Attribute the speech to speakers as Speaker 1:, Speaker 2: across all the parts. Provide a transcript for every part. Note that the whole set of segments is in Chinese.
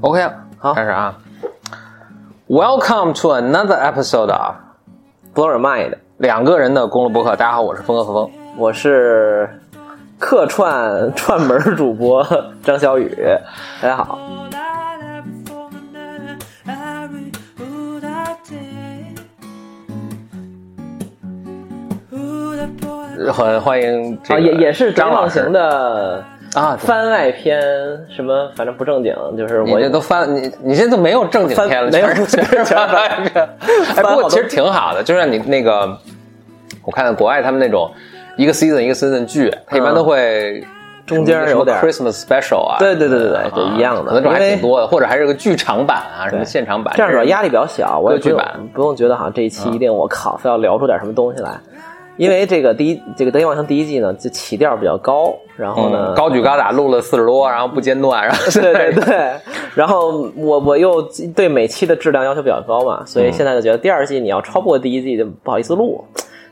Speaker 1: OK，
Speaker 2: 好
Speaker 1: 开始啊。Welcome to another episode of
Speaker 2: 博尔麦的，
Speaker 1: 两个人的公路博客。大家好，我是峰哥何峰。
Speaker 2: 我是客串串门儿主播张小雨， 大家好。
Speaker 3: All I ever for now, I read who that did. Who that boy
Speaker 1: 很欢迎这
Speaker 2: 啊，
Speaker 1: 个
Speaker 2: 也也是
Speaker 1: 张
Speaker 2: 张
Speaker 1: 老
Speaker 2: 浪
Speaker 1: 师
Speaker 2: 行的嗯
Speaker 1: 啊，
Speaker 2: 番外篇，什么反正不正经，就是
Speaker 1: 你
Speaker 2: 我
Speaker 1: 这都翻你你这都没有正经片了，
Speaker 2: 翻没有
Speaker 1: 全是全是 翻拍片。哎，
Speaker 2: 翻
Speaker 1: 不
Speaker 2: 好
Speaker 1: 过
Speaker 2: 多
Speaker 1: 其实挺好的，就像你那个，我看到国外他们那种一个 season 一个 season 剧，它一般
Speaker 2: 嗯
Speaker 1: 都会
Speaker 2: 中间
Speaker 1: 什么
Speaker 2: 有点儿
Speaker 1: Christmas special 啊，
Speaker 2: 对对对对对
Speaker 1: 啊
Speaker 2: 对一样的
Speaker 1: 可能这种还
Speaker 2: 因为
Speaker 1: 挺多的，或者还是个剧场版啊，什么现场版
Speaker 2: 这样主要
Speaker 1: 是
Speaker 2: 压力比较小，我也不
Speaker 1: 剧
Speaker 2: 用
Speaker 1: 版嗯
Speaker 2: 不用觉得好像这一期一定我靠非要聊出点什么东西来，因为这个第一这个《德云望乡》第一季呢，就起调比较高，然后呢、
Speaker 1: 嗯高举高打录了四十多，然后不间断，然后
Speaker 2: 对对对，然后我我又对每期的质量要求比较高嘛，所以现在就觉得第二季你要超不过第一季就不好意思录，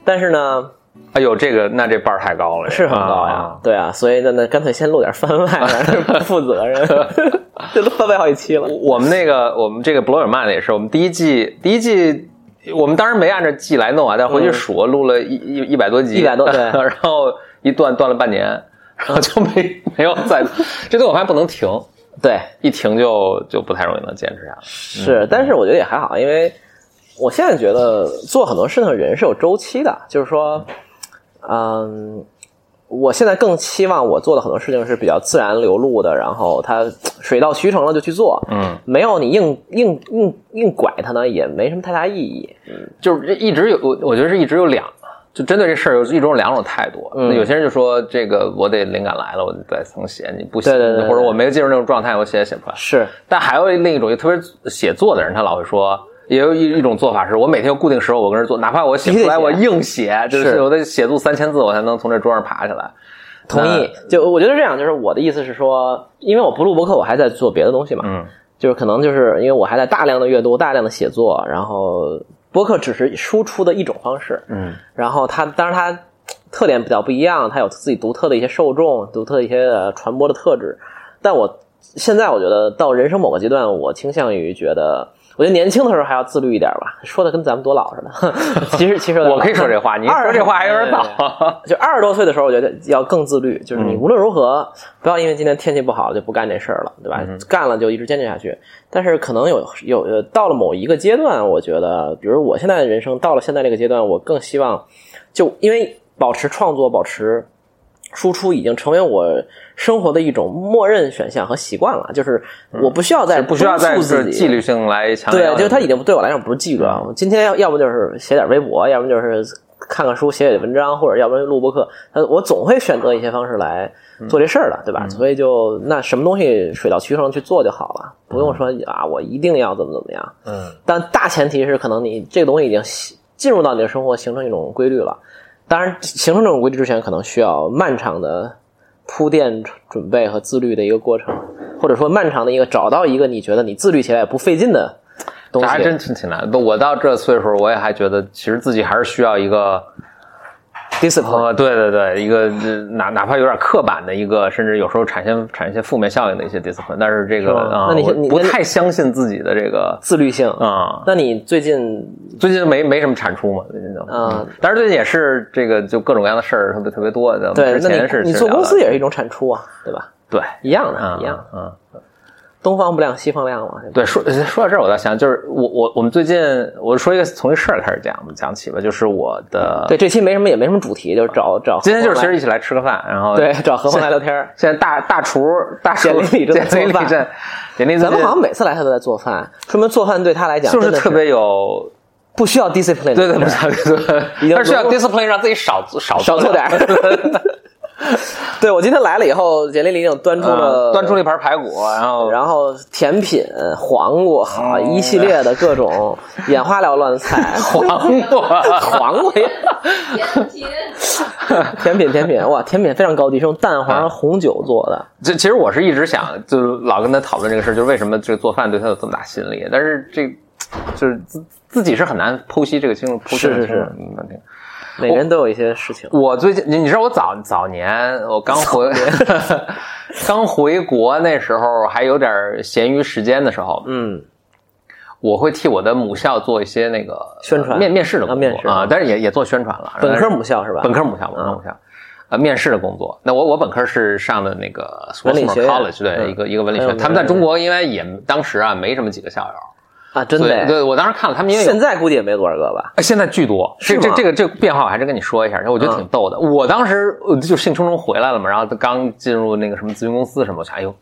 Speaker 2: 但是呢
Speaker 1: 哎呦，这个那这 bar 太高了，
Speaker 2: 是很高呀，
Speaker 1: 啊
Speaker 2: 对啊，所以那那干脆先录点番外， 反正不负责 任，这都番外好几期了，
Speaker 1: 我我们那个我们这个《博尔曼》也是，我们第一季第一季我们当然没按照季来弄啊，但回去数、录了一一一百多集，
Speaker 2: 100多对
Speaker 1: 然后一断断了半年，然后就没没有再，这东西我发现不能停，
Speaker 2: 对，
Speaker 1: 一停就就不太容易能坚持下来。
Speaker 2: 是，但是我觉得也还好，因为我现在觉得做很多事情人是有周期的，就是说，嗯，我现在更期望我做的很多事情是比较自然流露的，然后它水到渠成了就去做，
Speaker 1: 嗯，
Speaker 2: 没有你硬硬硬硬拐它呢，也没什么太大意义。
Speaker 1: 就是这一直有，我我觉得是一直有两，就针对这事儿有一种两种态度。
Speaker 2: 嗯
Speaker 1: 那有些人就说这个我得灵感来了，我得再重写，你不写，
Speaker 2: 对对对对
Speaker 1: 或者我没有进入那种状态，我写也写不出来。
Speaker 2: 是，
Speaker 1: 但还有另一种，就特别写作的人，他老会说，也有一一种做法是，我每天有固定时候我跟人做，哪怕我写不出来，
Speaker 2: 必
Speaker 1: 我
Speaker 2: 须得
Speaker 1: 硬写，就是是我得写作三千字，我才能从这桌上爬起来。
Speaker 2: 同意。就我觉得这样，就是我的意思是说，因为我不录博客，我还在做别的东西嘛，
Speaker 1: 嗯，
Speaker 2: 就是可能就是因为我还在大量的阅读、大量的写作，然后播客只是输出的一种方式。
Speaker 1: 嗯，
Speaker 2: 然后它当然它特点比较不一样，它有自己独特的一些受众、独特的一些呃传播的特质。但我现在我觉得到人生某个阶段，我倾向于觉得，我觉得年轻的时候还要自律一点吧。说的跟咱们多老似的， 其实其实有点
Speaker 1: 我可以说这话，你说这话还有点
Speaker 2: 嗯二
Speaker 1: 早。
Speaker 2: 就二十多岁的时候，我觉得要更自律，就是你
Speaker 1: 嗯
Speaker 2: 无论如何、不要因为今天天气不好就不干这事儿了，对吧？
Speaker 1: 嗯
Speaker 2: 干了就一直坚持下去。但是可能有有呃到了某一个阶段，我觉得，比如我现在的人生到了现在这个阶段，我更希望就因为保持创作、保持输出已经成为我生活的一种默认选项和习惯了，就是我不需要再
Speaker 1: 不需要再
Speaker 2: 督促
Speaker 1: 嗯 是
Speaker 2: 自己
Speaker 1: 纪律性来强调
Speaker 2: 对，
Speaker 1: 你。
Speaker 2: 就是它已经对我来讲不是纪律
Speaker 1: 嗯
Speaker 2: 了。我今天要要不就是写点微博，要不就是看看书、写写文章，或者要不然录播课。呃，我总会选择一些方式来
Speaker 1: 嗯
Speaker 2: 做这事儿的，对吧？所以就那什么东西水到渠成去做就好了，不用说啊，我一定要怎么怎么样。
Speaker 1: 嗯，
Speaker 2: 但大前提是，可能你这个东西已经习进入到你的生活，形成一种规律了。当然，形成这种规律之前，可能需要漫长的铺垫、准备和自律的一个过程，或者说漫长的一个找到一个你觉得你自律起来也不费劲的东
Speaker 1: 这
Speaker 2: 西。
Speaker 1: 还真挺挺难的。不我到这岁数，我也还觉得，其实自己还是需要一个
Speaker 2: discipline，、
Speaker 1: 呃，对对对，一个呃哪哪怕有点刻板的一个，甚至有时候产生产生一些负面效应的一些 discipline，但是这个
Speaker 2: 是吗
Speaker 1: 啊，
Speaker 2: 那你
Speaker 1: 我
Speaker 2: 你
Speaker 1: 不
Speaker 2: 那你
Speaker 1: 太相信自己的这个
Speaker 2: 自律性。
Speaker 1: 啊。
Speaker 2: 那你最近
Speaker 1: 最近没没什么产出嘛，最近就
Speaker 2: 啊，
Speaker 1: 但是最近也是这个就各种各样的事儿特别特别多。咱们
Speaker 2: 对，
Speaker 1: 之
Speaker 2: 那
Speaker 1: 前是
Speaker 2: 你你
Speaker 1: 是
Speaker 2: 做
Speaker 1: 聊
Speaker 2: 公司
Speaker 1: 的
Speaker 2: 也是一种产出啊，对吧？
Speaker 1: 对，
Speaker 2: 一样的，
Speaker 1: 嗯
Speaker 2: 一样，
Speaker 1: 嗯。
Speaker 2: 东方不亮西方亮嘛，对吧？
Speaker 1: 对，说说到这儿，我倒想，就是我我我们最近，我说一个从一事儿开始讲，我们讲起吧，就是我的，
Speaker 2: 对，这期没什么，也没什么主题，就是找找
Speaker 1: 今天就是
Speaker 2: 何
Speaker 1: 其
Speaker 2: 鹏
Speaker 1: 实一起来吃个饭，然后
Speaker 2: 来对找何鹏来聊 天儿。
Speaker 1: 现在大大厨大厨
Speaker 2: 简历里正在
Speaker 1: 简历里
Speaker 2: 做饭
Speaker 1: 正简历
Speaker 2: 咱们
Speaker 1: 最近
Speaker 2: 好像每次来他都在做饭，说明做饭对他来讲
Speaker 1: 就是
Speaker 2: 真的
Speaker 1: 特别有，
Speaker 2: 不需要 discipline，
Speaker 1: 对对，不想对，
Speaker 2: 经
Speaker 1: 但是需要
Speaker 2: 融入
Speaker 1: discipline 让自己少做少
Speaker 2: 少做点儿 对我今天来了以后，简历里已经端出了、
Speaker 1: 嗯端出了一盘排骨，然后
Speaker 2: 然后甜品、黄瓜，
Speaker 1: 哦
Speaker 2: 好一系列的各种眼花缭乱的菜，
Speaker 1: 黄瓜，
Speaker 2: 黄瓜也
Speaker 4: 甜品，
Speaker 2: 甜品甜品，哇，甜品非常高级，是用蛋
Speaker 1: 嗯
Speaker 2: 黄红酒做的。
Speaker 1: 这其实我是一直想，就是老跟他讨论这个事儿，就是为什么这个做饭对他有这么大吸引力，但是这就是自自己是很难剖析这个清楚，剖析
Speaker 2: 是是
Speaker 1: 得清楚
Speaker 2: 是
Speaker 1: 嗯问题。
Speaker 2: 每个人都有一些事情，
Speaker 1: 我最近，你你知道我早早年我刚回， 刚回国那时候还有点闲余时间的时候，
Speaker 2: 嗯，
Speaker 1: 我会替我的母校做一些那个
Speaker 2: 宣传
Speaker 1: 面面试的工作
Speaker 2: 啊面试
Speaker 1: 啊，但是也也做宣传了。
Speaker 2: 本科
Speaker 1: 但是
Speaker 2: 母校啊是吧？
Speaker 1: 哎本科母校，本科母校。呃，面试的工作，那我我本科是上的那个 s w a t
Speaker 2: 文理
Speaker 1: m o
Speaker 2: 学
Speaker 1: r
Speaker 2: 院
Speaker 1: College，对，
Speaker 2: 嗯
Speaker 1: 一个一个文理
Speaker 2: 很
Speaker 1: 学院。
Speaker 2: 有名
Speaker 1: 他们在中国因为也当时啊没什么几个校友，
Speaker 2: 啊，真
Speaker 1: 对
Speaker 2: 的。
Speaker 1: 对，我当时看了他们因为有
Speaker 2: 现在估计也没多少个吧。
Speaker 1: 呃现在巨多，
Speaker 2: 是
Speaker 1: 这这
Speaker 2: 吗嗯
Speaker 1: 这个这个变化我还是跟你说一下，我觉得挺逗的。我当时呃就兴冲冲回来了嘛，然后刚进入那个什么咨询公司什么，我想哎呦，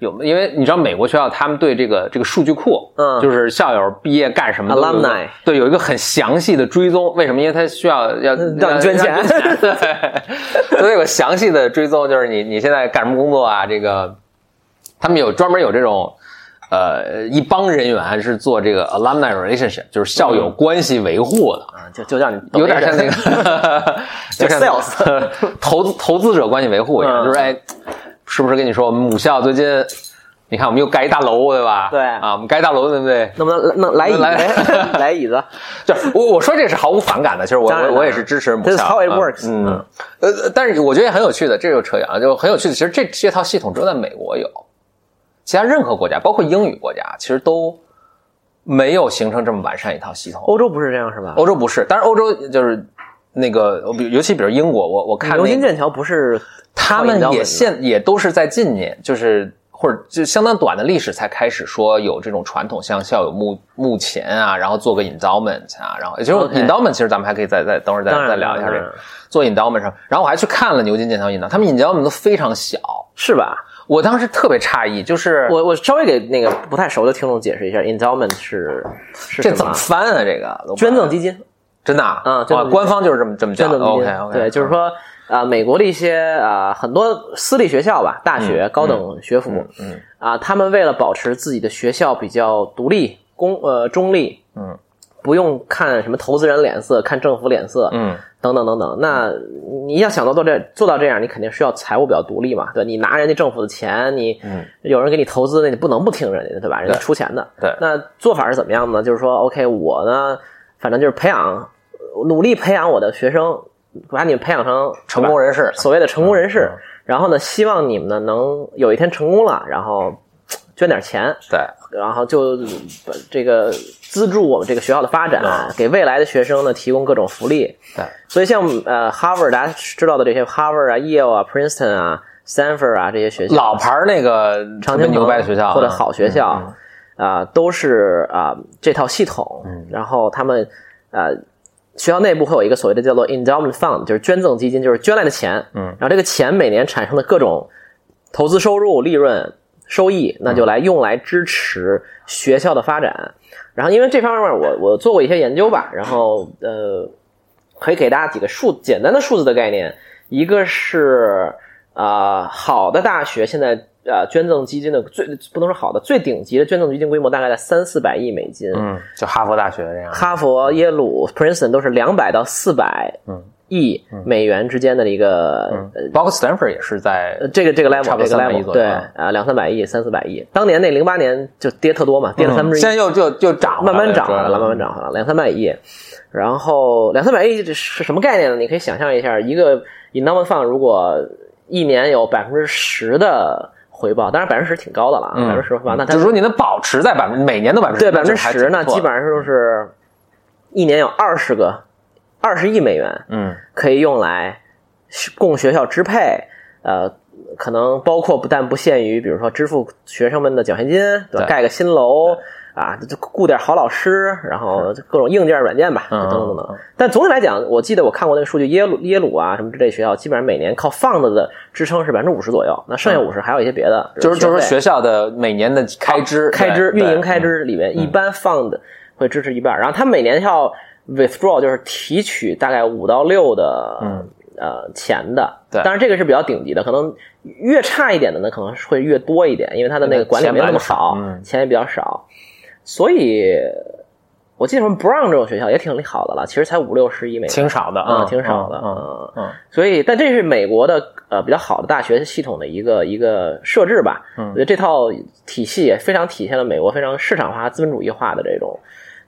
Speaker 1: 有因为你知道美国学校他们对这个这个数据库，
Speaker 2: 嗯
Speaker 1: 就是校友毕业干什么都有一个
Speaker 2: Alumni
Speaker 1: 对，有一个很详细的追踪。为什么？因为他需要要
Speaker 2: 嗯让你捐钱
Speaker 1: 让你捐钱 对，所以有个详细的追踪，就是你你现在干什么工作啊？这个他们有专门有这种。呃，一帮人员是做这个 alumni relationship，就是校友关系维护的，
Speaker 2: 啊，就就让你嗯懂
Speaker 1: 有点
Speaker 2: 一
Speaker 1: 像那个， 有点像
Speaker 2: sales
Speaker 1: 投资投资者关系维护一样，
Speaker 2: 嗯
Speaker 1: 就是哎，是不是跟你说我们母校最近，你看我们又盖一大楼对吧？
Speaker 2: 对
Speaker 1: 啊，我们盖一大楼对不对？
Speaker 2: 能不能能来椅子？
Speaker 1: 来
Speaker 2: 来椅子？
Speaker 1: 就是我我说这个是毫无反感的，其实我
Speaker 2: 当然
Speaker 1: 我
Speaker 2: 了
Speaker 1: 我也是支持母
Speaker 2: This
Speaker 1: 校。
Speaker 2: is how it
Speaker 1: 嗯
Speaker 2: works
Speaker 1: 嗯，呃，但是我觉得也很有趣的，这就扯远了，就很有趣的。其实这这套系统只有在美国有，其他任何国家，包括英语国家，其实都没有形成这么完善一套系统。
Speaker 2: 欧洲不是这样是吧？
Speaker 1: 欧洲不是，但是欧洲就是那个，我比尤其比如英国，我我看、那
Speaker 2: 牛
Speaker 1: 个、
Speaker 2: 津剑桥不是
Speaker 1: 他
Speaker 2: 靠引
Speaker 1: 们
Speaker 2: 导文
Speaker 1: 也
Speaker 2: 的
Speaker 1: 现也都是在近年，就是或者就相当短的历史才开始说有这种传统，像校友墓墓前啊，然后做个 endowment 啊，然后也就是
Speaker 2: OK
Speaker 1: endowment，其实咱们还可以再再等会儿再
Speaker 2: 当然
Speaker 1: 再聊一下这
Speaker 2: 当
Speaker 1: 个
Speaker 2: 然
Speaker 1: 做 endowment 上。然后我还去看了牛津剑桥 endowment，他们 endowment 都非常小，
Speaker 2: 是吧？
Speaker 1: 我当时特别诧异，就是
Speaker 2: 我我稍微给那个不太熟的听众解释一下，endowment 是是
Speaker 1: 这
Speaker 2: 什
Speaker 1: 怎么
Speaker 2: 啊
Speaker 1: 翻啊？这个都不知道
Speaker 2: 捐赠基金？
Speaker 1: 真的啊？
Speaker 2: 嗯捐赠
Speaker 1: 哇
Speaker 2: 基金
Speaker 1: 官方就是这么这么
Speaker 2: 捐
Speaker 1: 讲的。
Speaker 2: 赠基金
Speaker 1: OK OK，
Speaker 2: 对，就是说。啊、美国的一些啊、很多私立学校吧，大学、高等学府，
Speaker 1: 嗯嗯
Speaker 2: 啊、他们为了保持自己的学校比较独立、公呃中立，
Speaker 1: 嗯，
Speaker 2: 不用看什么投资人脸色、看政府脸色，
Speaker 1: 嗯。
Speaker 2: 等等等等。那你要想到做这做到这样，你肯定需要财务比较独立嘛，对吧你拿人家政府的钱，你
Speaker 1: 嗯
Speaker 2: 有人给你投资，那你不能不听人家的，对吧？人家出钱的。
Speaker 1: 对
Speaker 2: 那做法是怎么样呢？就是说，OK，我呢，反正就是培养，努力培养我的学生，把你们培养成
Speaker 1: 成功，人士
Speaker 2: 对吧，所谓的成功人士
Speaker 1: 嗯。
Speaker 2: 然后呢，希望你们呢能有一天成功了，然后嘖捐点钱，
Speaker 1: 对，
Speaker 2: 然后就把这个资助我们这个学校的发展，给未来的学生呢提供各种福利。
Speaker 1: 对，
Speaker 2: 所以像呃哈佛，大家知道的这些哈佛啊、耶鲁啊、Princeton 啊、Stanford 啊这些学校，
Speaker 1: 老牌儿那个特
Speaker 2: 常
Speaker 1: 别
Speaker 2: 青藤
Speaker 1: 牛掰的学校啊
Speaker 2: 或者好学校，啊、都是啊、这套系统。
Speaker 1: 嗯
Speaker 2: 然后他们呃，学校内部会有一个所谓的叫做 endowment fund，就是捐赠基金，就是捐来的钱。
Speaker 1: 嗯
Speaker 2: 然后这个钱每年产生的各种投资收入、利润、收益，那就来用来支持学校的发展。然后因为这方面我我做过一些研究吧，然后呃，可以给大家几个数简单的数字的概念，一个是啊、呃好的大学现在。呃，捐赠基金的最不能说好的，最顶级的捐赠基金规模大概在三四百亿美金。
Speaker 1: 嗯，就哈佛大学这样。
Speaker 2: 哈佛、耶鲁、Princeton 都是两百到四百
Speaker 1: 嗯
Speaker 2: 亿美元之间的一个、
Speaker 1: 嗯，包括 Stanford 也是在
Speaker 2: 呃这个这个 level，
Speaker 1: 差不多
Speaker 2: 这个
Speaker 1: 300亿
Speaker 2: level
Speaker 1: 左右
Speaker 2: 对
Speaker 1: 啊
Speaker 2: 啊，两三百亿、三四百亿。当年那零八年就跌特多嘛，跌了三
Speaker 1: 嗯
Speaker 2: 分之一
Speaker 1: 现，在又又又涨回来
Speaker 2: 慢
Speaker 1: 了，
Speaker 2: 慢涨回来
Speaker 1: 是吧
Speaker 2: 了，慢慢。涨回来了，两三百亿。然后两三百亿这是什么概念呢？你可以想象一下，一个 endowment fund 如果一年有百分之十的回报，当然百分之十挺高的了啊，
Speaker 1: 嗯
Speaker 2: 百分之十回报，那它
Speaker 1: 就是说你能保持在百分，每年都百分之
Speaker 2: 对百分之十呢，基本
Speaker 1: 上
Speaker 2: 上就是一年有二十个二十亿美元，
Speaker 1: 嗯
Speaker 2: 可以用来学供学校支配，呃，可能包括不但不限于，比如说支付学生们的奖学金，对
Speaker 1: 对
Speaker 2: 吧？盖个新楼啊，就雇点好老师，然后各种硬件、软件吧，就
Speaker 1: 嗯
Speaker 2: 等等等等。但总体来讲，我记得我看过那个数据，耶鲁、耶鲁啊什么之类学校，基本上每年靠放的的支撑是百分之五十左右，那剩下
Speaker 1: 嗯
Speaker 2: 五十还有一些别的，比
Speaker 1: 就
Speaker 2: 如
Speaker 1: 是就是说
Speaker 2: 费
Speaker 1: 学校的每年的开支
Speaker 2: 开支、
Speaker 1: 对嗯
Speaker 2: 运营
Speaker 1: 对
Speaker 2: 开支里面，一般 fund 会支持一半，然后他每年要 withdraw 就是提取大概五到六的、
Speaker 1: 嗯
Speaker 2: 呃钱的，
Speaker 1: 对
Speaker 2: 当然这个是比较顶级的，可能越差一点的呢，可能是会越多一点，因为他的那个管理
Speaker 1: 钱
Speaker 2: 没
Speaker 1: 本来
Speaker 2: 那么
Speaker 1: 就
Speaker 2: 好
Speaker 1: 少，嗯
Speaker 2: 钱也比较少，所以我记得什么 Brown 这种学校也挺好的了，其实才五六十亿美元
Speaker 1: 挺少的
Speaker 2: 啊、
Speaker 1: 嗯
Speaker 2: 挺少的，
Speaker 1: 嗯
Speaker 2: 嗯
Speaker 1: 嗯
Speaker 2: 所以，但这是美国的呃比较好的大学系统的一个一个设置吧。
Speaker 1: 嗯
Speaker 2: 我觉得这套体系也非常体现了美国非常市场化、资本主义化的这种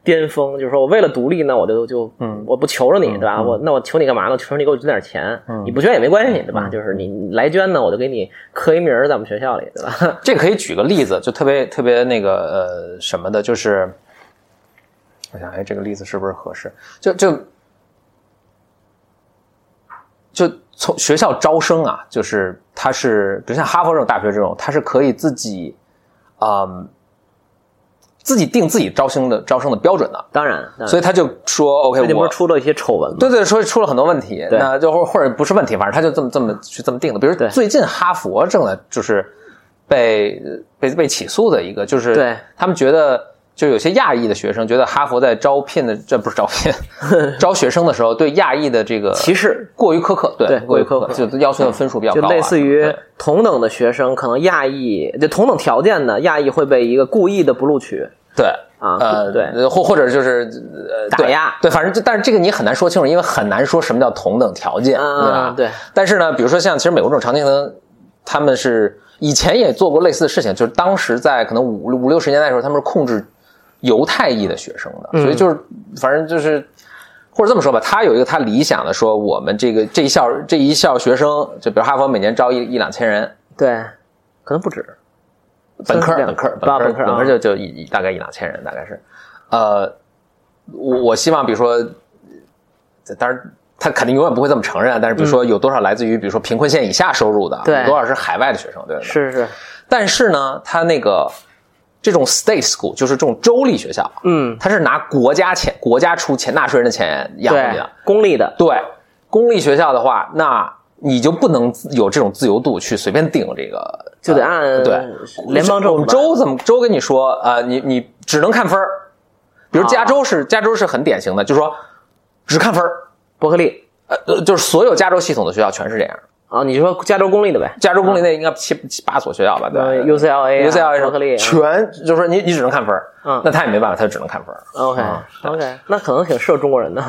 Speaker 2: 巅峰，就是说我为了独立，那我就就
Speaker 1: 嗯嗯
Speaker 2: 我不求着你，对吧？我那我求你干嘛呢？求着你给我捐点钱，你不捐也没关系，对吧？就是你你来捐呢，我就给你刻一名儿在我们学校里，对吧？
Speaker 1: 这可以举个例子，就特别特别那个呃什么的，就是我想，哎，这个例子是不是合适？就就就从学校招生啊，就是它是，比如像哈佛这种大学这种，它是可以自己，嗯，自己定自己招生的招生的标准的，
Speaker 2: 当然，当然
Speaker 1: 所以他就说，OK，
Speaker 2: 最近不
Speaker 1: 我
Speaker 2: 是出了一些丑闻吗？
Speaker 1: 对对，说出了很多问题，
Speaker 2: 嗯对
Speaker 1: 那就或或者不是问题，反正他就这么这么去这么定的。比如
Speaker 2: 对
Speaker 1: 最近哈佛正在就是被被被起诉的一个，就是
Speaker 2: 对
Speaker 1: 他们觉得就有些亚裔的学生觉得哈佛在招聘的这不是招 聘招学生的时候对亚裔的这个
Speaker 2: 歧视
Speaker 1: 过于苛刻，
Speaker 2: 对
Speaker 1: 过于
Speaker 2: 过于苛刻
Speaker 1: 就要求的分数比较
Speaker 2: 就
Speaker 1: 高啊，
Speaker 2: 类似于
Speaker 1: 对
Speaker 2: 同等的学生，可能亚裔就同等条件的亚裔会被一个故意的不录取
Speaker 1: 对。
Speaker 2: 啊，
Speaker 1: 呃，
Speaker 2: 对，
Speaker 1: 或或者就是呃
Speaker 2: 打
Speaker 1: 对
Speaker 2: 压
Speaker 1: 对，反正就但是这个你很难说清楚，因为很难说什么叫同等条件，对吧
Speaker 2: 啊，？对，
Speaker 1: 但是呢，比如说像其实美国这种常青藤，他们是以前也做过类似的事情，就是当时在可能五五六十年代的时候，他们是控制犹太裔的学生的，所以就是反正就是。或者这么说吧，他有一个他理想的说，我们这个这一校这一校学生，就比如哈佛每年招一一两千人，
Speaker 2: 对，可能不止，
Speaker 1: 本科
Speaker 2: 三两
Speaker 1: 本科
Speaker 2: 啊
Speaker 1: 本科
Speaker 2: 本科啊
Speaker 1: 本科就就一一大概一两千人，大概是，呃，我我希望比如说，当然他肯定永远不会这么承认，但是比如说有多少来自于比如说贫困线以下收入的，
Speaker 2: 嗯对
Speaker 1: 有多少是海外的学生，对吧？
Speaker 2: 是是，
Speaker 1: 但是呢，他那个这种 state school 就是这种州立学校，
Speaker 2: 嗯，
Speaker 1: 他是拿国家钱，国家出钱，纳税人的钱养活你
Speaker 2: 对
Speaker 1: 的，，
Speaker 2: 公立的，
Speaker 1: 对，公立学校的话，那你就不能自有这种自由度去随便定这个，
Speaker 2: 就得按
Speaker 1: 呃对
Speaker 2: 联邦政
Speaker 1: 我
Speaker 2: 府
Speaker 1: 们
Speaker 2: 办
Speaker 1: 州怎么州跟你说呃，你你只能看分儿，比如
Speaker 2: 啊
Speaker 1: 加州是、加州是很典型的，就是说只看分儿，
Speaker 2: 伯克利
Speaker 1: 呃呃，就是所有加州系统的学校全是这样。
Speaker 2: 啊，你说加州公立的呗，
Speaker 1: 加州公立那应该七七八所学校吧，对吧
Speaker 2: 呃 UCLA 啊
Speaker 1: UCLA
Speaker 2: 伯克利啊
Speaker 1: 全就是说你你只能看分儿，
Speaker 2: 嗯
Speaker 1: 那他也没办法，他就只能看分儿。
Speaker 2: ，OK
Speaker 1: 啊
Speaker 2: OK，那可能挺适合中 国人的，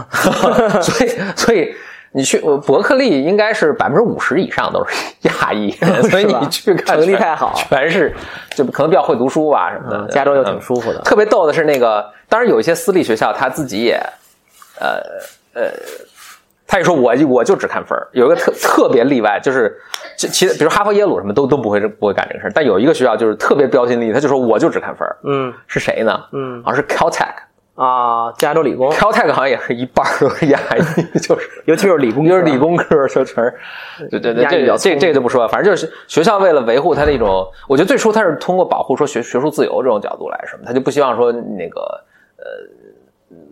Speaker 1: 所以所以你去呃伯克利应该是百分之五十以上都是亚裔， 所以
Speaker 2: 是吧
Speaker 1: 你去看
Speaker 2: 成绩
Speaker 1: 全
Speaker 2: 太好
Speaker 1: 全 是就可能比较会读书吧什么的。
Speaker 2: 加州就挺
Speaker 1: 嗯
Speaker 2: 舒服的，
Speaker 1: 特别逗的是那个，当然有一些私立学校他自己也，呃呃，他也说我我就只看分儿有一个特特别例外，就是其其比如哈佛、耶鲁什么都都不会不会干这个事儿，但有一个学校就是特别标新立异，他就说我就只看分儿
Speaker 2: 嗯
Speaker 1: 是谁呢？
Speaker 2: 嗯
Speaker 1: 好像是 Caltech，Caltech
Speaker 2: 啊，加州理工，
Speaker 1: 好像也是一半儿都是亚裔， 就是。
Speaker 2: 尤其是理工科，
Speaker 1: 就是理工科，就全是，对对对，
Speaker 2: 压抑
Speaker 1: 这
Speaker 2: 比较
Speaker 1: 个
Speaker 2: 聪
Speaker 1: 这
Speaker 2: 明
Speaker 1: 这个就不说了。反正就是学校为了维护它的一种，我觉得最初它是通过保护说学学术自由这种角度来什么，他就不希望说那个呃，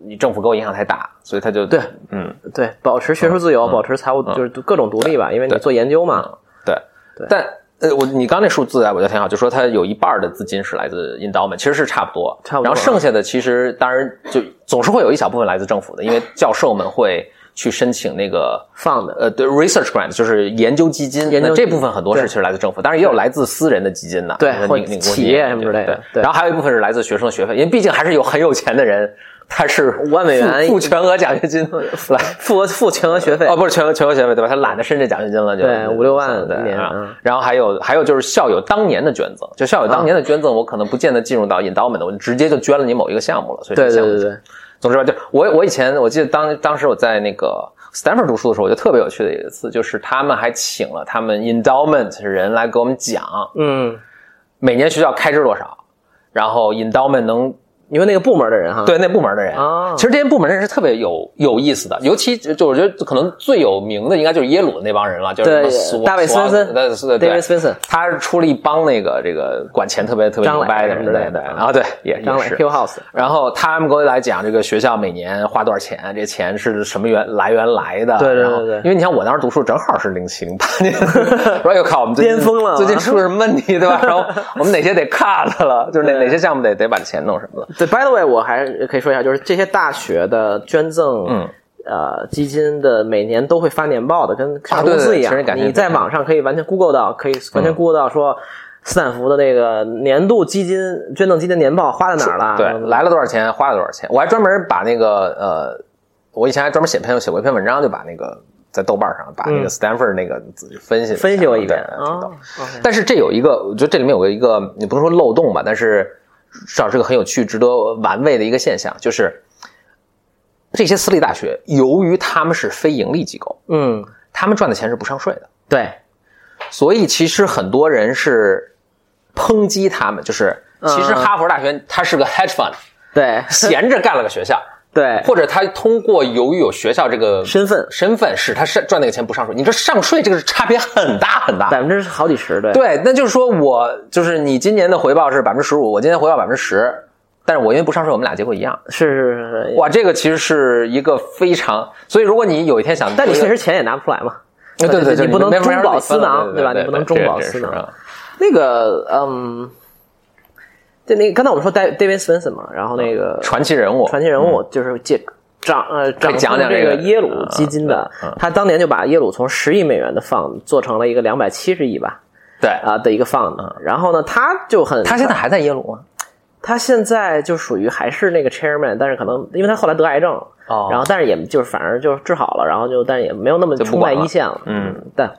Speaker 1: 你政府给我影响太大，所以他就
Speaker 2: 对，
Speaker 1: 嗯，
Speaker 2: 对，保持学术自由，保持财务就是各种独立吧，因为你做研究嘛，
Speaker 1: 对
Speaker 2: 对
Speaker 1: 但呃，我你刚那数字啊，我觉得挺好，就说它有一半儿的资金是来自 endowment，其实是差不多，
Speaker 2: 差不多
Speaker 1: 然
Speaker 2: 啊
Speaker 1: 后剩下的其实当然就总是会有一小部分来自政府的，因为教授们会去申请那个
Speaker 2: 放的
Speaker 1: 呃，对，research grant 就是研究基金，
Speaker 2: 研究
Speaker 1: 那
Speaker 2: 基
Speaker 1: 这
Speaker 2: 金
Speaker 1: 部分很多
Speaker 2: 对
Speaker 1: 是其实来自政府，当然也有来自私人的基金的，
Speaker 2: 对
Speaker 1: 那
Speaker 2: 或
Speaker 1: 你你
Speaker 2: 企业什么之类的对
Speaker 1: 然后还有一部分是来自学生的学费，因为毕竟还是有很有钱的人，他是
Speaker 2: 五万美元
Speaker 1: 付付全额奖学金 来。
Speaker 2: 付付全额学费
Speaker 1: 哦，，不是全额全额学费对吧？他懒得申这奖学金了，就
Speaker 2: 对五六万
Speaker 1: 对
Speaker 2: 一年
Speaker 1: 啊
Speaker 2: 嗯
Speaker 1: 然后还有还有就是校友当年的捐赠，就校友当年的捐赠，我可能不见得进入到 endowment，我直接就捐了你某一个项目了，所以这
Speaker 2: 对
Speaker 1: 个
Speaker 2: 对
Speaker 1: 项目
Speaker 2: 对
Speaker 1: 就
Speaker 2: 对，
Speaker 1: 总之吧，就我我以前我记得当当时我在那个 Stanford 读书的时候，我觉得特别有趣的一次，就是他们还请了他们 endowment 人来给我们讲
Speaker 2: 嗯，
Speaker 1: 每年学校开支多少，然后 endowment 能
Speaker 2: 你问那个部门的人哈，
Speaker 1: 对那部门的人
Speaker 2: 啊
Speaker 1: 其实这些部门人是特别有有意思的，尤其就就我觉得可能最有名的应该就是耶鲁那帮人了，就是什么
Speaker 2: 对
Speaker 1: 索
Speaker 2: 大卫
Speaker 1: 索
Speaker 2: 森森
Speaker 1: 对是的对
Speaker 2: ，David Spencer，
Speaker 1: 他是出了一帮那个这个管钱特别特别
Speaker 2: 张
Speaker 1: 明
Speaker 2: 磊
Speaker 1: 白的人，
Speaker 2: 什么
Speaker 1: 对
Speaker 2: 的
Speaker 1: 对，
Speaker 2: 啊
Speaker 1: 然后对也
Speaker 2: 张
Speaker 1: 也
Speaker 2: 磊
Speaker 1: 是
Speaker 2: Hill House，
Speaker 1: 然后他们给我来讲这个学校每年花多少钱，这钱是什么源来源来的。
Speaker 2: 对对对
Speaker 1: 然后
Speaker 2: 对
Speaker 1: 因为你像我当时读书正好是零七零八 年，然后又靠我们最近
Speaker 2: 巅峰了啊
Speaker 1: 最近出了什么问题对吧？然后我们哪些得 cut 了，就是哪
Speaker 2: 对
Speaker 1: 哪些项目得得把这钱弄什么了。
Speaker 2: 对，by the way，我还是可以说一下，就是这些大学的捐赠，
Speaker 1: 嗯，
Speaker 2: 呃，基金的每年都会发年报的，跟上
Speaker 1: 啊
Speaker 2: 市
Speaker 1: 对
Speaker 2: 公
Speaker 1: 对
Speaker 2: 司
Speaker 1: 对
Speaker 2: 一样。
Speaker 1: 其实感觉
Speaker 2: 你在
Speaker 1: 对
Speaker 2: 网上可以完全 Google 到，可以完全 Google 到说。斯坦福的那个年度基金捐赠基金年报花在哪儿了？
Speaker 1: 对，来了多少钱，花了多少钱。我还专门把那个呃，我以前还专门写篇写过一篇文章，就把那个在豆瓣上把那
Speaker 2: 嗯
Speaker 1: 个 Stanford 那个仔细分析了下
Speaker 2: 分析过一遍
Speaker 1: 对
Speaker 2: 啊
Speaker 1: 挺逗。
Speaker 2: ，OK
Speaker 1: 但是这有一个，我觉得这里面有个一个，你不能说漏洞吧，但是至少是个很有趣、值得玩味的一个现象，就是这些私立大学，由于他们是非盈利机构，
Speaker 2: 嗯，
Speaker 1: 他们赚的钱是不上税的，
Speaker 2: 对，
Speaker 1: 所以其实很多人是抨击他们，就是其实
Speaker 2: 嗯
Speaker 1: 哈佛大学它是个 hedge fund，
Speaker 2: 对，
Speaker 1: 闲着干了个学校，
Speaker 2: 对，
Speaker 1: 或者他通过由于有学校这个
Speaker 2: 哎身份
Speaker 1: 身份使他是赚那个钱不上税，你这上税这个差别很大很大。
Speaker 2: 百分之好几十，对，
Speaker 1: 对，那就是说我就是你今年的回报是百分之十五，我今年回报百分之十，但是我因为不上税，我们俩结果一样。
Speaker 2: 是是是是。
Speaker 1: 哇，这个其实是一个非常，所以如果你有一天想，呃
Speaker 2: 但你确实钱也拿不出来嘛。
Speaker 1: 对对对，
Speaker 2: 你
Speaker 1: 就
Speaker 2: 不能
Speaker 1: 没法
Speaker 2: 中饱私囊
Speaker 1: 对
Speaker 2: 对吧你不能中饱私。
Speaker 1: 对对对这个真是
Speaker 2: 囊
Speaker 1: 啊
Speaker 2: 那个，嗯，对，那个刚才我们说 Da- David Swenson 嘛，然后那个
Speaker 1: 嗯传奇人物，
Speaker 2: 传奇人物就是借掌呃掌控
Speaker 1: 讲讲
Speaker 2: 这
Speaker 1: 这个嗯
Speaker 2: 个耶鲁基金的，他当年就把耶鲁从十亿美元的 fund 做成了一个两百七十亿吧
Speaker 1: 对，
Speaker 2: 啊、的一个 fund，然后呢，他就很
Speaker 1: 嗯他现在还在耶鲁
Speaker 2: 啊
Speaker 1: 吗？
Speaker 2: 他现在就属于还是那个 chairman，但是可能因为他后来得癌症了，
Speaker 1: 哦
Speaker 2: 然后但是也就是反正就是治好了，然后就但是也没有那么
Speaker 1: 就不
Speaker 2: 冲
Speaker 1: 管
Speaker 2: 在
Speaker 1: 了
Speaker 2: 一线了，
Speaker 1: 嗯，
Speaker 2: 但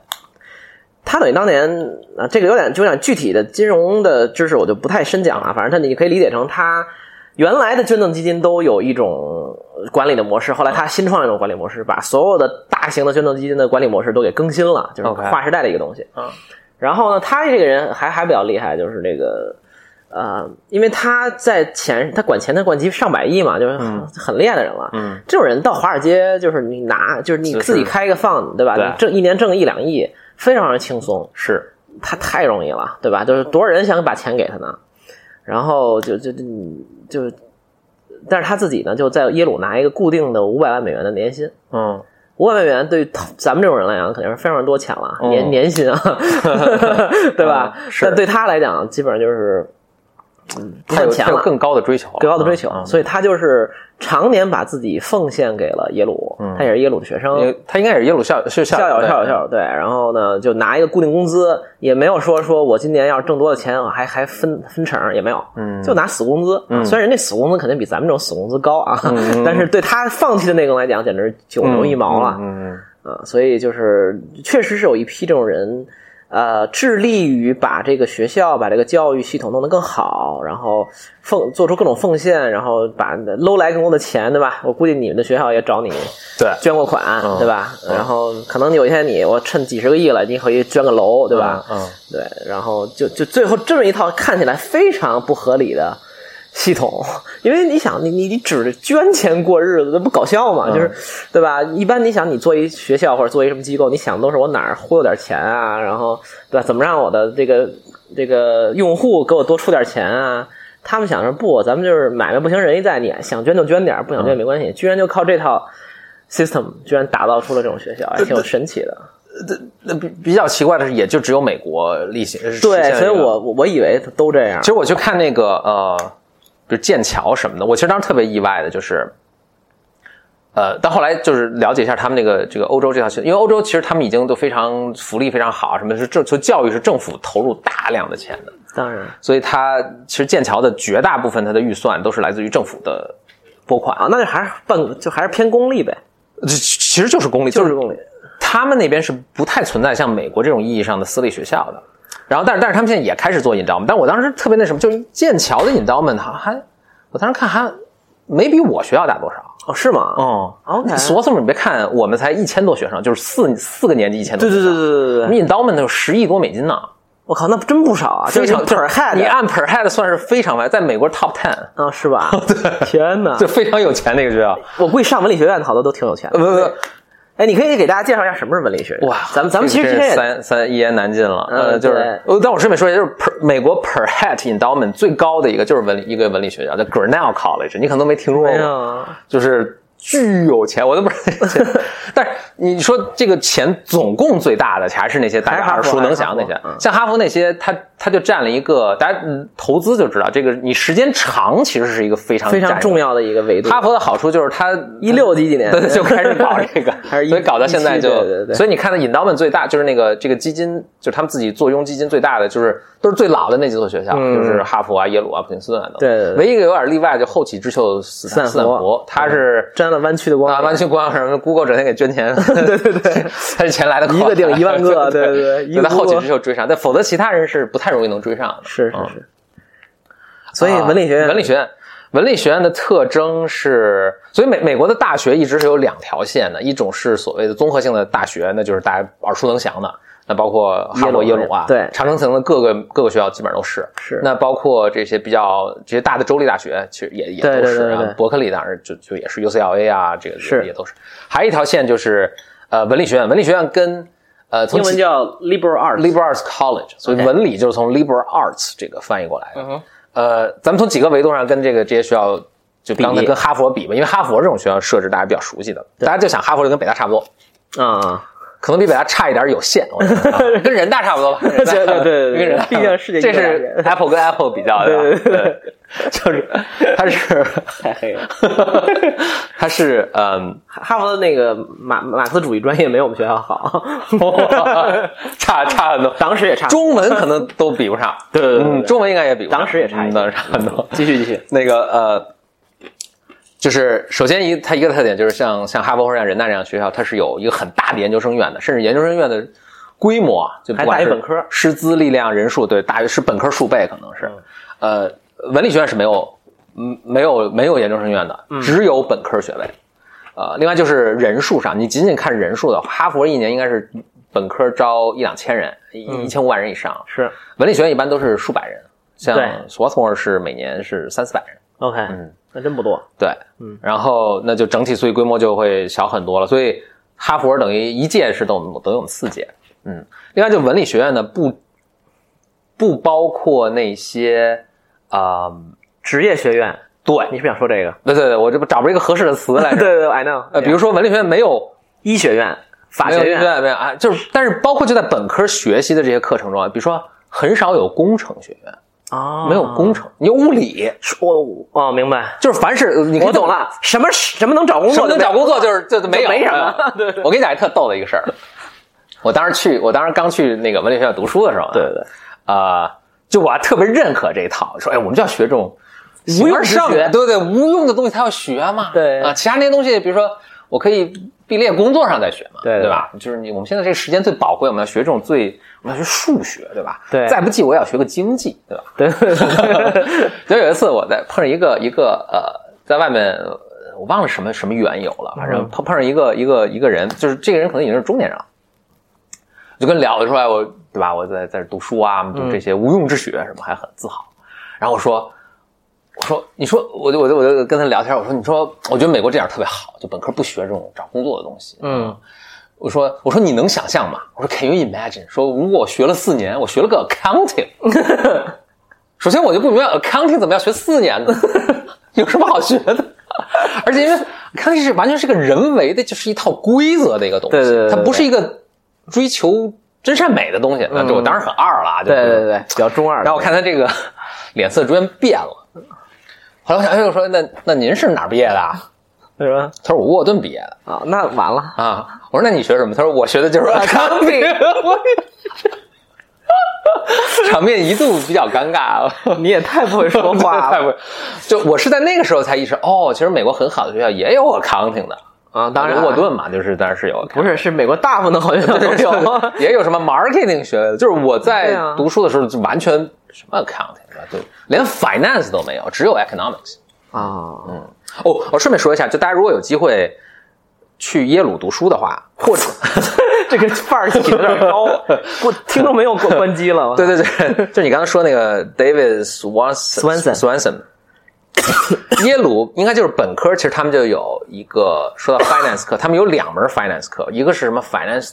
Speaker 2: 他等于当年啊，这个有点就有点具体的金融的知识我就不太深讲了，反正他你可以理解成他原来的捐赠基金都有一种管理的模式，后来他新创了一种管理模式，把所有的大型的捐赠基金的管理模式都给更新了，就是
Speaker 1: OK
Speaker 2: 划时代的一个东西，
Speaker 1: 嗯
Speaker 2: 然后呢，他这个人还还比较厉害，就是这个。呃，因为他在钱，他管钱，他管其上百亿嘛，就是很,、很厉害的人了。
Speaker 1: 嗯，
Speaker 2: 这种人到华尔街，就是你拿，就是你
Speaker 1: 就是
Speaker 2: 自己开一个 fund，对吧？
Speaker 1: 对
Speaker 2: 你挣一年挣一两亿，非常非常轻松，
Speaker 1: 是，
Speaker 2: 他太容易了，对吧？就是多少人想把钱给他呢？然后就就就就，但是他自己呢，就在耶鲁拿一个固定的五百万美元的年薪。
Speaker 1: 嗯，
Speaker 2: 五百美元对于咱们这种人来讲，肯定是非常多钱了，
Speaker 1: 嗯
Speaker 2: 年年薪 啊，对吧？
Speaker 1: 嗯是
Speaker 2: 但对他来讲，基本上就是嗯不
Speaker 1: 他
Speaker 2: 算
Speaker 1: 有
Speaker 2: 钱
Speaker 1: 他有
Speaker 2: 了，
Speaker 1: 更高的追求了，
Speaker 2: 更高的追求，
Speaker 1: 嗯嗯
Speaker 2: 所以他就是常年把自己奉献给了耶鲁，
Speaker 1: 嗯
Speaker 2: 他也是耶鲁的学生
Speaker 1: 因。为他应该也是耶鲁校是校
Speaker 2: 校友，
Speaker 1: 对
Speaker 2: 校友，校友，对，然后呢，就拿一个固定工资，也没有说说我今年要是挣多了钱，我还还分分成，也没有，
Speaker 1: 嗯
Speaker 2: 就拿死工资。
Speaker 1: 嗯
Speaker 2: 虽然人家死工资肯定比咱们这种死工资高啊，
Speaker 1: 嗯
Speaker 2: 但是对他放弃的那个来讲，简直是九牛一毛了。
Speaker 1: 嗯，嗯
Speaker 2: 啊，所以就是确实是有一批这种人，呃，致力于把这个学校、把这个教育系统弄得更好，然后奉做出各种奉献，然后把搂来更多的钱，对吧？我估计你们的学校也找你
Speaker 1: 对，
Speaker 2: 捐过款，
Speaker 1: 嗯
Speaker 2: 对吧？然后可能有一天你我趁几十个亿了，你可以捐个楼，对吧？
Speaker 1: 嗯嗯
Speaker 2: 对，然后就就最后这么一套看起来非常不合理的系统，因为你想，你你你指着捐钱过日子，那不搞笑吗？就是对吧？一般你想，你做一学校或者做一什么机构，你想都是我哪儿忽悠点钱啊，然后对吧？怎么让我的这个这个用户给我多出点钱啊？他们想着不，咱们就是买卖不行仁义在，你想捐就捐点儿，不想捐也没关系。居然就靠这套 system，居然打造出了这种学校，还挺有神奇的。
Speaker 1: 那比比较奇怪的是，也就只有美国例行是实现
Speaker 2: 对，
Speaker 1: 了
Speaker 2: 所以
Speaker 1: 这个
Speaker 2: 我我我以为都这样
Speaker 1: 其。实我去看那个呃，比如剑桥什么的，我其实当时特别意外的就是，呃，但后来就是了解一下他们那个这个欧洲这套系统，因为欧洲其实他们已经都非常福利非常好，什么是政从教育是政府投入大量的钱的，
Speaker 2: 当然
Speaker 1: 所以它其实剑桥的绝大部分它的预算都是来自于政府的拨款，
Speaker 2: 啊，那就还是办，就还是偏功利呗，
Speaker 1: 这其其实就是公立，
Speaker 2: 就是功利。
Speaker 1: 他们那边是不太存在像美国这种意义上的私立学校的。然后，但是但是他们现在也开始做 endowment，但我当时特别那什么，就是剑桥的 endowment 好像还，我当时看还没比我学校大多少。
Speaker 2: 哦，是吗？
Speaker 1: 哦
Speaker 2: OK
Speaker 1: 索索姆，你别看我们才一千多学生，就是四四个年级一千多学
Speaker 2: 对对
Speaker 1: 生。
Speaker 2: 对对对对
Speaker 1: 我
Speaker 2: 对，
Speaker 1: 们 endowment 有十亿多美金呢，
Speaker 2: 我靠，那真不少啊，
Speaker 1: 非常
Speaker 2: 腿
Speaker 1: 就是
Speaker 2: 害
Speaker 1: 你按 per head 算是非常完，在美国 top ten，
Speaker 2: 啊，是吧？对，天哪
Speaker 1: 就！非常有钱的一个学校。
Speaker 2: 我估计上文理学院好多都挺有钱
Speaker 1: 呃
Speaker 2: 的。
Speaker 1: 不不，
Speaker 2: 哎，你可以给大家介绍一下什么是文理学院？
Speaker 1: 哇，
Speaker 2: 咱们咱们其实
Speaker 1: 这
Speaker 2: 之
Speaker 1: 个真
Speaker 2: 前
Speaker 1: 是
Speaker 2: 也
Speaker 1: 三三一言难尽了。
Speaker 2: 嗯
Speaker 1: 呃，就是
Speaker 2: 对，
Speaker 1: 呃但我顺便说一下，就是 per, 美国 per head endowment 最高的一个就是文理一个文理学校叫 Grinnell College，你可能都没听说过，
Speaker 2: 哎
Speaker 1: 啊
Speaker 2: 呀，
Speaker 1: 就是巨有钱，我都不知道。 但是你说这个钱总共最大的还是那些大家
Speaker 2: 还是哈
Speaker 1: 耳
Speaker 2: 佛
Speaker 1: 熟能详那些
Speaker 2: 还是哈佛，嗯
Speaker 1: 像哈佛那些，它它就占了一个，大家嗯投资就知道，这个你时间长其实是一个非常
Speaker 2: 非
Speaker 1: 占
Speaker 2: 常
Speaker 1: 有
Speaker 2: 重要的一个维度。
Speaker 1: 哈佛的好处就是它
Speaker 2: 一六几几年，
Speaker 1: 对对，就开始搞这个
Speaker 2: 还是一
Speaker 1: 所以搞到现在就，
Speaker 2: 一七对对对
Speaker 1: 所以你看的 endowment 最大就是那个这个基金，就是他们自己坐拥基金最大的就是都是最老的那几所学校，
Speaker 2: 嗯
Speaker 1: 就是哈佛啊、耶鲁啊、普林斯顿啊等。
Speaker 2: 对对对
Speaker 1: 唯一一个有点例外就后起之秀斯坦
Speaker 2: 斯
Speaker 1: 斯
Speaker 2: 坦
Speaker 1: 坦
Speaker 2: 福
Speaker 1: 福，他是
Speaker 2: 沾了弯曲的光
Speaker 1: 啊，
Speaker 2: 源
Speaker 1: 完全光什么 Google 整天给捐 钱，对对对，他这钱来的啊
Speaker 2: 一个顶一万个 对对对一个
Speaker 1: 在后起
Speaker 2: Google
Speaker 1: 嗯之秀追上，但否则其他人是不太容易能追上的。
Speaker 2: 是是
Speaker 1: 嗯
Speaker 2: 是，所以文理学院，
Speaker 1: 文理学院，文理学院的特征是，所以美美国的大学一直是有两条线的，一种是所谓的综合性的大学，那就是大家耳熟能详的，那包括哈佛、
Speaker 2: 耶
Speaker 1: 耶
Speaker 2: 鲁
Speaker 1: 鲁啊，
Speaker 2: 对
Speaker 1: 常春藤的各个各个学校基本上都是。
Speaker 2: 是
Speaker 1: 那包括这些比较这些大的州立大学，其实也也
Speaker 2: 对
Speaker 1: 都是
Speaker 2: 对对对
Speaker 1: 啊
Speaker 2: 对，
Speaker 1: 伯克利当然就就也是 UCLA 啊，这个
Speaker 2: 是
Speaker 1: 也都是。还有一条线就是呃文理学院，文理学院跟呃从
Speaker 2: 英文
Speaker 1: 其
Speaker 2: 叫 liberal arts，
Speaker 1: liberal arts college，所以
Speaker 2: OK
Speaker 1: 文理就是从 liberal arts 这个翻译过来的。
Speaker 2: 嗯哼
Speaker 1: 呃，咱们从几个维度上跟这个这些学校，就刚才跟哈佛比吧，因为哈佛这种学校设置大家比较熟悉的，大家就想哈佛就跟北大差不多，
Speaker 2: 啊，
Speaker 1: 可能比北大差一点有限，我觉 得啊跟人大差不多吧。对
Speaker 2: 对对对对
Speaker 1: 跟人大
Speaker 2: 毕竟世界一
Speaker 1: 这
Speaker 2: 百大
Speaker 1: 是
Speaker 2: 人
Speaker 1: Apple 跟 Apple 比较的，
Speaker 2: 对
Speaker 1: 对吧对，就是它是
Speaker 2: 太黑了。
Speaker 1: 它是嗯，
Speaker 2: 哈哈佛的那个马马克思主义专业没我们学 校好，
Speaker 1: 差差很多，
Speaker 2: 当时也差。
Speaker 1: 中文可能都比不上，
Speaker 2: 对对对对
Speaker 1: 嗯，中文应该也比不上，
Speaker 2: 当时也差一
Speaker 1: 嗯
Speaker 2: 些
Speaker 1: 当时差很多。
Speaker 2: 继续继续，
Speaker 1: 那个呃，就是首先一它一个特点就是像像哈佛或者像人大这样的学校，它是有一个很大的研究生院的，甚至研究生院的规模啊就不管
Speaker 2: 还大于
Speaker 1: 是
Speaker 2: 本科
Speaker 1: 师资力量人数对大于是本科数倍可能是，
Speaker 2: 嗯
Speaker 1: 呃，文理学院是没有嗯没有没有研究生院的，
Speaker 2: 嗯
Speaker 1: 只有本科学位。呃，另外就是人数上，你仅仅看人数的话，哈佛一年应该是本科招一两千人，
Speaker 2: 嗯
Speaker 1: 一一千五百人以上。
Speaker 2: 是
Speaker 1: 文理学院一般都是数百人，像
Speaker 2: 对
Speaker 1: Swarthmore 是每年是三四百人。
Speaker 2: OK，那
Speaker 1: 嗯
Speaker 2: 真不多。
Speaker 1: 对，
Speaker 2: 嗯，
Speaker 1: 然后那就整体所以规模就会小很多了，所以哈佛等于一届是等我们等于我们四届，嗯，另外就文理学院呢不不包括那些啊、
Speaker 2: 职业学院，
Speaker 1: 对
Speaker 2: 你是不是想说这个？
Speaker 1: 对对对，我这不找不着一个合适的词来
Speaker 2: 对
Speaker 1: 着，
Speaker 2: 对对，I know。哎
Speaker 1: 呃，比如说文理学院没有
Speaker 2: 医学院、法
Speaker 1: 没有
Speaker 2: 学院，
Speaker 1: 对没有啊，就是但是包括就在本科学习的这些课程中啊，比如说很少有工程学院，
Speaker 2: 啊
Speaker 1: 没有工程，你有物理，
Speaker 2: 我哦，明白，
Speaker 1: 就是凡是你可以
Speaker 2: 我懂了，什么什么能找工
Speaker 1: 什
Speaker 2: 作，
Speaker 1: 么能找工作就是这这没有
Speaker 2: 没什么
Speaker 1: 嗯
Speaker 2: 对对
Speaker 1: 我跟你讲一特逗的一个事儿，我当时去，我当时刚去那个文理学院读书的时候啊，
Speaker 2: 对对对，
Speaker 1: 啊、就我还特别认可这一套，说哎，我们就要学这种无
Speaker 2: 形而
Speaker 1: 用
Speaker 2: 上
Speaker 1: 上
Speaker 2: 学
Speaker 1: 的，对对，无用的东西他要学嘛，
Speaker 2: 对
Speaker 1: 啊，其他那些东西，比如说我可以毕业工作上再学嘛，
Speaker 2: 对对
Speaker 1: 对吧？就是你我们现在这个时间最宝贵，我们要学这种最，我们要学数学，对吧？
Speaker 2: 对
Speaker 1: 再不济我也要学个经济，对吧？
Speaker 2: 对对对对
Speaker 1: 就有一次我在碰上一个一个呃，在外面呃我忘了什么什么缘由了，反正碰碰上一个一个一个人，就是这个人可能已经是中年人了，就跟聊得出来我对吧？我在在这读书啊，读这些无用之学什么，还很自豪。然后我说。我说，你说，我就我就我就跟他聊天，我说，你说，我觉得美国这样特别好，就本科不学这种找工作的东西。啊
Speaker 2: 嗯，
Speaker 1: 我说，我说你能想象吗？我说，Can you imagine？说如果我学了四年，我学了个 accounting，首先我就不明白 accounting 怎么要学四年呢？ 有什么好学的？ 而且因为 accounting 是完全是个人为的，就是一套规则的一个东西，
Speaker 2: 对对对对嗯
Speaker 1: 它不是一个追求真善美的东西。那这我当然很二了啊，就
Speaker 2: 对
Speaker 1: 是
Speaker 2: 对对，比较中二的。
Speaker 1: 然后我看他这个 脸色逐渐变了。后来我想，哎，我说那那您是哪儿毕业的啊？
Speaker 2: 为什么
Speaker 1: 他说我沃顿毕业的
Speaker 2: 啊？那完了，
Speaker 1: 啊。我说那你学什么？他说我学的就是
Speaker 2: 啊我
Speaker 1: 场面一度比较尴尬。
Speaker 2: 你也太不会说 话
Speaker 1: 太
Speaker 2: 了
Speaker 1: 不，就我是在那个时候才意识，哦，其实美国很好的学校也有 accounting 的，
Speaker 2: 啊！当然，
Speaker 1: 沃顿嘛，就是当然是有 accounting
Speaker 2: 不是是美国大部分的好学校 都有
Speaker 1: 也有什么 marketing 学位的，就是我
Speaker 2: 对
Speaker 1: 在
Speaker 2: 啊
Speaker 1: 读书的时候就完全什么 accounting 啊，对，连 finance 都没有，只有 economics。
Speaker 2: 啊。
Speaker 1: 哦，我顺便说一下，就大家如果有机会去耶鲁读书的话，或者
Speaker 2: 这个范儿起的有点高，我听众没有关关机了。
Speaker 1: 对对 对，就你刚刚说那个 David Swanson
Speaker 2: Swanson
Speaker 1: Swanson，耶鲁应该就是本科，其实他们就有一个说到 finance 课，他们有两门 finance 课，一个是什么 finance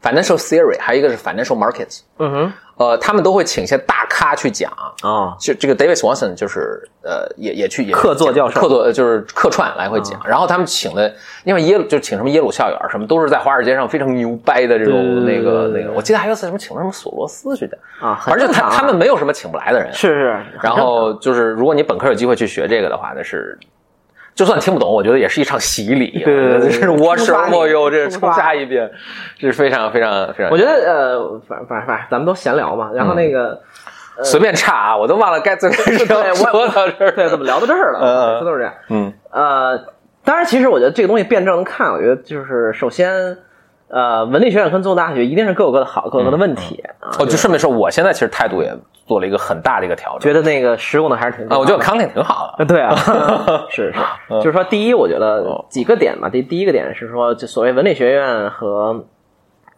Speaker 1: financial theory，还有一个是 financial markets。
Speaker 2: 嗯哼，
Speaker 1: 呃，他们都会请一些大咖去讲。
Speaker 2: 啊，
Speaker 1: 就这个 David Swanson 就是呃，也也去也
Speaker 2: 客座教授嗯
Speaker 1: 客座呃就是客串来回讲。然后他们请的，因为耶鲁就请什么耶鲁校园什么，都是在华尔街上非常牛掰的这种
Speaker 2: 对
Speaker 1: 那
Speaker 2: 对对
Speaker 1: 个
Speaker 2: 对对
Speaker 1: 那个。我记得还有一次什么请了什么索罗斯去的
Speaker 2: 啊很
Speaker 1: 反正就
Speaker 2: 正常
Speaker 1: 他
Speaker 2: 啊
Speaker 1: 他们没有什么请不来的人。
Speaker 2: 是是，
Speaker 1: 然后就是，如果你本科有机会去学这个的话，那是就算听不懂，我觉得也是一场洗礼。啊
Speaker 2: 对对对
Speaker 1: 就是 wash
Speaker 2: 冲刷
Speaker 1: over
Speaker 2: 你
Speaker 1: you，这
Speaker 2: 冲
Speaker 1: 冲
Speaker 2: 刷
Speaker 1: 刷一遍，是非常非常非常。
Speaker 2: 我觉得呃，反反反，咱们都闲聊嘛。然后
Speaker 1: 嗯
Speaker 2: 那个，
Speaker 1: 随便插啊，我都忘了该最开始
Speaker 2: 对
Speaker 1: 要
Speaker 2: 我
Speaker 1: 说到这儿。
Speaker 2: 对，怎么聊到这儿
Speaker 1: 嗯嗯
Speaker 2: 了？每次都是这样。
Speaker 1: 嗯
Speaker 2: 呃，当然，其实我觉得这个东西辩证能看，我觉得就是首先，呃，文理学院跟综合大学一定是各有各的好，各有各的问题啊。
Speaker 1: 哦，就顺便说，我现在其实态度也做了一个很大的一个调整
Speaker 2: 觉得那个实用的还是挺
Speaker 1: 啊，我觉得
Speaker 2: 就
Speaker 1: 我康定挺好的。
Speaker 2: 对啊，是是，就是说，第一，我觉得几个点吧。第第一个点是说，就所谓文理学院和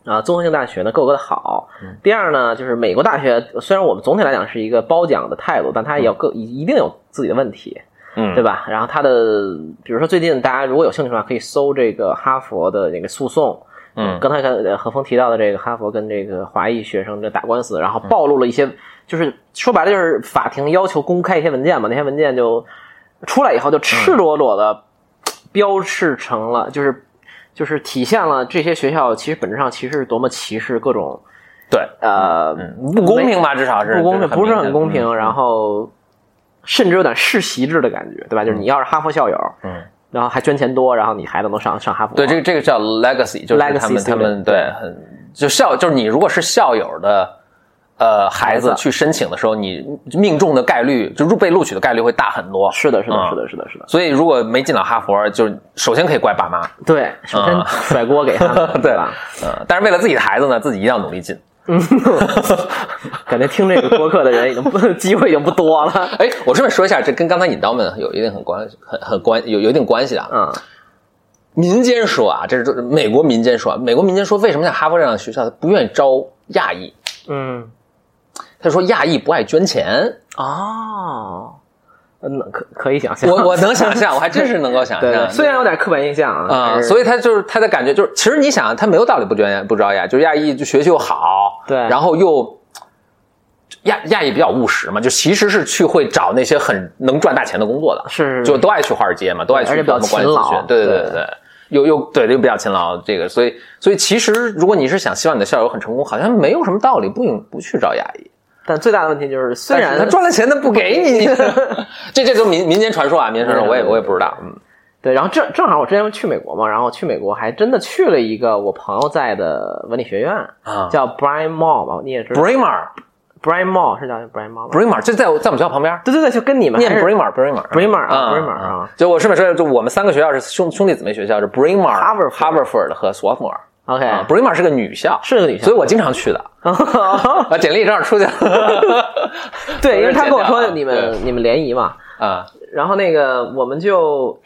Speaker 2: 啊综合性大学呢各有各的好。第二呢，就是美国大学，虽然我们总体来讲是一个褒奖的态度，但它也有各一定有自己的问题。
Speaker 1: 嗯
Speaker 2: 对吧？然后它的，比如说最近大家如果有兴趣的话，可以搜这个哈佛的那个诉讼。
Speaker 1: 嗯
Speaker 2: 刚才看呃何峰提到的这个哈佛跟这个华裔学生的打官司，然后暴露了一些，
Speaker 1: 嗯
Speaker 2: 就是说白了就是法庭要求公开一些文件嘛，那些文件就出来以后就赤裸裸
Speaker 1: 嗯
Speaker 2: 的标示成了，就是就是体现了这些学校其实本质上其实是多么歧视各种
Speaker 1: 对，
Speaker 2: 呃、
Speaker 1: 嗯不公平吧？至少是
Speaker 2: 不公平，不是很公。
Speaker 1: 明显
Speaker 2: 平，
Speaker 1: 的嗯
Speaker 2: 然后甚至有点世袭制的感觉，对吧？就是你要是哈佛校友，
Speaker 1: 嗯，
Speaker 2: 然后还捐钱多，然后你孩子能上上哈佛，
Speaker 1: 对，这个这个叫 legacy，就是他
Speaker 2: Legacy
Speaker 1: 们
Speaker 2: student，
Speaker 1: 他们对，很就校就是你如果是校友的呃孩子
Speaker 2: 孩子
Speaker 1: 去申请的时候，你命中的概率就入被录取的概率会大很多。
Speaker 2: 是的，是
Speaker 1: 嗯
Speaker 2: 的，是的，是的，是的，
Speaker 1: 所以如果没进到哈佛，就是首先可以怪爸 妈，
Speaker 2: 对，首先
Speaker 1: 啊
Speaker 2: 甩锅给他们，
Speaker 1: 对
Speaker 2: 吧？？嗯
Speaker 1: 呃，但是为了自己的孩子呢，自己一定要努力进。
Speaker 2: 感觉听这个播客的人已经不机会已经不多了，
Speaker 1: 哎，我顺便说一下，这跟刚才引刀们有一定很关很很关有有一定关系啊。
Speaker 2: 嗯，
Speaker 1: 民间说啊，这是这是美国民间说啊，美国民间说为什么像哈佛这样的学校，他不愿意招亚裔？
Speaker 2: 嗯，
Speaker 1: 他就说亚裔不爱捐钱，
Speaker 2: 哦，嗯，可可以想象，
Speaker 1: 我我能想象，我还真是能够想象。
Speaker 2: 对对，虽然有点刻板印象啊，
Speaker 1: 啊、
Speaker 2: 但是
Speaker 1: 所以他就是他的感觉就是，其实你想，他没有道理不捐不招亚，就是亚裔就学习又好，
Speaker 2: 对
Speaker 1: 然后又亚亚裔比较务实嘛，就其实是去会找那些很能赚大钱的工作的，
Speaker 2: 是是
Speaker 1: 就都爱去华尔街嘛，都爱去
Speaker 2: 而且比较
Speaker 1: 什么管理
Speaker 2: 勤
Speaker 1: 咨
Speaker 2: 劳
Speaker 1: 询，对对对
Speaker 2: 对
Speaker 1: 对，又又对又比较勤劳，这个所以所以其实如果你是想希望你的校友很成功，好像没有什么道理不用不去招亚裔，
Speaker 2: 但最大的问题就是，虽
Speaker 1: 但是
Speaker 2: 然
Speaker 1: 他赚了钱他不给 你， 这这就民民间传说啊，民间传说我也我也不知道，嗯
Speaker 2: 对，然后正正好我之前去美国嘛，然后去美国还真的去了一个我朋友在的文理学院，
Speaker 1: 啊
Speaker 2: 叫 Brian Mall 吧，你也知道
Speaker 1: Bremer
Speaker 2: Brian Mall 是叫 Brian Mall 吗？
Speaker 1: Bremer 就在我在我们学校旁边。
Speaker 2: 对对对，就跟你们
Speaker 1: 念
Speaker 2: 还是
Speaker 1: Bremer Bremer
Speaker 2: Bremer 啊
Speaker 1: 啊
Speaker 2: Bremer 啊。
Speaker 1: 就我顺便说，就我们三个学校是兄兄弟姊妹学校，是 Bremer、
Speaker 2: Harvard
Speaker 1: Harvard 和 Swarthmore。
Speaker 2: OK，
Speaker 1: 啊，Bremer 是个女校，
Speaker 2: 是个女校
Speaker 1: 所以我经常去的。
Speaker 2: 哦
Speaker 1: 啊，简历正好出去了。
Speaker 2: 对，因为他跟我说
Speaker 1: 对
Speaker 2: 你们你们联谊嘛，
Speaker 1: 啊，
Speaker 2: 然后那个我们就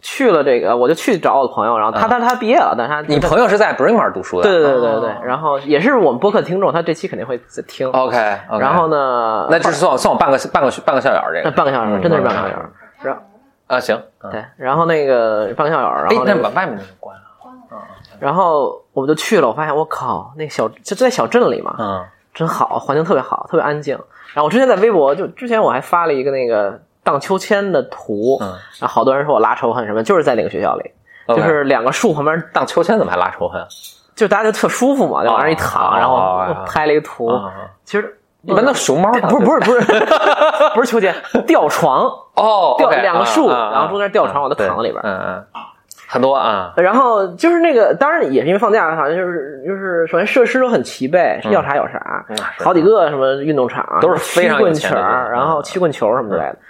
Speaker 2: 去了这个，我就去找我的朋友，然后他他他毕业了，但是他
Speaker 1: 嗯你朋友是在 Bremer 读书的？
Speaker 2: 对对对对对
Speaker 1: 哦，
Speaker 2: 然后也是我们播客听众，他这期肯定会听。
Speaker 1: OK，
Speaker 2: 然后呢，
Speaker 1: 哦那就是算我算我半个半个半个校友这
Speaker 2: 那
Speaker 1: 个
Speaker 2: 半个小时，
Speaker 1: 嗯
Speaker 2: 真的是半个小时。然后
Speaker 1: 啊，行。嗯
Speaker 2: 对，然后那个半个小时，然
Speaker 1: 哎
Speaker 2: 后，
Speaker 1: 那
Speaker 2: 那个
Speaker 1: 把外面那个关啊了。
Speaker 2: 然后我们就去了，我发现我靠，那个小就在小镇里嘛，
Speaker 1: 嗯
Speaker 2: 真好，环境特别好，特别安静。然后我之前在微博就之前我还发了一个那个荡秋千的图，
Speaker 1: 嗯
Speaker 2: 然后好多人说我拉仇恨什么，就是在那个学校里，
Speaker 1: OK
Speaker 2: 就是两个树旁边，
Speaker 1: 荡秋千怎么还拉仇恨？啊
Speaker 2: 就大家就特舒服嘛，就往那儿一躺，
Speaker 1: 哦
Speaker 2: 然
Speaker 1: 哦
Speaker 2: 后
Speaker 1: 哦啊
Speaker 2: 拍了一个图。
Speaker 1: 哦哦
Speaker 2: 其实
Speaker 1: 一般都是熊猫荡秋千。
Speaker 2: 不是不是不是 不是秋千，吊床，
Speaker 1: 哦，
Speaker 2: 吊
Speaker 1: OK，
Speaker 2: 两个
Speaker 1: 啊
Speaker 2: 树
Speaker 1: 啊啊
Speaker 2: 然后中间吊床
Speaker 1: 啊
Speaker 2: 我就躺在里边
Speaker 1: 对嗯嗯，很多啊，
Speaker 2: 然后就是那个，当然也是因为放假，好像就是就是，首先设施都很齐备，要啥有啥，
Speaker 1: 嗯是
Speaker 2: 好几个什么运动场
Speaker 1: 都是非常
Speaker 2: 曲
Speaker 1: 有
Speaker 2: 棍
Speaker 1: 钱
Speaker 2: 球
Speaker 1: 的地
Speaker 2: 儿，
Speaker 1: 方
Speaker 2: 然后
Speaker 1: 嗯
Speaker 2: 曲棍球什么之类的。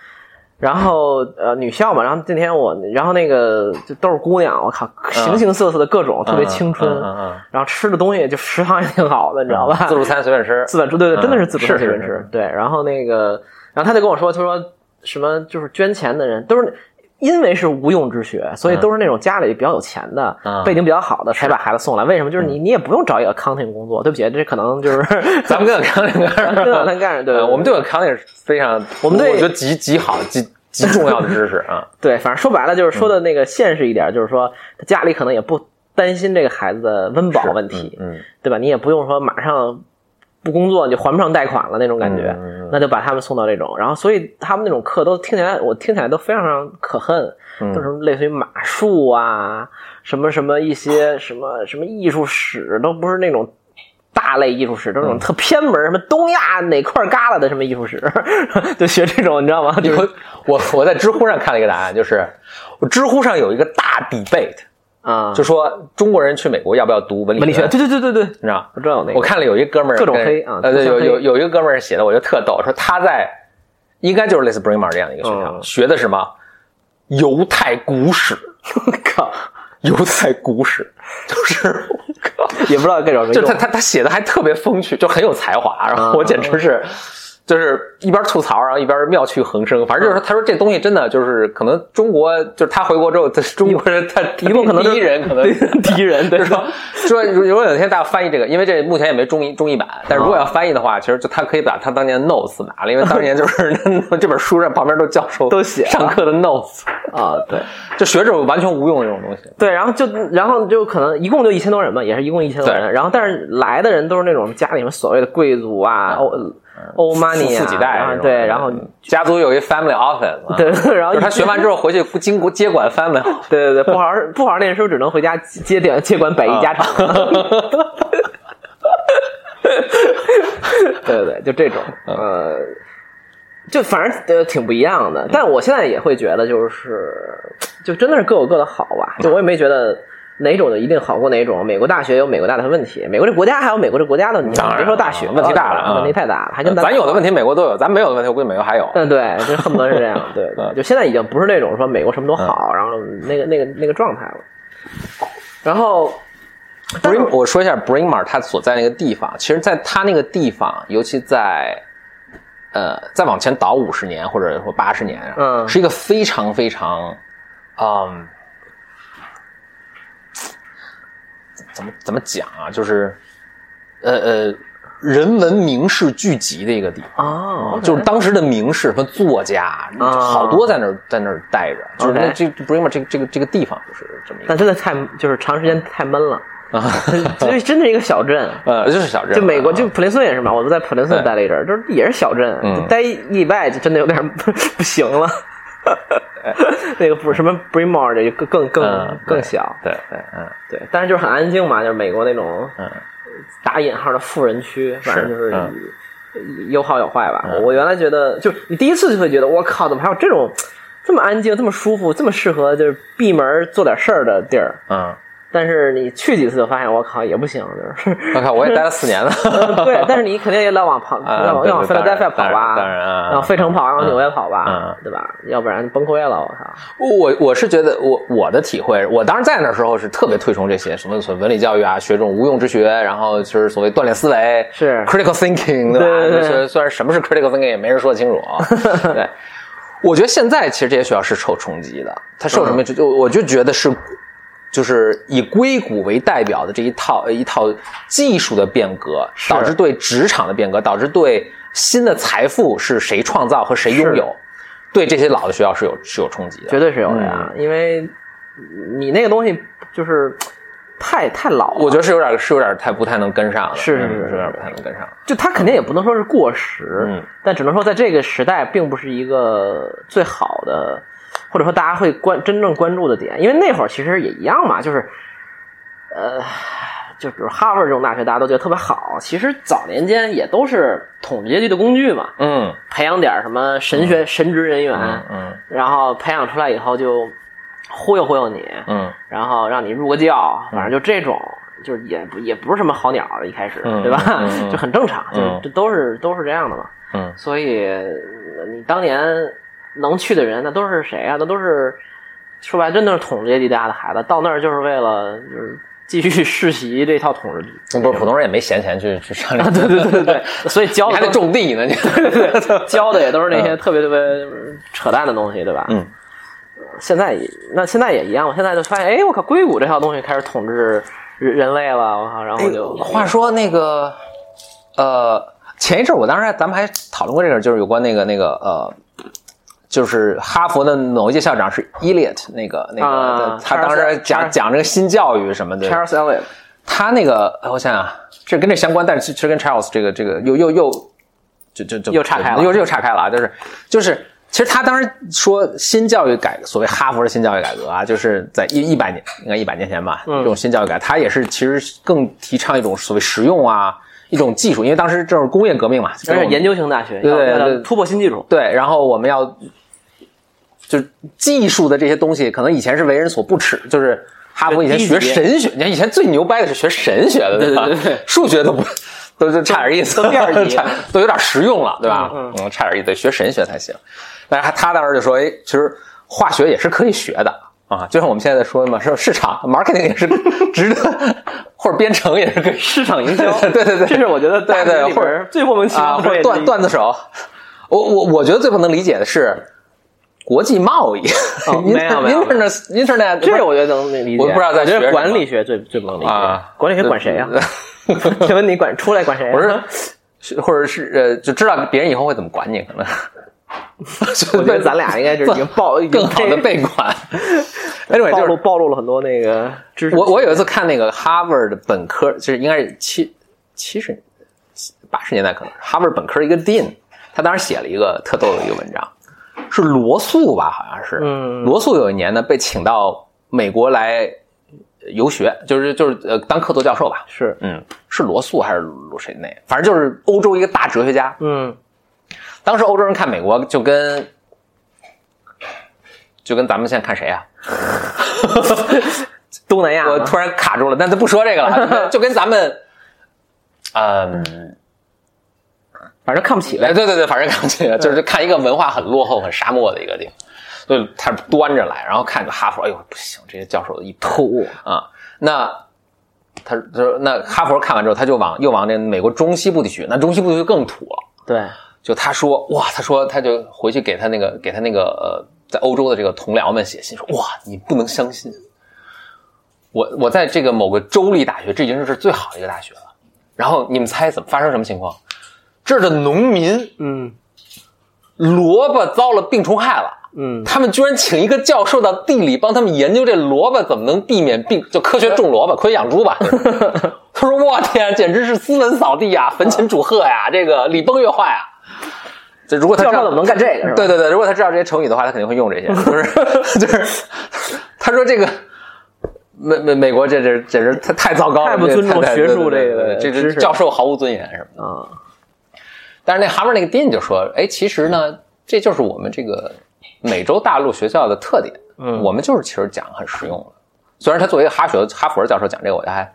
Speaker 2: 然后呃，女校嘛，然后那天我，然后那个就都是姑娘，我靠，形形色色的各种，特别青
Speaker 1: 嗯
Speaker 2: 春。
Speaker 1: 嗯嗯嗯嗯
Speaker 2: 然后吃的东西就食堂也挺好的，你知道吧？
Speaker 1: 自助餐随便吃，
Speaker 2: 自本对对，
Speaker 1: 嗯
Speaker 2: 真的是自本
Speaker 1: 是
Speaker 2: 随便
Speaker 1: 是
Speaker 2: 吃。对，然后那个，然后他就跟我说，他说什么就是捐钱的人都是因为是无用之学，所以都是那种家里比较有钱的
Speaker 1: 嗯、
Speaker 2: 背景比较好的才把孩子送来。为什么？就是你你也不用找一个 accounting 工作，对不起，这可能 就是
Speaker 1: 咱们跟康宁干
Speaker 2: 跟我干干对对
Speaker 1: 嗯我们对我康宁是非常，
Speaker 2: 我们对
Speaker 1: 我觉得极极好极极重要的知识啊，
Speaker 2: 对，反正说白了就是说
Speaker 1: 嗯
Speaker 2: 的那个现实一点，就是说他家里可能也不担心这个孩子的温饱问题，
Speaker 1: 嗯，
Speaker 2: 对吧？你也不用说马上不工作你就还不上贷款了那种感觉，
Speaker 1: 嗯嗯嗯
Speaker 2: 那就把他们送到这种，然后所以他们那种课都听起来，我听起来都非常非常可恨，
Speaker 1: 嗯
Speaker 2: 都是类似于马术啊，什么什么一些什么什么艺术史，都不是那种。大类艺术史都是
Speaker 1: 嗯
Speaker 2: 那种特偏门，什么东亚哪块旮旯的什么艺术史， 就学这种，你知道吗？就是
Speaker 1: 我我我在知乎上看了一个答案，就是我知乎上有一个大 debate，
Speaker 2: 啊，
Speaker 1: 就说中国人去美国要不要读文理
Speaker 2: 文理学，
Speaker 1: 学，
Speaker 2: 对对对对对，
Speaker 1: 你知道？
Speaker 2: 我知道有那个，
Speaker 1: 我看了有一哥们儿
Speaker 2: 各种
Speaker 1: 跟
Speaker 2: 黑啊
Speaker 1: 呃，对，
Speaker 2: 互
Speaker 1: 有
Speaker 2: 相黑
Speaker 1: 有有一个哥们儿写的，我觉得特逗，说他在应该就是类似 Bremer 这样的一个学校，
Speaker 2: 嗯
Speaker 1: 学的什么犹太古史，
Speaker 2: 我靠，
Speaker 1: 犹太故事，就是我靠，
Speaker 2: 也不知道该找什么
Speaker 1: 就
Speaker 2: 用啊
Speaker 1: 他。他他写的还特别风趣，就很有才华，然后我简直是。就是一边吐槽，然后一边妙趣横生。反正
Speaker 2: 嗯
Speaker 1: 就是他说这东西真的就是可能中国就是他回国之后，在中国人他
Speaker 2: 一共可能
Speaker 1: 第
Speaker 2: 就
Speaker 1: 一人可能
Speaker 2: 敌人对
Speaker 1: 就是说说如如果有一天大家翻译这个，因为这目前也没中译中译版，但是如果
Speaker 2: 啊
Speaker 1: 要翻译的话，其实就他可以把他当年 notes 拿了，因为当年就是 这本书上旁边都教授
Speaker 2: 都写了
Speaker 1: 上课的 notes，
Speaker 2: 啊，对
Speaker 1: 就学者完全无用的这种东西。
Speaker 2: 对，然后就然后就可能一共就一千多人吧，也是一共一千多人。
Speaker 1: 对
Speaker 2: 然后但是来的人都是那种家里面所谓的贵族啊，欧欧 money
Speaker 1: 嗯
Speaker 2: 啊，
Speaker 1: 富几代这
Speaker 2: 然后
Speaker 1: 种，
Speaker 2: 对，然后
Speaker 1: 家族有一 family office，嘛
Speaker 2: 对， 然后
Speaker 1: 就是他
Speaker 2: 一
Speaker 1: 学完之后回去经过接管 family，
Speaker 2: 对对对，不好好 不好好练书，只能回家接点接管百亿家产。对对对，就这种，
Speaker 1: 嗯
Speaker 2: 呃，就反正呃挺不一样
Speaker 1: 嗯
Speaker 2: 的。但我现在也会觉得，就是就真的是各有各的好吧。
Speaker 1: 嗯
Speaker 2: 就我也没觉得哪种就一定好过哪种。美国大学有美国大学的问题，美国这国家还有美国这国家的问题，
Speaker 1: 当然
Speaker 2: 别说大学了，
Speaker 1: 问题大了啊
Speaker 2: 问题太大了， 还跟
Speaker 1: 咱有的问
Speaker 2: 题。
Speaker 1: 题美国都有，咱没有的问题我估计美国还有。
Speaker 2: 嗯，对，就恨不得是这 样，对，对
Speaker 1: 嗯
Speaker 2: 就现在已经不是那种说美国什么都好，然后那个那个那个状态了。然后
Speaker 1: Brim，我说一下 Brimar 它所在那个地方，其实，在它那个地方，尤其在呃再往前倒五十年或者说八十年，啊
Speaker 2: 嗯
Speaker 1: 是一个非常非常，嗯，怎么怎么讲啊？就是呃呃，人文名士聚集的一个地方。
Speaker 2: 哦，
Speaker 1: 就是当时的名士和作家，
Speaker 2: 啊
Speaker 1: 好多在那儿在那儿待着，就是那
Speaker 2: OK
Speaker 1: 这 Brimar 这个这个这个地方就是这么一个
Speaker 2: 但真的太就是长时间太闷 了，
Speaker 1: 啊，
Speaker 2: 就是真的是一个小镇。
Speaker 1: 呃，就是小镇啊，
Speaker 2: 就美国，就普林斯顿也是嘛，我们在普林斯顿待了一阵儿，就是也是小镇，
Speaker 1: 嗯
Speaker 2: 就待一礼拜就真的有点儿 不行了。那个不是什么 Bremore 的就更更更
Speaker 1: 嗯
Speaker 2: 更小，
Speaker 1: 对对，嗯
Speaker 2: 对，但是就是很安静嘛，就是美国那种
Speaker 1: 嗯
Speaker 2: 打引号的富人区，反正就是
Speaker 1: 嗯
Speaker 2: 有好有坏吧。我原来觉得，就是你第一次就会觉得，我靠，怎么还有这种这么安静、这么舒服、这么适合就是闭门做点事儿的地儿？
Speaker 1: 嗯。
Speaker 2: 但是你去几次就发现，我靠，也不行，就是 呃
Speaker 1: 我靠，我也待了四年了。
Speaker 2: 嗯对。 但是你肯定也老往跑，
Speaker 1: 啊
Speaker 2: 老往
Speaker 1: 对
Speaker 2: 要往
Speaker 1: 对
Speaker 2: 菲拉
Speaker 1: 当
Speaker 2: 델
Speaker 1: 然
Speaker 2: 菲亚跑
Speaker 1: 当然
Speaker 2: 吧，
Speaker 1: 当然啊
Speaker 2: 然后费城跑，然后纽约跑吧
Speaker 1: 嗯，
Speaker 2: 对吧？要不然崩溃了，我靠。
Speaker 1: 我我是觉得我我的体会，我当时在那时候是特别推崇这些什么所谓文理教育啊，学这种无用之学，然后就是所谓锻炼思维，
Speaker 2: 是
Speaker 1: critical thinking，对吧？
Speaker 2: 对对对
Speaker 1: 就是虽然什么是 critical thinking 也没人说得清楚。啊 对，我觉得现在其实这些学校是受冲击的，它受什
Speaker 2: 嗯
Speaker 1: 么？就我就觉得是。就是以硅谷为代表的这一套呃一套技术的变革，导致对职场的变革，导致对新的财富是谁创造和谁拥有，对这些老的学校是有是有冲击的。
Speaker 2: 绝对是有的呀，嗯因为你那个东西就是太太老了，
Speaker 1: 我觉得是有点是有点太不太能跟上了，
Speaker 2: 是是
Speaker 1: 嗯
Speaker 2: 是
Speaker 1: 有点不太能跟上了。
Speaker 2: 就它肯定也不能说是过时，
Speaker 1: 嗯
Speaker 2: 但只能说在这个时代并不是一个最好的，或者说大家会关真正关注的点，因为那会儿其实也一样嘛，就是呃，就比如哈佛这种大学，大家都觉得特别好，其实早年间也都是统治阶级的工具嘛，
Speaker 1: 嗯
Speaker 2: 培养点儿什么神学、神职人员，
Speaker 1: 嗯嗯
Speaker 2: 然后培养出来以后就忽悠忽悠你，
Speaker 1: 嗯
Speaker 2: 然后让你入个教，反正就这种，就是也不也不是什么好鸟儿，一开始，
Speaker 1: 嗯
Speaker 2: 对吧？
Speaker 1: 嗯嗯
Speaker 2: 就很正常，就是
Speaker 1: 嗯
Speaker 2: 这都是都是这样的嘛。
Speaker 1: 嗯，
Speaker 2: 所以呃你当年能去的人，那都是谁啊？那都是说白了，真的是统治阶级家的孩子，到那儿就是为了就是继续 世袭这套统治。
Speaker 1: 不是普通人也没闲钱去去 上这个，
Speaker 2: 啊对对对对对，所以教
Speaker 1: 你
Speaker 2: 的
Speaker 1: 还得
Speaker 2: 都
Speaker 1: 种地呢，你
Speaker 2: 教的也都是那些特别特别扯淡的东西，对吧？
Speaker 1: 嗯。
Speaker 2: 现在也那现在也一样，我现在就发现，哎，我靠，硅谷这套东西开始统治人人类了，我靠，然后哎我就
Speaker 1: 话说那个，呃，前一阵儿我当时还咱们还讨论过这个，就是有关那个那个呃。就是哈佛的某一届校长是 Eliot，那个那个、
Speaker 2: 啊
Speaker 1: 他当
Speaker 2: Charles-
Speaker 1: 时讲
Speaker 2: Charles-
Speaker 1: 讲这个新教育什么的，
Speaker 2: Charles Elliot
Speaker 1: 他那个，哎我想想，啊，这跟这相关，但是其实跟 Charles 这个这个又又又，就就就
Speaker 2: 又岔开了
Speaker 1: 又又岔开了啊！就是就是，其实他当时说新教育改革，所谓哈佛的新教育改革啊，就是在一一百年，应该一百年前吧，
Speaker 2: 嗯
Speaker 1: 这种新教育改革，他也是其实更提倡一种所谓实用啊，一种技术，因为当时正是工业革命嘛，
Speaker 2: 这是
Speaker 1: 这种
Speaker 2: 研究型大学，
Speaker 1: 对对
Speaker 2: 要要
Speaker 1: 对
Speaker 2: 突破新技术，
Speaker 1: 对，然后我们要就是技术的这些东西，可能以前是为人所不齿，就是哈佛以前学神学，你看以前最牛掰的是学神学的，吧？
Speaker 2: 对对对对
Speaker 1: 数学都不都都差点意思，
Speaker 2: 都面儿一
Speaker 1: 差都有点实用了，对吧？
Speaker 2: 嗯
Speaker 1: 差点意思，学神学才行。但是他他当时就说，哎，其实化学也是可以学的。啊，就像我们现在在说的嘛，说市场 marketing 也是值得， 或者编程也是可以
Speaker 2: 市场营销
Speaker 1: 对对对，
Speaker 2: 这是我觉得大
Speaker 1: 对对
Speaker 2: 学里边
Speaker 1: 或
Speaker 2: 儿
Speaker 1: 者
Speaker 2: 最莫名其
Speaker 1: 啊，或
Speaker 2: 妙的专
Speaker 1: 者
Speaker 2: 业之
Speaker 1: 段
Speaker 2: 一
Speaker 1: 段子手。我我我觉得最不能理解的是国际贸易、
Speaker 2: 哦
Speaker 1: i
Speaker 2: 没有没有
Speaker 1: n t e r n e t internet，
Speaker 2: 这我觉得能理解，
Speaker 1: 我不知道在学
Speaker 2: 觉
Speaker 1: 什
Speaker 2: 得
Speaker 1: 么
Speaker 2: 管理学最最不能理解
Speaker 1: 啊
Speaker 2: 管理学管谁 呀、请问你管出来管谁、啊？
Speaker 1: 呃 我是 是或者是呃，就知道别人以后会怎么管你，可能。
Speaker 2: 我觉得咱俩应 该 是已经暴
Speaker 1: 更好的被管。anyway，
Speaker 2: 暴
Speaker 1: 就
Speaker 2: 露
Speaker 1: 是
Speaker 2: 暴露了很多那个知识。
Speaker 1: 我我有一次看那个哈佛的本科，就是应该是七七十八十年代可能哈佛本科一个 dean，他当时写了一个特逗的一个文章，是罗素吧，好像是，
Speaker 2: 嗯
Speaker 1: 罗素有一年呢被请到美国来游学，就是就是呃当客座教授吧，
Speaker 2: 是
Speaker 1: 嗯，是罗素还是罗谁那，反正就是欧洲一个大哲学家，
Speaker 2: 嗯
Speaker 1: 当时欧洲人看美国就跟就跟咱们现在看谁啊？
Speaker 2: 东南亚嘛，
Speaker 1: 我突然卡住了，但他不说这个 了，就跟咱们，嗯，
Speaker 2: 反正看不起呗。
Speaker 1: 哎，对对对，反正感觉就是看一个文化很落后、很沙漠的一个地方，所以他端着来，然后看着哈佛，哎呦不行，这些教授一吐啊，那。他他说那哈佛看完之后，他就往又往那美国中西部地区，那中西部地区更土啊了。
Speaker 2: 对，
Speaker 1: 就他说哇，他说他就回去给他那个给他那个呃，在欧洲的这个同僚们写信说哇，你不能相信，我我在这个某个州立大学，这已经是最好的一个大学了。然后你们猜怎么发生什么情况？这儿的农民
Speaker 2: 嗯
Speaker 1: 萝卜遭了病虫害了，
Speaker 2: 嗯，
Speaker 1: 他们居然请一个教授到地里帮他们研究这萝卜怎么能避免病，就科学种萝卜，科学养猪吧。 他说：“我天，简直是斯文扫地啊呀，焚琴煮鹤呀，这个礼崩乐坏呀。”这如果他
Speaker 2: 教
Speaker 1: 知
Speaker 2: 授
Speaker 1: 道
Speaker 2: 怎么能干这个是吧？
Speaker 1: 对对对，如果他知道这些成语的话，他肯定会用 这些，就是就是，他说这个美美美国这这简直太太糟糕了，
Speaker 2: 太不尊重
Speaker 1: 这
Speaker 2: 学术
Speaker 1: 对对
Speaker 2: 这个
Speaker 1: 对对这
Speaker 2: 知
Speaker 1: 这
Speaker 2: 识
Speaker 1: 教授毫无尊严什么的。
Speaker 2: 啊，
Speaker 1: 但是那哈佛那个 dean 就说，哎，其实呢，这就是我们这个美洲大陆学校的特点，
Speaker 2: 嗯
Speaker 1: 我们就是其实讲很实用的。虽然他作为一个哈学哈佛的教授讲这个，我觉得还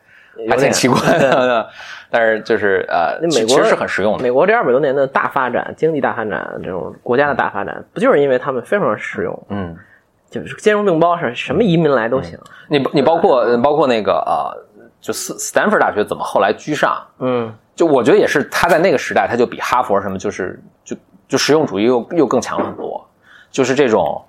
Speaker 1: 还挺奇怪的， 但是就是呃，
Speaker 2: 那
Speaker 1: 其
Speaker 2: 美国
Speaker 1: 其实是很实用的。
Speaker 2: 美国这二百多年的大发展，经济大发展，这种国家的大发展，不就是因为他们非常实用，
Speaker 1: 嗯，
Speaker 2: 就是兼容并包，是什么移民来都行。
Speaker 1: 你你包括包括那个呃，就斯斯坦福大学怎么后来居上，
Speaker 2: 嗯
Speaker 1: 就我觉得也是他在那个时代，他就比哈佛什么就是就就实用主义又又更强了很多，就是这种，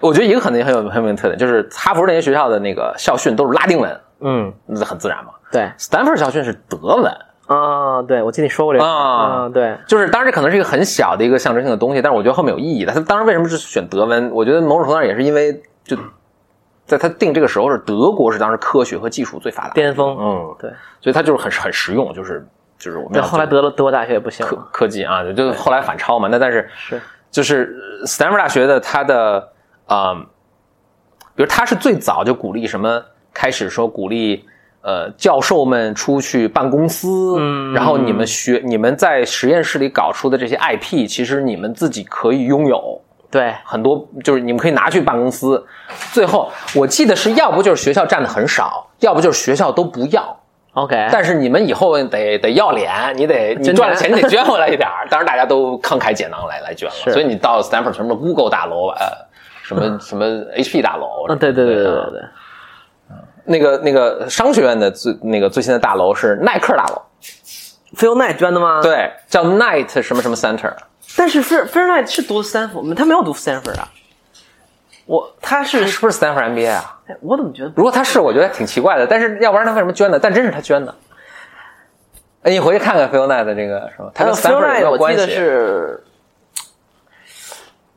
Speaker 1: 我觉得一个可能很有很有特点，就是哈佛那些学校的那个校训都是拉丁文，
Speaker 2: 嗯，
Speaker 1: 那很自然嘛。
Speaker 2: 对
Speaker 1: Stanford 校训是德文，
Speaker 2: 啊，对，我记得你说过这个
Speaker 1: 啊
Speaker 2: 啊，对，
Speaker 1: 就是当然这可能是一个很小的一个象征性的东西，但是我觉得后面有意义的。他当时为什么是选德文？我觉得某种程度上也是因为就在他定这个时候是德国是当时科学和技术最发达的，
Speaker 2: 巅峰，
Speaker 1: 嗯，
Speaker 2: 对，
Speaker 1: 所以他就是很很实用，就是就是我们
Speaker 2: 但
Speaker 1: 要
Speaker 2: 后来
Speaker 1: 做
Speaker 2: 德了德国大学也不行
Speaker 1: 科
Speaker 2: 了，
Speaker 1: 科技啊，就是后来反超嘛。那但是
Speaker 2: 是
Speaker 1: 就是呃斯坦福大学的它的啊、呃比如它是最早就鼓励什么，开始说鼓励呃教授们出去办公司，
Speaker 2: 嗯
Speaker 1: 然后你们学你们在实验室里搞出的这些 IP，其实你们自己可以拥有。
Speaker 2: 对，
Speaker 1: 很多就是你们可以拿去办公司，最后我记得是要不就是学校占的很少，要不就是学校都不要，
Speaker 2: OK，
Speaker 1: 但是你们以后得得要脸，你得你
Speaker 2: 真的
Speaker 1: 赚了钱你得捐回来一点儿。当然大家都慷慨解囊来来捐
Speaker 2: 是
Speaker 1: 了，所以你到 Stanford 什么 Google 大楼呃，什么什么 HP 大楼，
Speaker 2: 嗯，对对对对
Speaker 1: 啊
Speaker 2: 对对，
Speaker 1: 那个那个商学院的最那个最新的大楼是耐克大楼，
Speaker 2: 啊菲欧奈捐的吗？，
Speaker 1: 对，叫 Knight 什么什么 Center，
Speaker 2: 但是菲菲欧奈是读斯坦福吗？他没有读斯坦福啊。我他是，
Speaker 1: 是不是 Stanford MBA 啊？
Speaker 2: 哎我怎么觉得
Speaker 1: 如果他是，我觉得挺奇怪的，但是要不然他为什么捐的？但真是他捐的。哎，你回去看看菲欧奈的这个什么，他跟
Speaker 2: 菲
Speaker 1: Stanford
Speaker 2: 欧
Speaker 1: 有没
Speaker 2: 奈
Speaker 1: 有
Speaker 2: 我记
Speaker 1: 关
Speaker 2: 得
Speaker 1: 系？
Speaker 2: 是，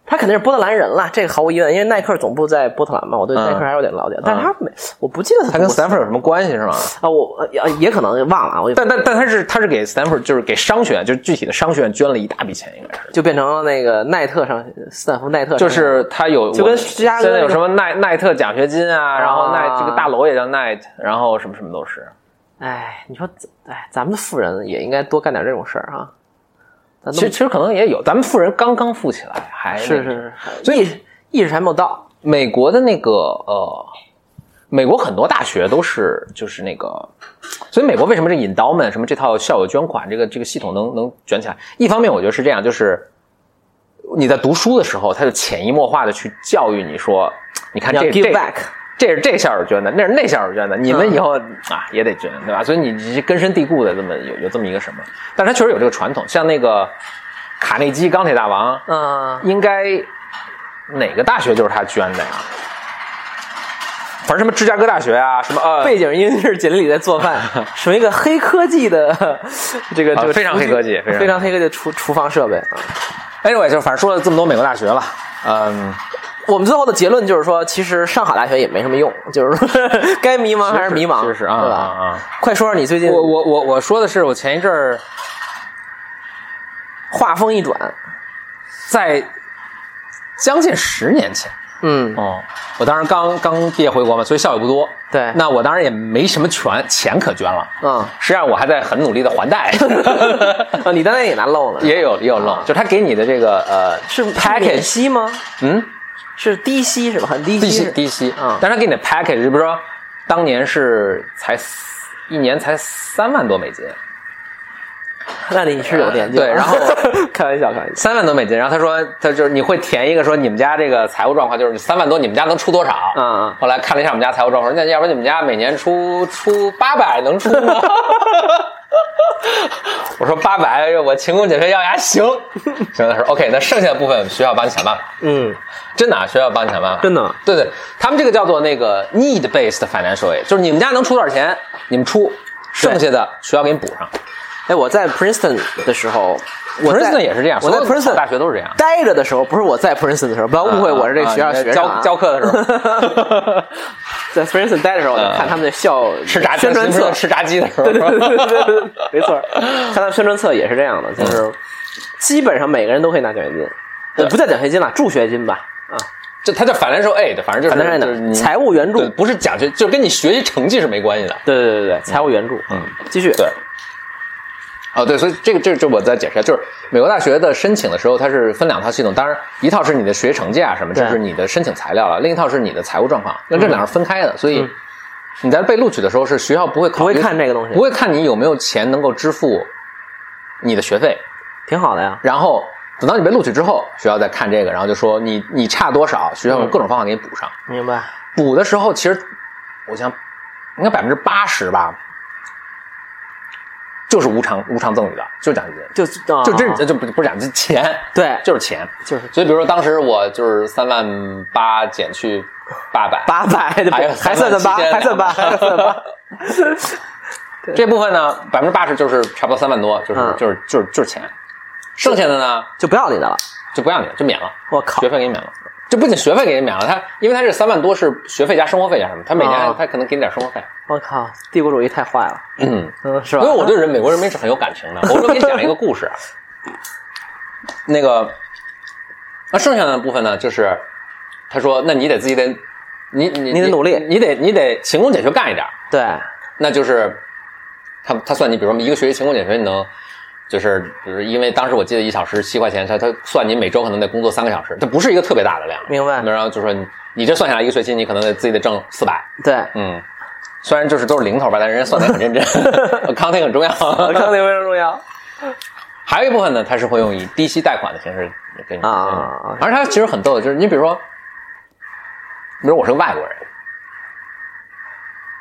Speaker 2: 他肯定是波特兰人了，这个毫无疑问，因为耐克总部在波特兰嘛，我对耐克还有点了解，但是他没，我不记得他
Speaker 1: 嗯他跟
Speaker 2: 读过
Speaker 1: Stanford 有什么关系是吗？
Speaker 2: 啊，我呃也也可能忘了啊，我
Speaker 1: 但但但他是他是给 Stanford 就是给商学院，就是具体的商学院捐了一大笔钱，应该是。
Speaker 2: 就变成了那个奈特上斯坦福奈特上，
Speaker 1: 就是他有，
Speaker 2: 就跟
Speaker 1: 我
Speaker 2: 芝加哥
Speaker 1: 现在
Speaker 2: 那
Speaker 1: 有
Speaker 2: 个
Speaker 1: 什么奈奈特奖学金啊，然后奈
Speaker 2: 啊
Speaker 1: 这个大楼也叫 Night，然后什么什么都是。
Speaker 2: 哎，你说哎，咱们的富人也应该多干点这种事儿啊，咱
Speaker 1: 其实其实可能也有，咱们富人刚刚富起来，还
Speaker 2: 是
Speaker 1: 那个
Speaker 2: 是是，所以意识还没有到，
Speaker 1: 美国的那个呃，美国很多大学都是就是那个，所以美国为什么这 endowment 什么这套校友捐款这个这个系统能能卷起来？一方面我觉得是这样，就是你在读书的时候，他就潜移默化的去教育你说，你看
Speaker 2: 你要
Speaker 1: 这
Speaker 2: give
Speaker 1: 这
Speaker 2: back，嗯
Speaker 1: 这是这校友捐的，那是那校友捐的，你们以后、啊也得捐，对吧？所以你你根深蒂固的这么有有这么一个什么，但是他确实有这个传统，像那个卡内基钢铁大王，
Speaker 2: 嗯，
Speaker 1: 应该哪个大学就是他捐的呀？反正什么芝加哥大学啊，什么呃，
Speaker 2: 背景音是锦鲤在 做饭，属于一个黑科技的这个
Speaker 1: 啊
Speaker 2: 这个
Speaker 1: 非常
Speaker 2: 厨具
Speaker 1: 黑科技非常
Speaker 2: 非常黑科技的厨厨房设备啊。
Speaker 1: anyway 就反正说了这么多美国大学了，嗯，
Speaker 2: 我们最后的结论就是说，其实上海大学也没什么用，就是说该迷茫还是迷茫，
Speaker 1: 是是啊
Speaker 2: 对吧？
Speaker 1: 啊啊
Speaker 2: 快说说你最近
Speaker 1: 我我我我说的是我前一阵儿
Speaker 2: 话锋一转，
Speaker 1: 在将近十年前，
Speaker 2: 嗯，
Speaker 1: 哦，我当时刚刚毕业回国嘛，所以校友不多，
Speaker 2: 对
Speaker 1: 那我当然也没什么权钱可捐了，
Speaker 2: 嗯
Speaker 1: 实际上我还在很努力的还 贷，
Speaker 2: 啊，你单位也拿漏了，
Speaker 1: 也有也有漏，就他给你的这个呃
Speaker 2: 是是免
Speaker 1: package，
Speaker 2: 息吗？
Speaker 1: 嗯，
Speaker 2: 是低息是吧？很低
Speaker 1: 低
Speaker 2: 息
Speaker 1: 息
Speaker 2: 是，
Speaker 1: 低息
Speaker 2: 啊
Speaker 1: 但是他给你的 package，就比如说当年是才四一年才三万多美金，
Speaker 2: 那你是有点劲儿。
Speaker 1: 对然后
Speaker 2: 开玩笑，开玩笑。
Speaker 1: 三万多美金，然后他说他就是你会填一个说你们家这个财务状况，就是三万多你们家能出多少？
Speaker 2: 嗯嗯
Speaker 1: 后来看了一下我们家财务状况，说那要不然你们家每年出出八百能出吗？ 我说八百，我勤工俭学要呀，行。行，他说 OK，那剩下的部分学校帮你想办法。
Speaker 2: 嗯，
Speaker 1: 真的、啊，学校帮你想办法。
Speaker 2: 真的
Speaker 1: 对对，他们这个叫做那个 need based financial aid，就是你们家能出多少钱，你们出，剩下的学校给你补上。
Speaker 2: 哎，我在 Princeton 的时候，我在
Speaker 1: Princeton 也是这样
Speaker 2: 我在
Speaker 1: 所有的
Speaker 2: Princeton
Speaker 1: 大学都是啊这样
Speaker 2: 待着的时候，不是我在 Princeton 的时候，不要误会，我是这个学校学生啊。
Speaker 1: 教教课的时候。
Speaker 2: 在 Princeton 待的时候，我就
Speaker 1: 嗯
Speaker 2: 看他们的校
Speaker 1: 吃炸
Speaker 2: 宣传 册，
Speaker 1: 吃炸鸡的时候，
Speaker 2: 对对对对对对，没错，看他们宣传册也是这样的，就是基本上每个人都可以拿奖学金，呃不叫奖学金了，助学金吧，啊，
Speaker 1: 就它叫 financial aid，反正就是
Speaker 2: 反正
Speaker 1: 就是
Speaker 2: 呢，
Speaker 1: 你
Speaker 2: 财务援助
Speaker 1: 对，，不是奖学，就跟你学习成绩是没关系的。
Speaker 2: 对对对对对，财务援助，嗯，继续，
Speaker 1: 对，哦对，所以这个这个这我再解释一下，就是美国大学的申请的时候，它是分两套系统，当然一套是你的学习成绩啊什么，
Speaker 2: 对嗯
Speaker 1: 这是你的申请材料了，另一套是你的财务状况，那这两个是分开的，所以。你在被录取的时候，是学校不会考虑
Speaker 2: 不会看这个东西
Speaker 1: 不会看你有没有钱能够支付你的学费，
Speaker 2: 挺好的呀，
Speaker 1: 然后等到你被录取之后，学校再看这个，然后就说你你差多少，学校有各种方法给你补上。
Speaker 2: 明白，
Speaker 1: 补的时候，其实我想应该百分之八十吧，就是无偿无偿赠予的，就是奖学金，
Speaker 2: 就
Speaker 1: 就
Speaker 2: 就
Speaker 1: 这就不不是奖金，钱，
Speaker 2: 啊对，
Speaker 1: 就是钱。
Speaker 2: 就是
Speaker 1: 所以，比如说当时我就是三万八减去八百，
Speaker 2: 八百，
Speaker 1: 还有
Speaker 2: 还算算八，
Speaker 1: 3700
Speaker 2: 还算八，还算八，
Speaker 1: 这部分呢，百分之八十就是差不多三万多，就是、
Speaker 2: 嗯
Speaker 1: 就是就是就是钱，剩下的呢
Speaker 2: 就不要你的了，
Speaker 1: 就不要你了，就免了。
Speaker 2: 我靠
Speaker 1: 学，费给你免了。这不仅学费给你免了，他因为他这三万多是学费加生活费加什么，他每年还
Speaker 2: 哦
Speaker 1: 他可能给你点生活费。
Speaker 2: 我靠，帝国主义太坏了，
Speaker 1: 嗯，
Speaker 2: 嗯，是
Speaker 1: 因
Speaker 2: 吧？
Speaker 1: 为我对人美国人民是很有感 情的。我说给你讲一个故事啊，那个，那剩下的部分呢，就是他说，那你得自己得，你你
Speaker 2: 你得努力
Speaker 1: 你得你得勤工俭学干一点儿。
Speaker 2: 对，
Speaker 1: 那就是他他算你，比如说一个学期勤工俭学，你能就是比如因为当时我记得一小时七块钱，他他算你每周可能得工作三个小时，这不是一个特别大的量，
Speaker 2: 明白
Speaker 1: 然后就说你你这算下来一个学期，你可能得自己得挣四百，
Speaker 2: 对，
Speaker 1: 嗯，虽然就是都是零头吧，但人家算的很认真 ，accounting 很重要。
Speaker 2: 我刚那非常重要，
Speaker 1: 还有一部分呢，他是会用以低息贷款的形式给你嗯
Speaker 2: 啊啊啊啊
Speaker 1: 而且他其实很逗的，就是你比如说，比如我是个外国人，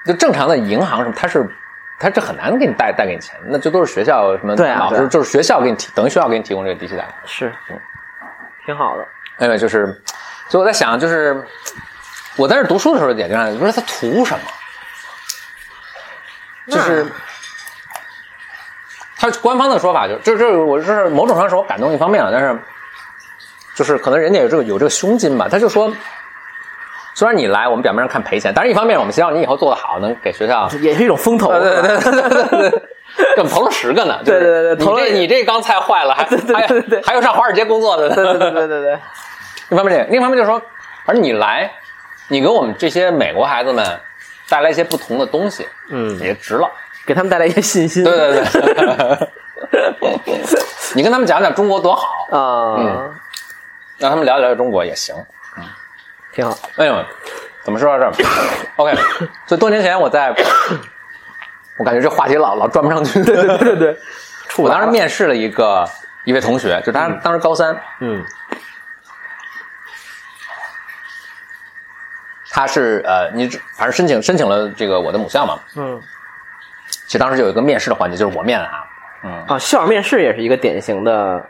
Speaker 1: 就正常的银行什么，他是他这很难给你贷贷给你钱，那就都是学校什么
Speaker 2: 对啊
Speaker 1: 老
Speaker 2: 对
Speaker 1: 师
Speaker 2: 啊
Speaker 1: 就是学校给你提，等于学校给你提供这个低息贷款。
Speaker 2: 是，挺好的，
Speaker 1: 另外就是，所以我在想，就是我在这读书的时候也这样，你说他图什么？就是他官方的说法，就这这，我是某种上是我感动一方面了，啊但是就是可能人家有这个有这个胸襟吧，他就说。虽然你来，我们表面上看赔钱，但是一方面我们希望你以后做得好，能给学校
Speaker 2: 也是一种风头，啊
Speaker 1: 对对对对对 对。怎么投了十个呢？就是
Speaker 2: 对对对对投了
Speaker 1: 你这你这刚菜坏了，还
Speaker 2: 对对对对对
Speaker 1: 还还有上华尔街工作的呢，
Speaker 2: 对对对对对对，
Speaker 1: 一方面这个，另一方面就是说，反正你来，你给我们这些美国孩子们带来一些不同的东西，
Speaker 2: 嗯，
Speaker 1: 也值了。
Speaker 2: 给他们带来一些信心，
Speaker 1: 对对对， 你跟他们讲讲中国多好，嗯
Speaker 2: 啊，
Speaker 1: 让他们聊一聊中国也行。
Speaker 2: 挺好，
Speaker 1: 哎呦，怎么说到这儿？OK，所以多年前我在，我感觉这话题老老转不上去。对 嗯对对对，我当时面试了一个一位同学，就他当时高三，
Speaker 2: 嗯，
Speaker 1: 他是呃，你反正申请申请了这个我的母校嘛，
Speaker 2: 嗯
Speaker 1: 其实当时就有一个面试的环节，就是我面的啊，
Speaker 2: 啊，校友面试也是一个典型的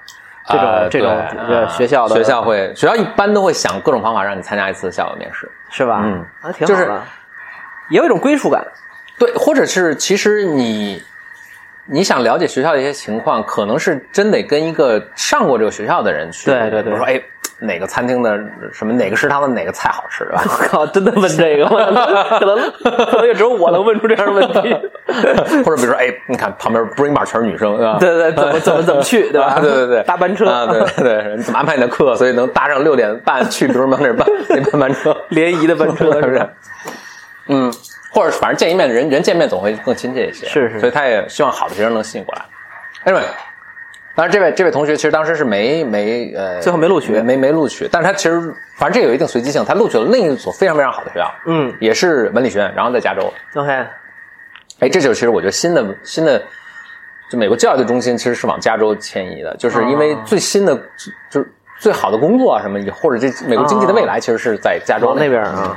Speaker 2: 这种、
Speaker 1: 呃
Speaker 2: 这种
Speaker 1: 对
Speaker 2: 呃
Speaker 1: 啊
Speaker 2: 学校的
Speaker 1: 学校会学校一般都会想各种方法让你参加一次校友面试，
Speaker 2: 是吧？
Speaker 1: 嗯，
Speaker 2: 啊，挺
Speaker 1: 就
Speaker 2: 好
Speaker 1: 是
Speaker 2: 的，也有一种归属感。
Speaker 1: 对，或者是其实你你想了解学校的一些情况，可能是真得跟一个上过这个学校的人去，
Speaker 2: 对对对
Speaker 1: 比如说哎哪个餐厅的什么哪个食堂的哪个菜好吃，对吧？
Speaker 2: 我靠，真的问这个，我可能可能也只有我能问出这样的问题。
Speaker 1: 或者比如说哎，你看旁边 bring bar 全是女生，对吧？
Speaker 2: 对对，怎么怎么怎么去，对吧？
Speaker 1: 啊，对 对对，
Speaker 2: 搭班车
Speaker 1: 啊，对对对，你怎么安排你的课？所以能搭上六点半去，比如蒙那班 那班班车，
Speaker 2: 联谊的班 车
Speaker 1: 是不是？嗯，或者反正见一面人人见面总会更亲切一些，
Speaker 2: 是是
Speaker 1: 所以他也希望好的学生能吸引过来。Anyway，当然这位这位同学其实当时是没没呃，
Speaker 2: 最后没录取
Speaker 1: 没没录取，但是他其实反正这有一定随机性，他录取了另一所非常非常好的学校，
Speaker 2: 嗯
Speaker 1: 也是文理学院，然后在加州，
Speaker 2: ，OK，
Speaker 1: 哎，这就是其实我觉得新的新的，就美国教育的中心其实是往加州迁移的，就是因为
Speaker 2: 啊
Speaker 1: 最新的、就是最好的工作啊什么，或者这美国经济的未来其实是在加州嗯
Speaker 2: 往那边啊。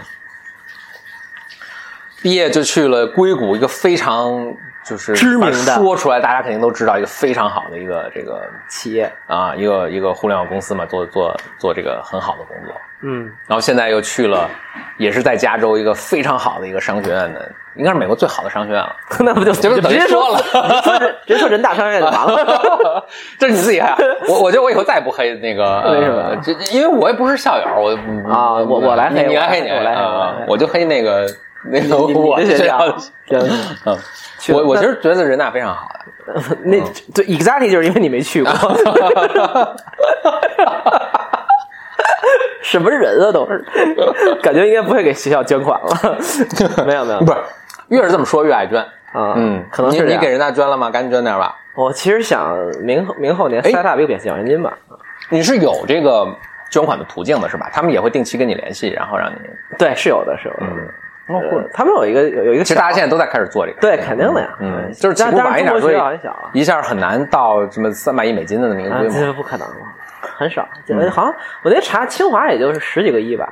Speaker 1: 毕业就去了硅谷，一个非常就是
Speaker 2: 知名的
Speaker 1: 反正说出来大家肯定都知道一个非常好的一个这个
Speaker 2: 企业，
Speaker 1: 啊一个一个互联网公司嘛，做做做这个很好的工作，
Speaker 2: 嗯，
Speaker 1: 然后现在又去了，也是在加州一个非常好的一个商学院的，应该是美国最好的商学院了。
Speaker 2: 那不就
Speaker 1: 这不
Speaker 2: 就
Speaker 1: 等
Speaker 2: 直
Speaker 1: 于
Speaker 2: 接
Speaker 1: 说了
Speaker 2: 直接说人直接说人大商院就完 了。
Speaker 1: 这是你自己黑啊，我我觉得我以后再也不黑那个，呃
Speaker 2: 为什么
Speaker 1: 这这因为我也不是校友，我
Speaker 2: 啊我我来黑
Speaker 1: 你你
Speaker 2: 我来
Speaker 1: 来黑
Speaker 2: 黑
Speaker 1: 你
Speaker 2: 我来黑
Speaker 1: 啊
Speaker 2: 我来黑
Speaker 1: 我就黑那个那个
Speaker 2: 你你
Speaker 1: 我
Speaker 2: 的学校
Speaker 1: 的，
Speaker 2: 行
Speaker 1: 嗯，
Speaker 2: 去了
Speaker 1: 我我
Speaker 2: 那
Speaker 1: 其实觉得人大非常好的，
Speaker 2: 那
Speaker 1: 嗯
Speaker 2: 对，exactly 就是因为你没去过。什么人啊，都是，感觉应该不会给学校捐款了。没有没有
Speaker 1: 不，是越是这么说越爱捐，
Speaker 2: 啊，
Speaker 1: 嗯，
Speaker 2: 可能
Speaker 1: 你
Speaker 2: 是这
Speaker 1: 你
Speaker 2: 样
Speaker 1: 给人大捐了吗？赶紧捐点吧，
Speaker 2: 我其实想明后明后年
Speaker 1: 哎
Speaker 2: 塞大一个扁四奖学金吧。
Speaker 1: 你是有这个捐款的途径的是吧？他们也会定期跟你联系，然后让你，
Speaker 2: 对，是有的，是有的。
Speaker 1: 哦
Speaker 2: 呃
Speaker 1: 或者
Speaker 2: 他们有一个有有一个
Speaker 1: 其实
Speaker 2: 小，
Speaker 1: 大家现在都在开始做这个，
Speaker 2: 对肯定的呀，
Speaker 1: 嗯，
Speaker 2: 对
Speaker 1: 就是起
Speaker 2: 但
Speaker 1: 步
Speaker 2: 但
Speaker 1: 晚一
Speaker 2: 是中
Speaker 1: 点，所
Speaker 2: 国学
Speaker 1: 以
Speaker 2: 校很小啊，
Speaker 1: 一下很难到什么三百亿美金的那么一个
Speaker 2: 啊
Speaker 1: 规，模。
Speaker 2: 这不可能，很少，
Speaker 1: 嗯
Speaker 2: 呃好像我那查清华也就是十几个亿吧，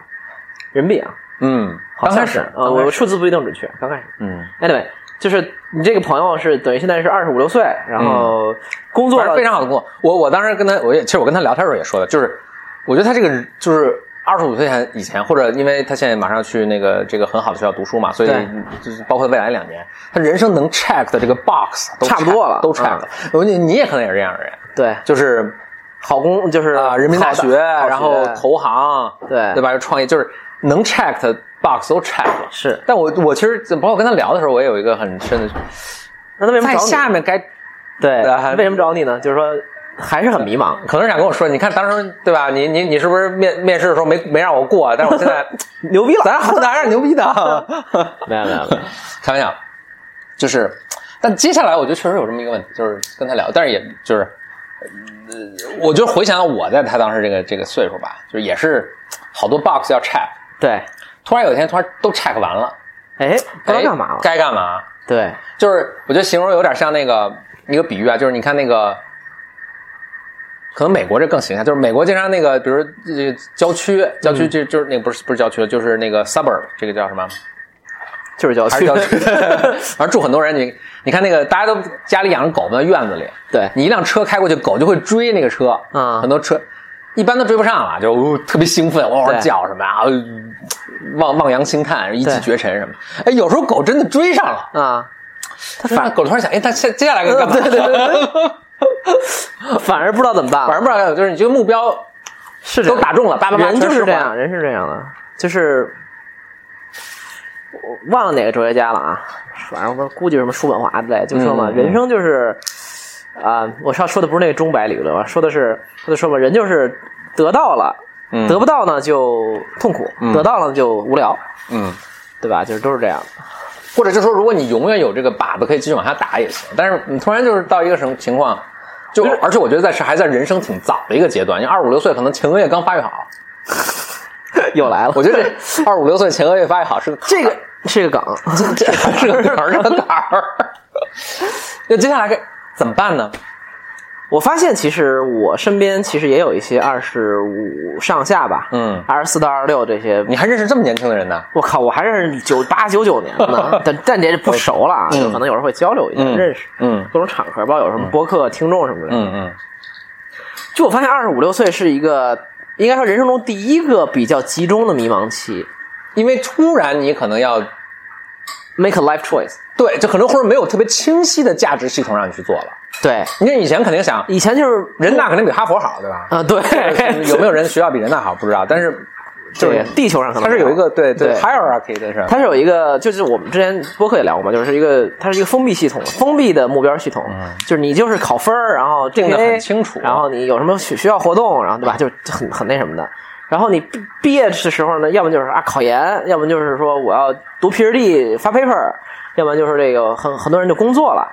Speaker 2: 人民币啊，
Speaker 1: 嗯，
Speaker 2: 好
Speaker 1: 刚
Speaker 2: 像
Speaker 1: 开始，
Speaker 2: 是呃，
Speaker 1: 刚开
Speaker 2: 我
Speaker 1: 始
Speaker 2: 数字不一定准确，刚开始。
Speaker 1: 嗯，
Speaker 2: Anyway，就是你这个朋友是等于现在是二十五六岁，然后工作
Speaker 1: 反正
Speaker 2: 了
Speaker 1: 非常好的工作。我我当时跟他，我也其实我跟他聊天的时候也说的，就是我觉得他这个人就是二十五岁前以前，或者因为他现在马上去那个这个很好的学校读书嘛，所以
Speaker 2: 对
Speaker 1: 就是包括未来两年，他人生能 check 的这个 box 都 check,
Speaker 2: 差不多了
Speaker 1: 都 check 了。嗯我觉得你也可能也是这样的人，
Speaker 2: 对
Speaker 1: 就是
Speaker 2: 好工就是
Speaker 1: 啊、人民大
Speaker 2: 好的
Speaker 1: 学，
Speaker 2: 好
Speaker 1: 然后
Speaker 2: 学
Speaker 1: 投行，
Speaker 2: 对
Speaker 1: 对吧？又创业，就是能 check 的 box 都 check 了。
Speaker 2: 是，
Speaker 1: 但我我其实包括跟他聊的时候，我也有一个很深的，
Speaker 2: 那他为什
Speaker 1: 在
Speaker 2: 么找你
Speaker 1: 下面该
Speaker 2: 对
Speaker 1: 对还
Speaker 2: 为什么找你呢？就是说还是很迷茫，
Speaker 1: 可能是想跟我说，你看当时对吧？你你你是不是面面试的时候没没让我过？啊但是我现 在
Speaker 2: 牛逼了，
Speaker 1: 咱咱还是牛逼的，啊
Speaker 2: 没有没有没有，
Speaker 1: 开玩笑，就是，但接下来我觉得确实有这么一个问题，就是跟他聊，但是也就是，呃，我就回想到我在他当时这个这个岁数吧，就是也是好多 box 要 check，
Speaker 2: 对，
Speaker 1: 突然有一天突然都 check 完了，
Speaker 2: 哎，不知道
Speaker 1: 哎
Speaker 2: 干嘛了，
Speaker 1: 该干嘛？
Speaker 2: 对，
Speaker 1: 就是我觉得形容有点像那个一个比喻啊，就是你看那个，可能美国这更形象，就是美国经常那个，比如这个郊区，郊
Speaker 2: 嗯
Speaker 1: 区就就是那个不是不是郊区了，就是那个 suburb，这个叫什么？
Speaker 2: 就是郊
Speaker 1: 还是
Speaker 2: 区
Speaker 1: 郊，区？ 反正住很多人，你你看那个大家都家里养着狗嘛，院子里，
Speaker 2: 对，
Speaker 1: 你一辆车开过去，狗就会追那个车，
Speaker 2: 啊
Speaker 1: 很多车一般都追不上了，就、哦特别兴奋，哇哇
Speaker 2: 对
Speaker 1: 叫什么呀，呃望望洋兴叹，一骑
Speaker 2: 对
Speaker 1: 绝尘什么。哎，有时候狗真的追上了。
Speaker 2: 啊，
Speaker 1: 他反狗突然想，哎，他接接下来该干嘛？
Speaker 2: 对对对反而不知道怎么 办
Speaker 1: 反
Speaker 2: 了，
Speaker 1: 正不知道该怎么，就是你这个目标
Speaker 2: 是这
Speaker 1: 都
Speaker 2: 样
Speaker 1: 打中了，叭叭叭，
Speaker 2: 人就
Speaker 1: 全
Speaker 2: 是
Speaker 1: 释
Speaker 2: 这
Speaker 1: 怀
Speaker 2: 样，。人是这样的，就是我忘了哪个哲学家了啊，反正我估计是什么叔本华之类，就说嘛，
Speaker 1: 嗯嗯
Speaker 2: 人生就是啊、我上说的不是那个钟摆理论，我说的是他就说嘛，人就是得到了，
Speaker 1: 嗯
Speaker 2: 得不到呢就痛苦，
Speaker 1: 嗯
Speaker 2: 得到了就无聊，
Speaker 1: 嗯，
Speaker 2: 对吧？就是都是这样的，
Speaker 1: 或者就说，如果你永远有这个靶子可以继续往下打也行，但是你突然就是到一个什么情况，就而且我觉得在是还在人生挺早的一个阶段，你二五六岁可能前额叶刚发育好，
Speaker 2: 又来了，
Speaker 1: 我觉得这二五六岁前额叶发育好是个
Speaker 2: 这个是个梗，
Speaker 1: 这 是个坎儿，是个坎儿。那接下来该怎么办呢？
Speaker 2: 我发现其实我身边其实也有一些二十五上下吧，
Speaker 1: 嗯
Speaker 2: 二十四到二十六这些。
Speaker 1: 你还认识这么年轻的人呢？
Speaker 2: 我靠，我还认识九八九九年的 呢，但但这不熟了啊，就可能有时候会交流一下，
Speaker 1: 嗯
Speaker 2: 认识，
Speaker 1: 嗯
Speaker 2: 各种场合，包括有什么播客、听众什么的。
Speaker 1: 嗯嗯，
Speaker 2: 就我发现二十五六岁是一个，应该说人生中第一个比较集中的迷茫期
Speaker 1: 因为突然你可能要
Speaker 2: ，make a life choice。
Speaker 1: 对，就可能或者没有特别清晰的价值系统让你去做了。
Speaker 2: 对，
Speaker 1: 因为以前肯定想，
Speaker 2: 以前就是
Speaker 1: 人大肯定比哈佛好，对 吧？
Speaker 2: 啊， 对，
Speaker 1: 有没有人学校比人大好不知道，但是就
Speaker 2: 对
Speaker 1: 是
Speaker 2: 地球上可能
Speaker 1: 它是有一个对
Speaker 2: 对
Speaker 1: hierarchy 的是。
Speaker 2: 它是有一个，就是我们之前播客也聊过嘛，就是一个它是一个封闭系统，封闭的目标系统，就是你就是考分儿，然后
Speaker 1: 定
Speaker 2: 这
Speaker 1: 得嗯
Speaker 2: 个
Speaker 1: 很清楚
Speaker 2: 然后你有什么学学校活动，然后对吧，就是很很那什么的。然后你毕毕业的时候呢，要么就是啊考研，要么就是说我要读 PhD 发 paper，要不然就是这个很很多人就工作了，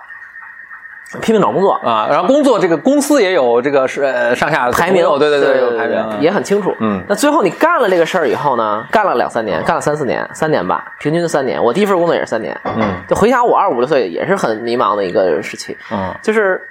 Speaker 2: 拼命找工作，
Speaker 1: 啊，然后工作这个公司也有这个是呃上下
Speaker 2: 排名，
Speaker 1: 对对
Speaker 2: 对
Speaker 1: 有排名，
Speaker 2: 也很清楚。
Speaker 1: 嗯
Speaker 2: 那最后你干了这个事儿以后呢，干了两三年，干了三四年，三年吧，平均三年。我第一份工作也是三年，
Speaker 1: 嗯
Speaker 2: 就回想我二十五六岁也是很迷茫的一个时期，
Speaker 1: 嗯
Speaker 2: 就是。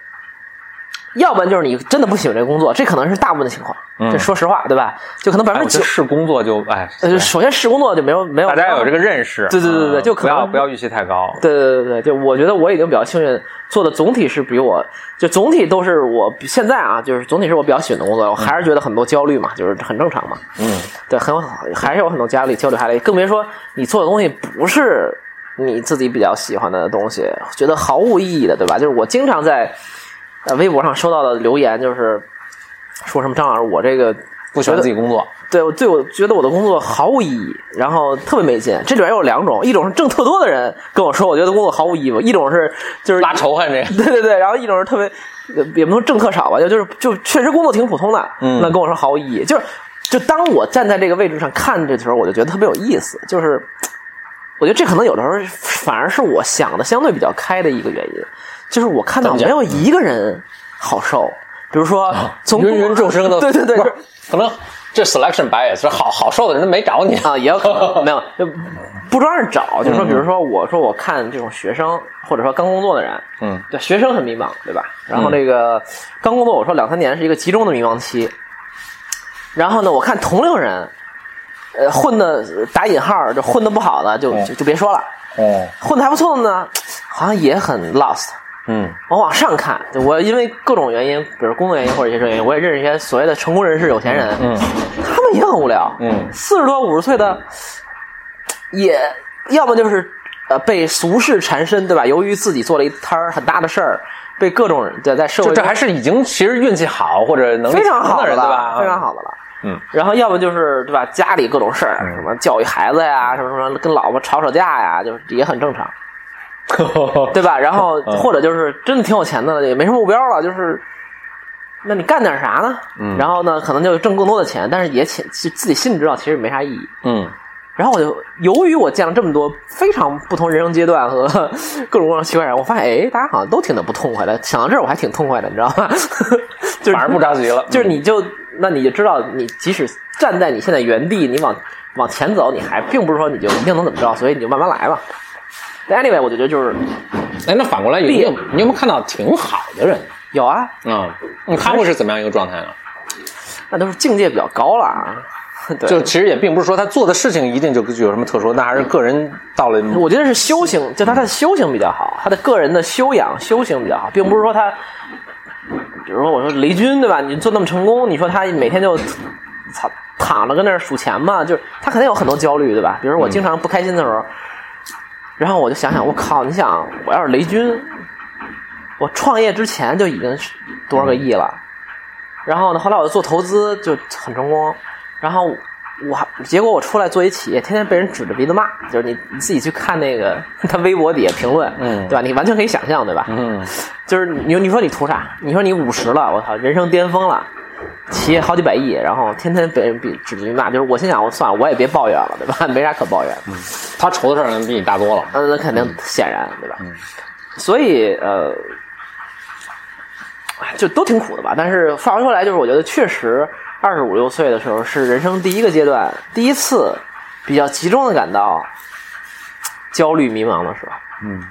Speaker 2: 要不然就是你真的不喜欢这个工作，这可能是大部分的情况。
Speaker 1: 嗯
Speaker 2: 这说实话，对吧？就可能百
Speaker 1: 哎，
Speaker 2: 分
Speaker 1: 我
Speaker 2: 之
Speaker 1: 觉
Speaker 2: 九
Speaker 1: 得，是工作就哎，
Speaker 2: 呃，首先试工作就没有没有，
Speaker 1: 大家有这个认识，
Speaker 2: 对对对对
Speaker 1: 嗯
Speaker 2: 就可
Speaker 1: 不要
Speaker 2: 能
Speaker 1: 不要预期太高，
Speaker 2: 对对对对，就我觉得我已经比较幸运，做的总体是比我就总体都是我比现在啊，就是总体是我比较喜欢的工作，我还是觉得很多焦虑嘛，就是很正常嘛。
Speaker 1: 嗯，
Speaker 2: 对，很有还是有很多焦虑焦虑还来，更别说你做的东西不是你自己比较喜欢的东西，觉得毫无意义的，对吧？就是我经常在呃微博上收到的留言，就是说什么张老师，我这个
Speaker 1: 不喜欢自己工作，
Speaker 2: 对我对我觉得我的工作毫无意义，然后特别没劲。这里边有两种，一种是挣特多的人跟我说我觉得工作毫无意义，一种是就是
Speaker 1: 拉仇恨这个，
Speaker 2: 对对对，然后一种是特别呃也不能说挣特少吧，就就是就确实工作挺普通的，
Speaker 1: 嗯
Speaker 2: 那跟我说毫无意义。就是就当我站在这个位置上看这的时候，我就觉得特别有意思，就是。我觉得这可能有的时候反而是我想的相对比较开的一个原因，就是我看到
Speaker 1: 怎么
Speaker 2: 没
Speaker 1: 讲
Speaker 2: 有一个人好受，比如说从
Speaker 1: 芸啊芸众生的，
Speaker 2: 对对对，
Speaker 1: 不
Speaker 2: 就是是
Speaker 1: 可能这 selection bias 是好好受的人都没找你
Speaker 2: 啊，也有可能没有，就不光是找，就是说，比如说，我说我看这种学生，或者说刚工作的人，
Speaker 1: 嗯，
Speaker 2: 对，学生很迷茫，对吧？然后那个刚工作，我说两三年是一个集中的迷茫期。然后呢，我看同龄人，呃，混的打引号就混的不好的，就就就别说了，
Speaker 1: 哦，
Speaker 2: 混的还不错的呢，好像也很 lost。
Speaker 1: 嗯
Speaker 2: 我往上看，我因为各种原因，比如工作原因或者一些原因，我也认识一些所谓的成功人士、有钱人，
Speaker 1: 嗯
Speaker 2: 他们也很无聊，
Speaker 1: 嗯
Speaker 2: 四十多五十岁的，也要么就是呃被俗世缠身，对吧？由于自己做了一摊儿很大的事儿，被各种人对在社
Speaker 1: 就
Speaker 2: 会
Speaker 1: 这
Speaker 2: 中
Speaker 1: 还是已经其实运气好或者能力
Speaker 2: 非常
Speaker 1: 强
Speaker 2: 好
Speaker 1: 的
Speaker 2: 的
Speaker 1: 人对
Speaker 2: 了，
Speaker 1: 吧？
Speaker 2: 非常，好的了。
Speaker 1: 嗯，
Speaker 2: 然后要么就是对吧？家里各种事儿，什么教育孩子呀，什么什么跟老婆吵吵架呀，就是也很正常。对吧？然后
Speaker 1: 嗯
Speaker 2: 或者就是真的挺有钱的了，也没什么目标了，就是那你干点啥呢？
Speaker 1: 嗯
Speaker 2: 然后呢，可能就挣更多的钱，但是也其其自己心里知道其实没啥意义。
Speaker 1: 嗯
Speaker 2: 然后我就由于我见了这么多非常不同人生阶段和各种各样的奇怪人，我发现哎，大家好像都挺的不痛快的。想到这儿我还挺痛快的，你知道吗？ 就是
Speaker 1: 反而不着急了，
Speaker 2: 就是你就那你就知道，你即使站在你现在原地，你往往前走，你还并不是说你就一定能怎么着，所以你就慢慢来吧。Anyway，我就觉得就是
Speaker 1: 哎，那反过来有
Speaker 2: 毕
Speaker 1: 你
Speaker 2: 业
Speaker 1: 有你有没有看到挺好的人
Speaker 2: 有啊，
Speaker 1: 啊？嗯他会是怎么样一个状态呢？
Speaker 2: 那都是境界比较高了啊。对，
Speaker 1: 就其实也并不是说他做的事情一定就具有什么特殊，那还是个人到了
Speaker 2: 我觉得是修行，就他的修行比较好，他的个人的修养修行比较好，并不是说他，比如说我说雷军对吧？你做那么成功，你说他每天就操躺着跟那儿数钱嘛，就是他肯定有很多焦虑对吧？比如我经常不开心的时候，然后我就想想，我靠，你想我要是雷军，我创业之前就已经是多少个亿了，然后呢，后来我做投资就很成功，然后我还结果我出来做一企业，天天被人指着鼻子骂，就是你你自己去看那个 他微博底下评论，
Speaker 1: 嗯
Speaker 2: 对吧？你完全可以想象，对吧？
Speaker 1: 嗯
Speaker 2: 就是你你说你图啥？你说你五十了，我操，人生巅峰了。企业好几百亿，然后天天被人比指着鼻子骂，就是我心想，我算了，我也别抱怨了，对吧？ 没啥可抱怨。
Speaker 1: 他愁的事儿呢比你大多了。
Speaker 2: 嗯，那肯定显然，对吧？
Speaker 1: 嗯
Speaker 2: 所以呃，哎就都挺苦的吧。但是话说回来，就是我觉得确实二十五六岁的时候是人生第一个阶段，第一次比较集中的感到焦虑迷茫的时候。
Speaker 1: 嗯，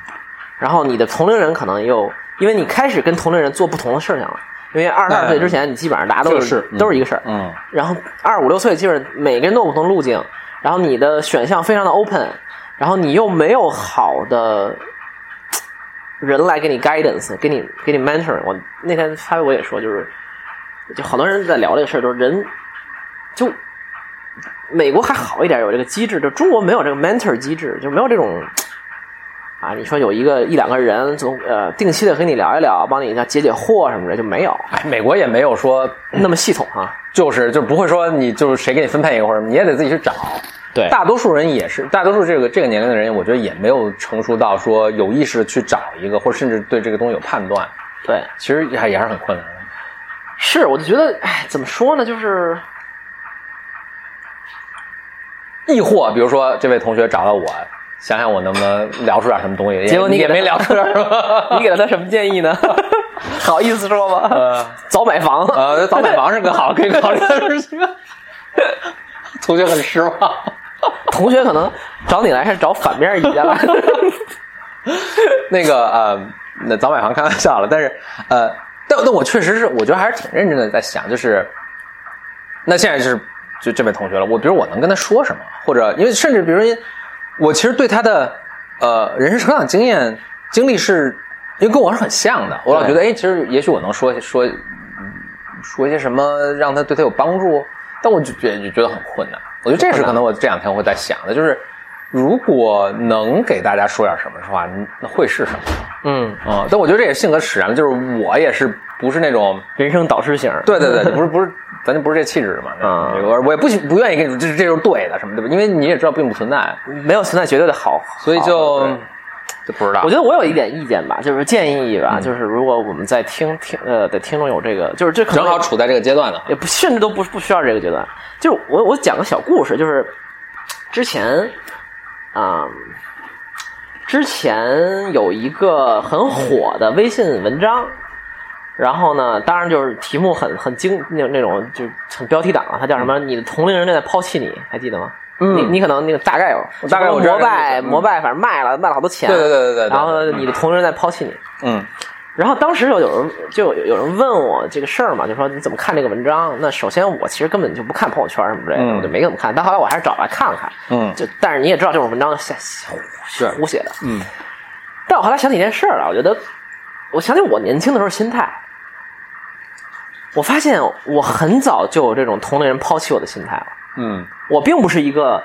Speaker 2: 然后你的同龄人可能又因为你开始跟同龄人做不同的事情了，因为二十二岁之前，你基本上大家都
Speaker 1: 哎就是嗯
Speaker 2: 都是一个事儿。
Speaker 1: 嗯，
Speaker 2: 然后二五六岁，基本上每个人都有不同路径，然后你的选项非常的 open，然后你又没有好的嘖人来给你 guidance，给你给你 mentor。我那天发微博也说，就是就好多人在聊这个事儿，就是人就美国还好一点有这个机制，就中国没有这个 mentor 机制，就没有这种。嘖啊，你说有一个一两个人总呃定期的和你聊一聊，帮你像解解惑什么的就没有
Speaker 1: 哎，美国也没有说
Speaker 2: 那么系统啊哈。
Speaker 1: 就是就不会说你就是谁给你分配一个或者什么，你也得自己去找。
Speaker 2: 对
Speaker 1: 大多数人也是，大多数这个这个年龄的人，我觉得也没有成熟到说有意识的去找一个，或者甚至对这个东西有判断，
Speaker 2: 对，
Speaker 1: 其实还也还是很困难的。
Speaker 2: 是，我就觉得，哎，怎么说呢？就是
Speaker 1: 亦或比如说这位同学找到我，想想我能不能聊出点什么东西，也
Speaker 2: 结果你
Speaker 1: 也
Speaker 2: 给他
Speaker 1: 没聊出点什 么。
Speaker 2: 你给了他什么建 议呢？好意思说吗？
Speaker 1: 呃
Speaker 2: 早买房，
Speaker 1: 呃，早买房是个好可以 考虑的事情。同学很失望。
Speaker 2: 同学可能找你来是找反面意见 来。
Speaker 1: 那个呃，那早买房开玩笑了，但是呃，但但我确实是，我觉得还是挺认真的在想，就是那现在是就这位同学了，我比如我能跟他说什么，或者因为甚至比如说我其实对他的呃人生成长经验经历是，因为跟我是很像的，我老觉得哎，其实也许我能说说说一些什么让他对他有帮助，但我就觉就觉得很困难。我觉得这是可能我这两天会在想的，就是如果能给大家说点什么的话，你那会是什么？
Speaker 2: 嗯，
Speaker 1: 嗯，但我觉得这也是性格使然，就是我也是不是那种，
Speaker 2: 人生导师型，
Speaker 1: 对对对，不是不是， 嗯咱就不是这气质嘛。
Speaker 2: 啊
Speaker 1: 我我也不喜不愿意跟你说这这就是对的什么对吧？因为你也知道并不存在，
Speaker 2: 没有存在绝对的好，
Speaker 1: 所以
Speaker 2: 好
Speaker 1: 就
Speaker 2: 对
Speaker 1: 啊就不知道。
Speaker 2: 我觉得我有一点意见吧，就是建议
Speaker 1: 嗯
Speaker 2: 吧，就是如果我们在听听呃的听众有这个，就是这可能
Speaker 1: 正好处在这个阶段呢。
Speaker 2: 也不甚至都不不需要这个阶段。就是我我讲个小故事，就是之前啊、之前有一个很火的微信文章。然后呢，当然就是题目很很精那那种就是很标题党啊，它叫什么？你的同龄人正在抛弃你，还记得吗？
Speaker 1: 嗯
Speaker 2: 你你可能那个大概有，
Speaker 1: 我大概我知道
Speaker 2: 摩拜
Speaker 1: 这个嗯
Speaker 2: 摩拜，反正卖了卖了好多钱。
Speaker 1: 对对对对对对
Speaker 2: 然后呢你的同龄人在抛弃你，
Speaker 1: 嗯
Speaker 2: 然后当时就有人就有人问我这个事儿嘛，就说你怎么看这个文章？那首先我其实根本就不看朋友圈什么之类的，
Speaker 1: 嗯
Speaker 2: 我就没怎么看。但后来我还是找来看了看，
Speaker 1: 嗯，
Speaker 2: 就但是你也知道这种文章瞎
Speaker 1: 是
Speaker 2: 胡写的。
Speaker 1: 嗯，
Speaker 2: 但我后来想起一件事儿啊了，我觉得我想起我年轻的时候心态，我发现我很早就有这种同龄人抛弃我的心态了。
Speaker 1: 嗯
Speaker 2: 我并不是一个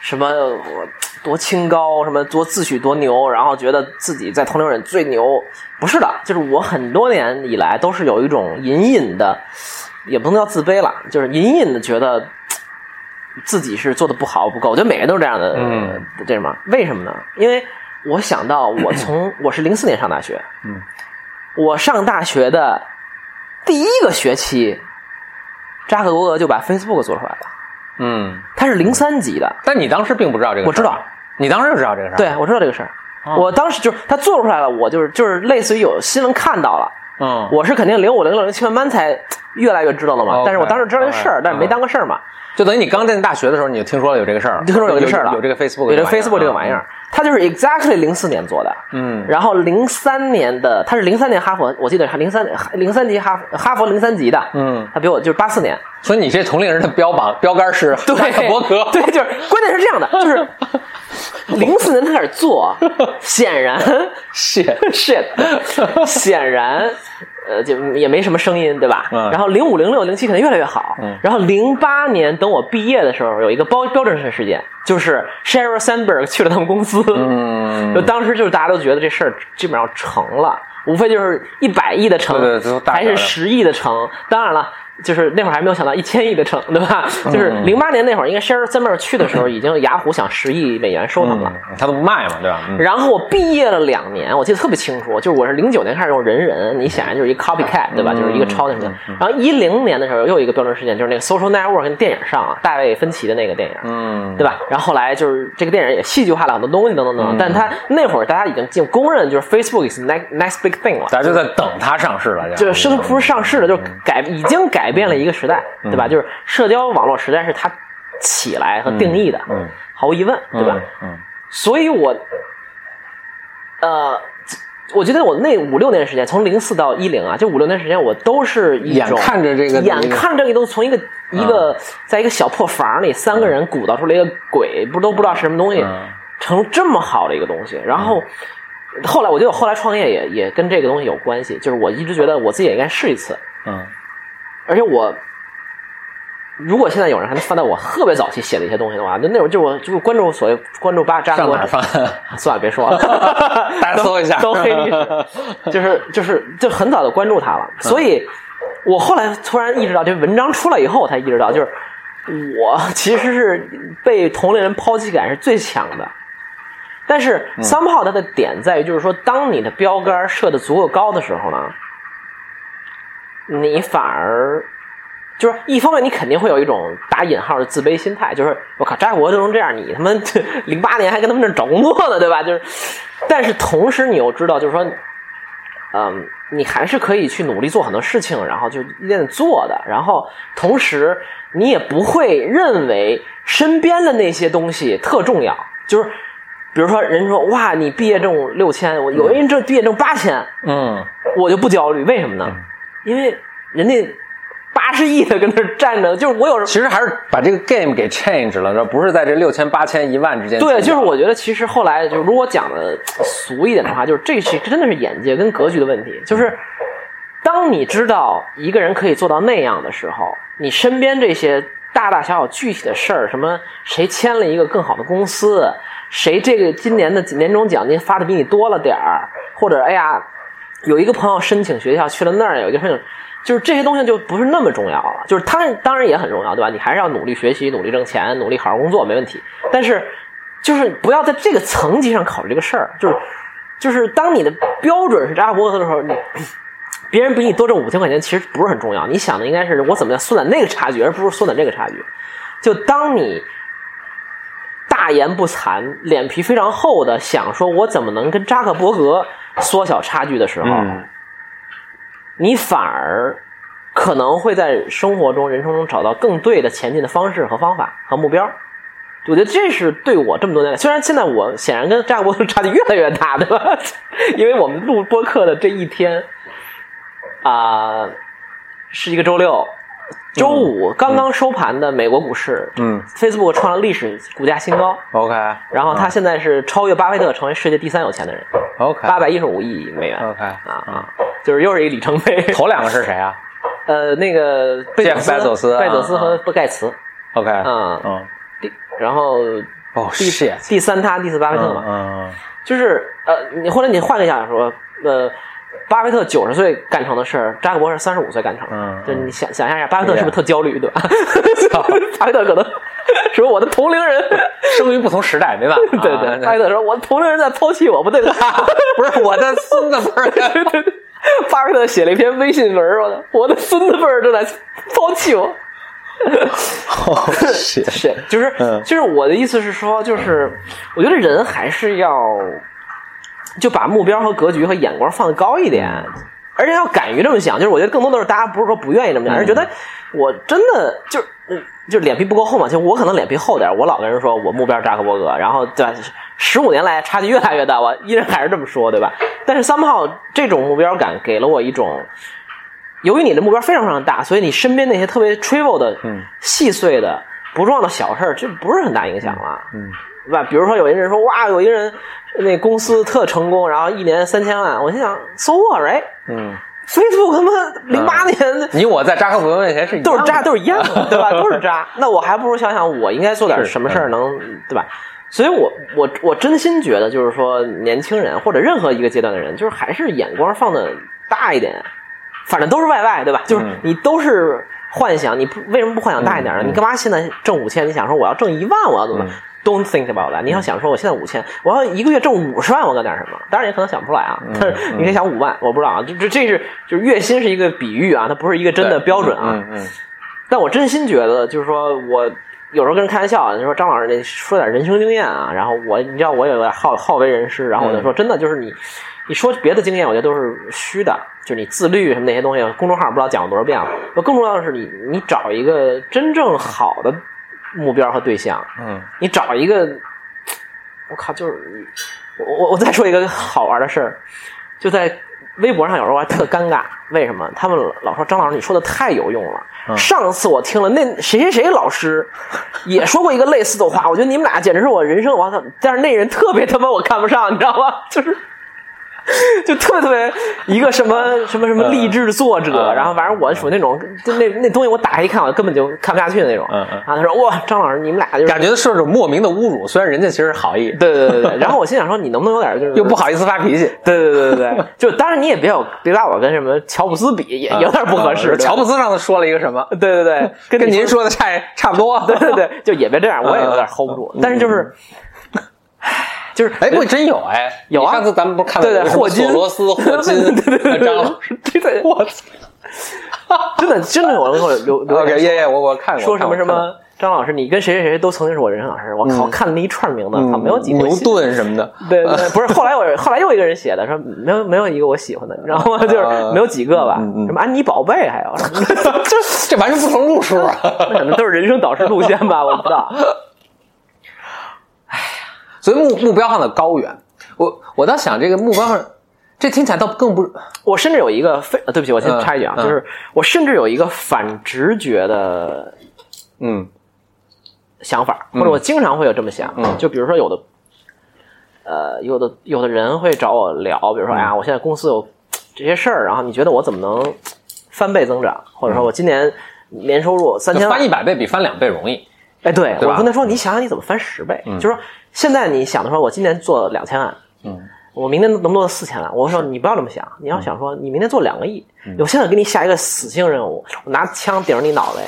Speaker 2: 什么我多清高，什么多自诩多牛，然后觉得自己在同龄人最牛，不是的，就是我很多年以来都是有一种隐隐的，也不能叫自卑了，就是隐隐的觉得嘖自己是做的不好不够。我觉得每个人都是这样的，
Speaker 1: 嗯
Speaker 2: 这什么？为什么呢？因为我想到我从我是零四年上大学，
Speaker 1: 嗯，
Speaker 2: 我上大学的第一个学期。扎克伯格就把 Facebook 做出来了，
Speaker 1: 嗯。
Speaker 2: 他是零三级的，
Speaker 1: 但你当时并不知道这个事儿，
Speaker 2: 我知道
Speaker 1: 你当时就知道这个事儿，
Speaker 2: 对我知道这个事儿。
Speaker 1: 啊
Speaker 2: 我当时就是他做出来了，我就是就是类似于有新闻看到了，
Speaker 1: 嗯，
Speaker 2: 我是肯定零五零六零七慢慢才嘖越来越知道了嘛。
Speaker 1: 哦 OK，嗯
Speaker 2: 但是我当时知道这个事儿
Speaker 1: OK，
Speaker 2: 但是没当个事儿嘛，
Speaker 1: 就等于你刚进大学的时候，你就听说了有这个事儿了，
Speaker 2: 听说有这个事儿了，
Speaker 1: 有这个 Facebook，
Speaker 2: 有这个 Facebook 这个玩意
Speaker 1: 儿，
Speaker 2: 儿，他就是 exactly 零四年做的。
Speaker 1: 嗯
Speaker 2: 然后零三年的，他是零三年哈佛，我记得是零三零三级哈佛哈佛零三级的，
Speaker 1: 嗯，
Speaker 2: 他比我就是八四年，
Speaker 1: 所以你这同龄人的标榜标杆是
Speaker 2: 对，
Speaker 1: 扎克伯格，
Speaker 2: 对，就是关键是这样的，就是零四年他开始做，显然 shit shit，显然呃就也没什么声音，对吧？
Speaker 1: 嗯
Speaker 2: 然后零五零六零七可能越来越好，
Speaker 1: 嗯
Speaker 2: 然后零八年等我毕业的时候，有一个标标准式事件，就是 Sheryl Sandberg 去了他们公司，
Speaker 1: 嗯，
Speaker 2: 就当时就是大家都觉得这事儿基本上成了，无非就是一百亿的成，
Speaker 1: 对对都大
Speaker 2: 还
Speaker 1: 点儿
Speaker 2: 是
Speaker 1: 的
Speaker 2: 十亿的成。当然了，就是那会儿还没有想到一千亿的成，对吧？
Speaker 1: 嗯
Speaker 2: 就是零八年那会儿，应该 Sheryl Sandberg 去的时 候，已经雅虎想十亿美元收他们了。
Speaker 1: 嗯，他都不卖嘛，对吧？嗯
Speaker 2: 然后我毕业了两年，我记得特别清楚，就是我是零九年开始用人人，你显然
Speaker 1: 嗯
Speaker 2: 就是一个 copycat，对吧？就是一个抄那什么的。然后一零年的时候又有一个标准事件，就是那个 Social Network 跟电影上啊，大卫芬奇的那个电影，
Speaker 1: 嗯，
Speaker 2: 对吧？然后后来就是这个电影也戏剧化了很多东西，等等等等。
Speaker 1: 嗯
Speaker 2: 但他那会儿大家已经就公认就是 Facebook is next next big thing 了，
Speaker 1: 大家就在等它上市了，这样嗯
Speaker 2: 就是生不是上市了，就是改已经改变了一个时代，对吧？就是社交网络时代是它起来和定义的，
Speaker 1: 嗯嗯
Speaker 2: 毫无疑问，对吧？
Speaker 1: 嗯？嗯，
Speaker 2: 所以我，呃，我觉得我那五六年时间，从零四到一零啊，这五六年时间，我都是一
Speaker 1: 眼
Speaker 2: 种
Speaker 1: 看着这个嗯
Speaker 2: 眼看这个都从一个一个在一个小破房里，三个人鼓捣出来一个鬼，不都不知道是什么东西
Speaker 1: 嗯，
Speaker 2: 成这么好的一个东西。然后后来，我觉得我后来创业也也跟这个东西有关系，就是我一直觉得我自己也应该试一次，
Speaker 1: 嗯
Speaker 2: 而且我。如果现在有人还能翻到我特别早期写的一些东西的话，就那会儿就我就是关注所谓关注八扎
Speaker 1: 上
Speaker 2: 哥
Speaker 1: 哪儿翻？
Speaker 2: 算了，别说了，
Speaker 1: 大家搜一下
Speaker 2: 都都黑历史，就是就是就很早就关注他了，所以我后来突然意识到，这文章出来以后，我才意识到，就是我其实是被同龄人抛弃感是最强的。但是
Speaker 1: 嗯
Speaker 2: somehow 它的点在于，就是说，当你的标杆设的足够高的时候呢，你反而就是一方面你肯定会有一种打引号的自卑心态，就是我靠，扎国都成这样，你他妈零八年还跟他们这儿找工作呢，对吧？就是，但是同时你又知道，就是说，嗯，你还是可以去努力做很多事情，然后就一点点做的，然后同时你也不会认为身边的那些东西特重要，就是。比如说，人说哇，你毕业证六千，我有人这毕业证八千，
Speaker 1: 嗯，
Speaker 2: 我就不焦虑，为什么呢？因为人家八十亿的跟那儿站着，就是我 有
Speaker 1: 其实还是把这个 game 给 change 了，这不是在这六千、八千、一万之间。
Speaker 2: 对，就是我觉得其实后来就是如果讲的俗一点的话，就是这是真的是眼界跟格局的问题，就是当你知道一个人可以做到那样的时候，你身边这些大大小小具体的事儿，什么谁签了一个更好的公司，谁这个今年的年终奖金发的比你多了点儿，或者哎呀，有一个朋友申请学校去了那儿，有一个朋友。就是这些东西就不是那么重要了，就是它当然也很重要，对吧？你还是要努力学习、努力挣钱、努力好好工作，没问题。但是就是不要在这个层级上考虑这个事儿，就是就是当你的标准是扎克伯格的时候，你别人比你多挣五千块钱其实不是很重要，你想的应该是我怎么样缩短那个差距，而不是缩短这个差距。就当你大言不惭、脸皮非常厚的想说我怎么能跟扎克伯格缩小差距的时候，
Speaker 1: 嗯，
Speaker 2: 你反而可能会在生活中、人生中找到更对的前进的方式和方法和目标。我觉得这是对我这么多年来，虽然现在我显然跟扎克伯格差距越来越大，对吧？ 因为我们录播客的这一天啊、是一个周六，周五刚刚收盘的美国股市，
Speaker 1: 嗯
Speaker 2: ，Facebook 创了历史股价新高，
Speaker 1: ，OK，
Speaker 2: 然后
Speaker 1: 嗯
Speaker 2: 它现在是超越巴菲特，成为世界第三有钱的人，
Speaker 1: OK
Speaker 2: 八百一十五亿美元
Speaker 1: OK，
Speaker 2: 啊啊，就是又是一里程碑。
Speaker 1: 嗯头两个是谁啊
Speaker 2: 呃，那个贝佐斯、
Speaker 1: Jeff Bezos 啊
Speaker 2: 贝佐斯和盖茨，
Speaker 1: ？OK，
Speaker 2: 嗯
Speaker 1: 嗯，
Speaker 2: 第然后
Speaker 1: 哦
Speaker 2: 第
Speaker 1: ，shit，
Speaker 2: 第三他，第四巴菲特嘛，
Speaker 1: 嗯
Speaker 2: 就是呃，你或者你换一下说，呃，巴菲特九十岁干成的事儿，扎克伯格是三十五岁干成的，
Speaker 1: 嗯
Speaker 2: 就你想想象一下，巴菲特是不是
Speaker 1: Yeah
Speaker 2: 特焦虑，对吧？ 巴菲 特可能说我的同龄人，。
Speaker 1: 生于不同时代， 没办法
Speaker 2: 对
Speaker 1: 啊
Speaker 2: 对，巴菲特说我的同龄人在抛弃我，不 对吧？
Speaker 1: 不是我的孙子辈儿，
Speaker 2: 巴菲特写了一篇微信文儿，我的我的孙子辈儿正在抛弃我。
Speaker 1: 哦是
Speaker 2: 是，就是
Speaker 1: 嗯
Speaker 2: 就是我的意思是说，就是我觉得人还是要就把目标和格局和眼光放得高一点，而且要敢于这么想。就是我觉得更多的是大家不是说不愿意这么想，而是觉得我真的就嗯就脸皮不够厚嘛。就我可能脸皮厚点儿，我老跟人说我目标是扎克伯格，然后对吧？十五年来差距越来越大，我依然还是这么说，对吧？但是 somehow 这种目标感给了我一种。由于你的目标非常非常大，所以你身边那些特别 trivial 的、
Speaker 1: 嗯
Speaker 2: 细碎的、不重要的小事儿，这不是很大影响了，
Speaker 1: 嗯，
Speaker 2: 对吧？比如说有一人说，哇，有一人那公司特成功，然后一年三千万，我心想，so what，right？
Speaker 1: 嗯，
Speaker 2: Facebook 他妈零八年的
Speaker 1: 你我在扎克伯格面前是一样的
Speaker 2: 都是渣，都是一 样的，对吧？都是渣。那我还不如想想，我应该做点什么事儿能，对吧？所以我，我我真心觉得，就是说，年轻人或者任何一个阶段的人，就是还是眼光放的大一点，反正都是外外，对吧？就是
Speaker 1: 嗯
Speaker 2: 你都是幻想，你不为什么不幻想大一点呢？你干嘛现在挣五千？你想说我要挣一万，我要怎么
Speaker 1: 嗯
Speaker 2: ？Don't think about that。你要想说我现在五千，我要一个月挣五十万，我干点什么？当然也可能想不出来啊，
Speaker 1: 嗯
Speaker 2: 但是你可以想五万，我不知道啊。这这这是就是月薪是一个比喻啊，它不是一个真的
Speaker 1: 对
Speaker 2: 标准啊。
Speaker 1: 嗯嗯
Speaker 2: 但我真心觉得，就是说我有时候跟人开玩笑啊，就说张老师，你说点人生经验啊。然后我，你知道我有点好好为人师，然后我就说，真的就是你，你说别的经验，我觉得都是虚的，就是你自律什么那些东西，公众号不知道讲过多少遍了。那更重要的是你，你找一个真正好的目标和对象，
Speaker 1: 嗯
Speaker 2: 你找一个，我靠，就是我我我再说一个好玩的事儿，就在微博上有时候我还特尴尬，为什么？他们老说张老师你说的太有用了。
Speaker 1: 嗯
Speaker 2: 上次我听了那谁谁谁老师也说过一个类似的话，我觉得你们俩简直是我人生我操！但是那人特别他妈我看不上，你知道吗？就是。就特别特别一个什么什么什么励志作者，
Speaker 1: 嗯
Speaker 2: 然后反正我属于那种，就那那东西我打开一看，我根本就看不下去的那种。
Speaker 1: 嗯嗯
Speaker 2: 然后他说：“哇，张老师，你们俩就是
Speaker 1: 感觉是种莫名的侮辱，虽然人家其实好意，
Speaker 2: 对对对对。”然后我心想说：“你能不能有点就是
Speaker 1: 又不好意思发脾气，
Speaker 2: 对对对对对，就当然你也别有别把我跟什么乔布斯比，也也有点不合适。
Speaker 1: 啊
Speaker 2: 对吧
Speaker 1: 乔布斯上次说了一个什么，
Speaker 2: 对对对，跟
Speaker 1: 跟
Speaker 2: 你
Speaker 1: 您说的差差不多。
Speaker 2: 对对对，就也别这样，我也有点 hold 不住。但是就是，唉就是
Speaker 1: 哎，不过真有哎，
Speaker 2: 有啊
Speaker 1: 你上次咱们不是看到
Speaker 2: 对对
Speaker 1: 有个什么
Speaker 2: 霍金
Speaker 1: 索罗 斯、霍金、
Speaker 2: 对对对对，
Speaker 1: 张老
Speaker 2: 师，对对， 我操，真的真的有人给我留留
Speaker 1: ，OK，
Speaker 2: 言
Speaker 1: 耶耶，我我看过，
Speaker 2: 说什么
Speaker 1: 看
Speaker 2: 什
Speaker 1: 过
Speaker 2: 么。张老师，你跟谁谁谁都曾经是我人生老师。我靠，看了那一串名字，
Speaker 1: 看过嗯
Speaker 2: 操，没有几个
Speaker 1: 牛
Speaker 2: 喜
Speaker 1: 顿什么 的，
Speaker 2: 对对，不是。后来我后来又一个人写的，说没有没有一个我喜欢的，然后就是
Speaker 1: 啊
Speaker 2: 没有几个吧，
Speaker 1: 嗯嗯
Speaker 2: 什么安妮宝贝，还有什么的，就
Speaker 1: 这完全不同路数啊。
Speaker 2: 可能都是人生导师路线吧，我不知道。
Speaker 1: 所以目目标上的高远，我我倒想这个目标上，这听起来倒更不
Speaker 2: 我甚至有一个非，呃对不起，我先
Speaker 1: 嗯
Speaker 2: 插一句啊，
Speaker 1: 嗯
Speaker 2: 就是我甚至有一个反直觉的
Speaker 1: 嗯
Speaker 2: 想法，或者我经常会有这么想，
Speaker 1: 嗯
Speaker 2: 就比如说有的，呃，有的有的人会找我聊，比如
Speaker 1: 嗯
Speaker 2: 说，哎呀，我现在公司有这些事儿，然后你觉得我怎么能翻倍增长，或者
Speaker 1: 嗯
Speaker 2: 说我今年年收入三千
Speaker 1: 就
Speaker 2: 万
Speaker 1: 翻，一百倍比翻两倍容易。
Speaker 2: 哎，对
Speaker 1: 对吧
Speaker 2: 我跟他说，你想想你怎么翻十倍，就是说现在你想的说，我今年做两千万，
Speaker 1: 嗯，
Speaker 2: 我明年能不能做四千万？我说你不要这么想，你要想说你明年做两个亿，
Speaker 1: 嗯
Speaker 2: 我现在给你下一个死性任务，我拿枪顶着你脑袋，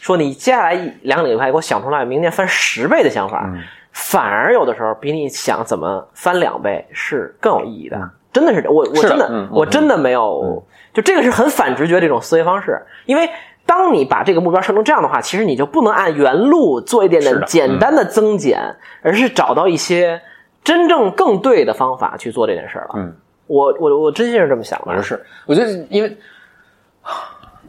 Speaker 2: 说你接下来一两个礼拜给我想出来明年翻十倍的想法，
Speaker 1: 嗯
Speaker 2: 反而有的时候比你想怎么翻两倍是更有意义的。真的是这，我我
Speaker 1: 嗯是的
Speaker 2: 真的
Speaker 1: 嗯嗯
Speaker 2: 我真的没有，就这个是很反直觉这种思维方式，因为当你把这个目标设成这样的话，其实你就不能按原路做一点
Speaker 1: 是
Speaker 2: 点
Speaker 1: 的嗯
Speaker 2: 简单的增减，而是找到一些真正更对的方法去做这件事儿了。
Speaker 1: 嗯，
Speaker 2: 我我我真心是这么想
Speaker 1: 我觉
Speaker 2: 的
Speaker 1: 得。是，我觉得因为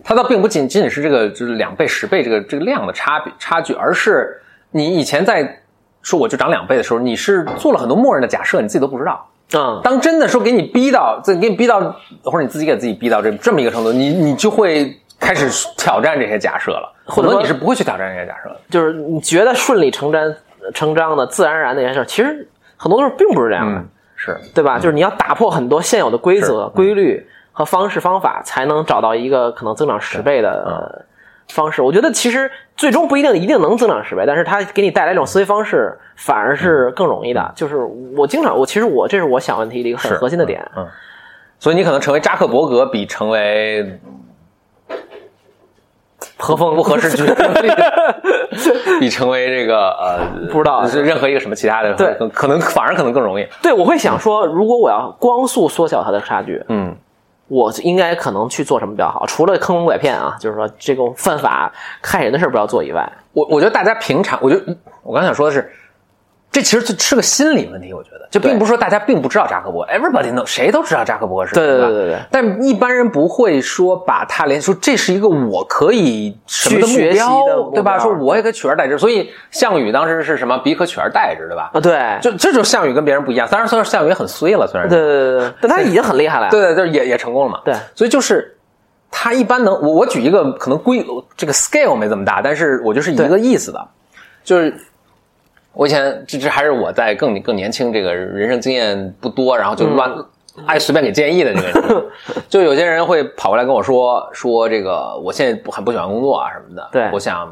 Speaker 1: 它倒并不仅仅仅是这个就是两倍十倍这个这个量的差别差距，而是你以前在说我就涨两倍的时候，你是做了很多默认的假设，你自己都不知道。
Speaker 2: 嗯，
Speaker 1: 当真的说给你逼到，自己给你逼到，或者你自己给自己逼到这这么一个程度，你你就会开始挑战这些假设了，
Speaker 2: 或
Speaker 1: 或
Speaker 2: 者
Speaker 1: 者
Speaker 2: 说
Speaker 1: 说你是不会去挑战这些假设的。
Speaker 2: 就是你觉得顺理成章成章的自然而然的一件事儿，其实很多时候并不是这样的，
Speaker 1: 嗯，是
Speaker 2: 对吧？就是你要打破很多现有的规则、规律和方式方法，才能找到一个可能增长十倍的。呃方式，我觉得其实最终不一定一定能增长十倍，但是它给你带来一种思维方式，反而是更容易的。就是我经常，我其实我嗯这是我想问题的一个很
Speaker 1: 是
Speaker 2: 核心的点，
Speaker 1: 嗯，嗯所以你可能成为扎克伯格比成为
Speaker 2: 何峰
Speaker 1: 不合适举比成为这个呃
Speaker 2: 不知道
Speaker 1: 是任何一个什么其他的
Speaker 2: 对
Speaker 1: 更可能反而可能更容易。
Speaker 2: 对，我会想说，如果我要光速缩小它的差距，
Speaker 1: 嗯，
Speaker 2: 我应该可能去做什么比较好？除了坑蒙拐骗啊，就是说这种犯法害人的事儿不要做以外，
Speaker 1: 我我觉得大家平常，我觉得嗯我刚想说的是。这其实就是个心理问题，我觉得这
Speaker 2: 对
Speaker 1: 并不是说大家并不知道扎克伯格，everybody know，谁都知道扎克伯格是谁，
Speaker 2: 对对
Speaker 1: 吧
Speaker 2: 对对对
Speaker 1: 但一般人不会说把它连说这是一个我可以什么的
Speaker 2: 去学
Speaker 1: 目
Speaker 2: 习的
Speaker 1: 标，
Speaker 2: 目
Speaker 1: 对吧？
Speaker 2: 标
Speaker 1: 说我也可以取而代之，所以项羽当时是什么彼可取而代之，对吧？
Speaker 2: 啊，对，
Speaker 1: 就这就是项羽跟别人不一样，当然虽然项羽也很衰了，虽然
Speaker 2: 对对对对，但他已经很厉害了呀。
Speaker 1: 对对，就是也也成功了嘛。
Speaker 2: 对
Speaker 1: 所以就是他一般能，我我举一个可能规这个 scale 没这么大，但是我就是一个意思的，就是我以前这这还是我在更更年轻，这个人生经验不多，然后就乱、爱随便给建议的那个人， 就有些人会跑过来跟我说说这个我现在不很不喜欢工作啊什么的，
Speaker 2: 对
Speaker 1: 我想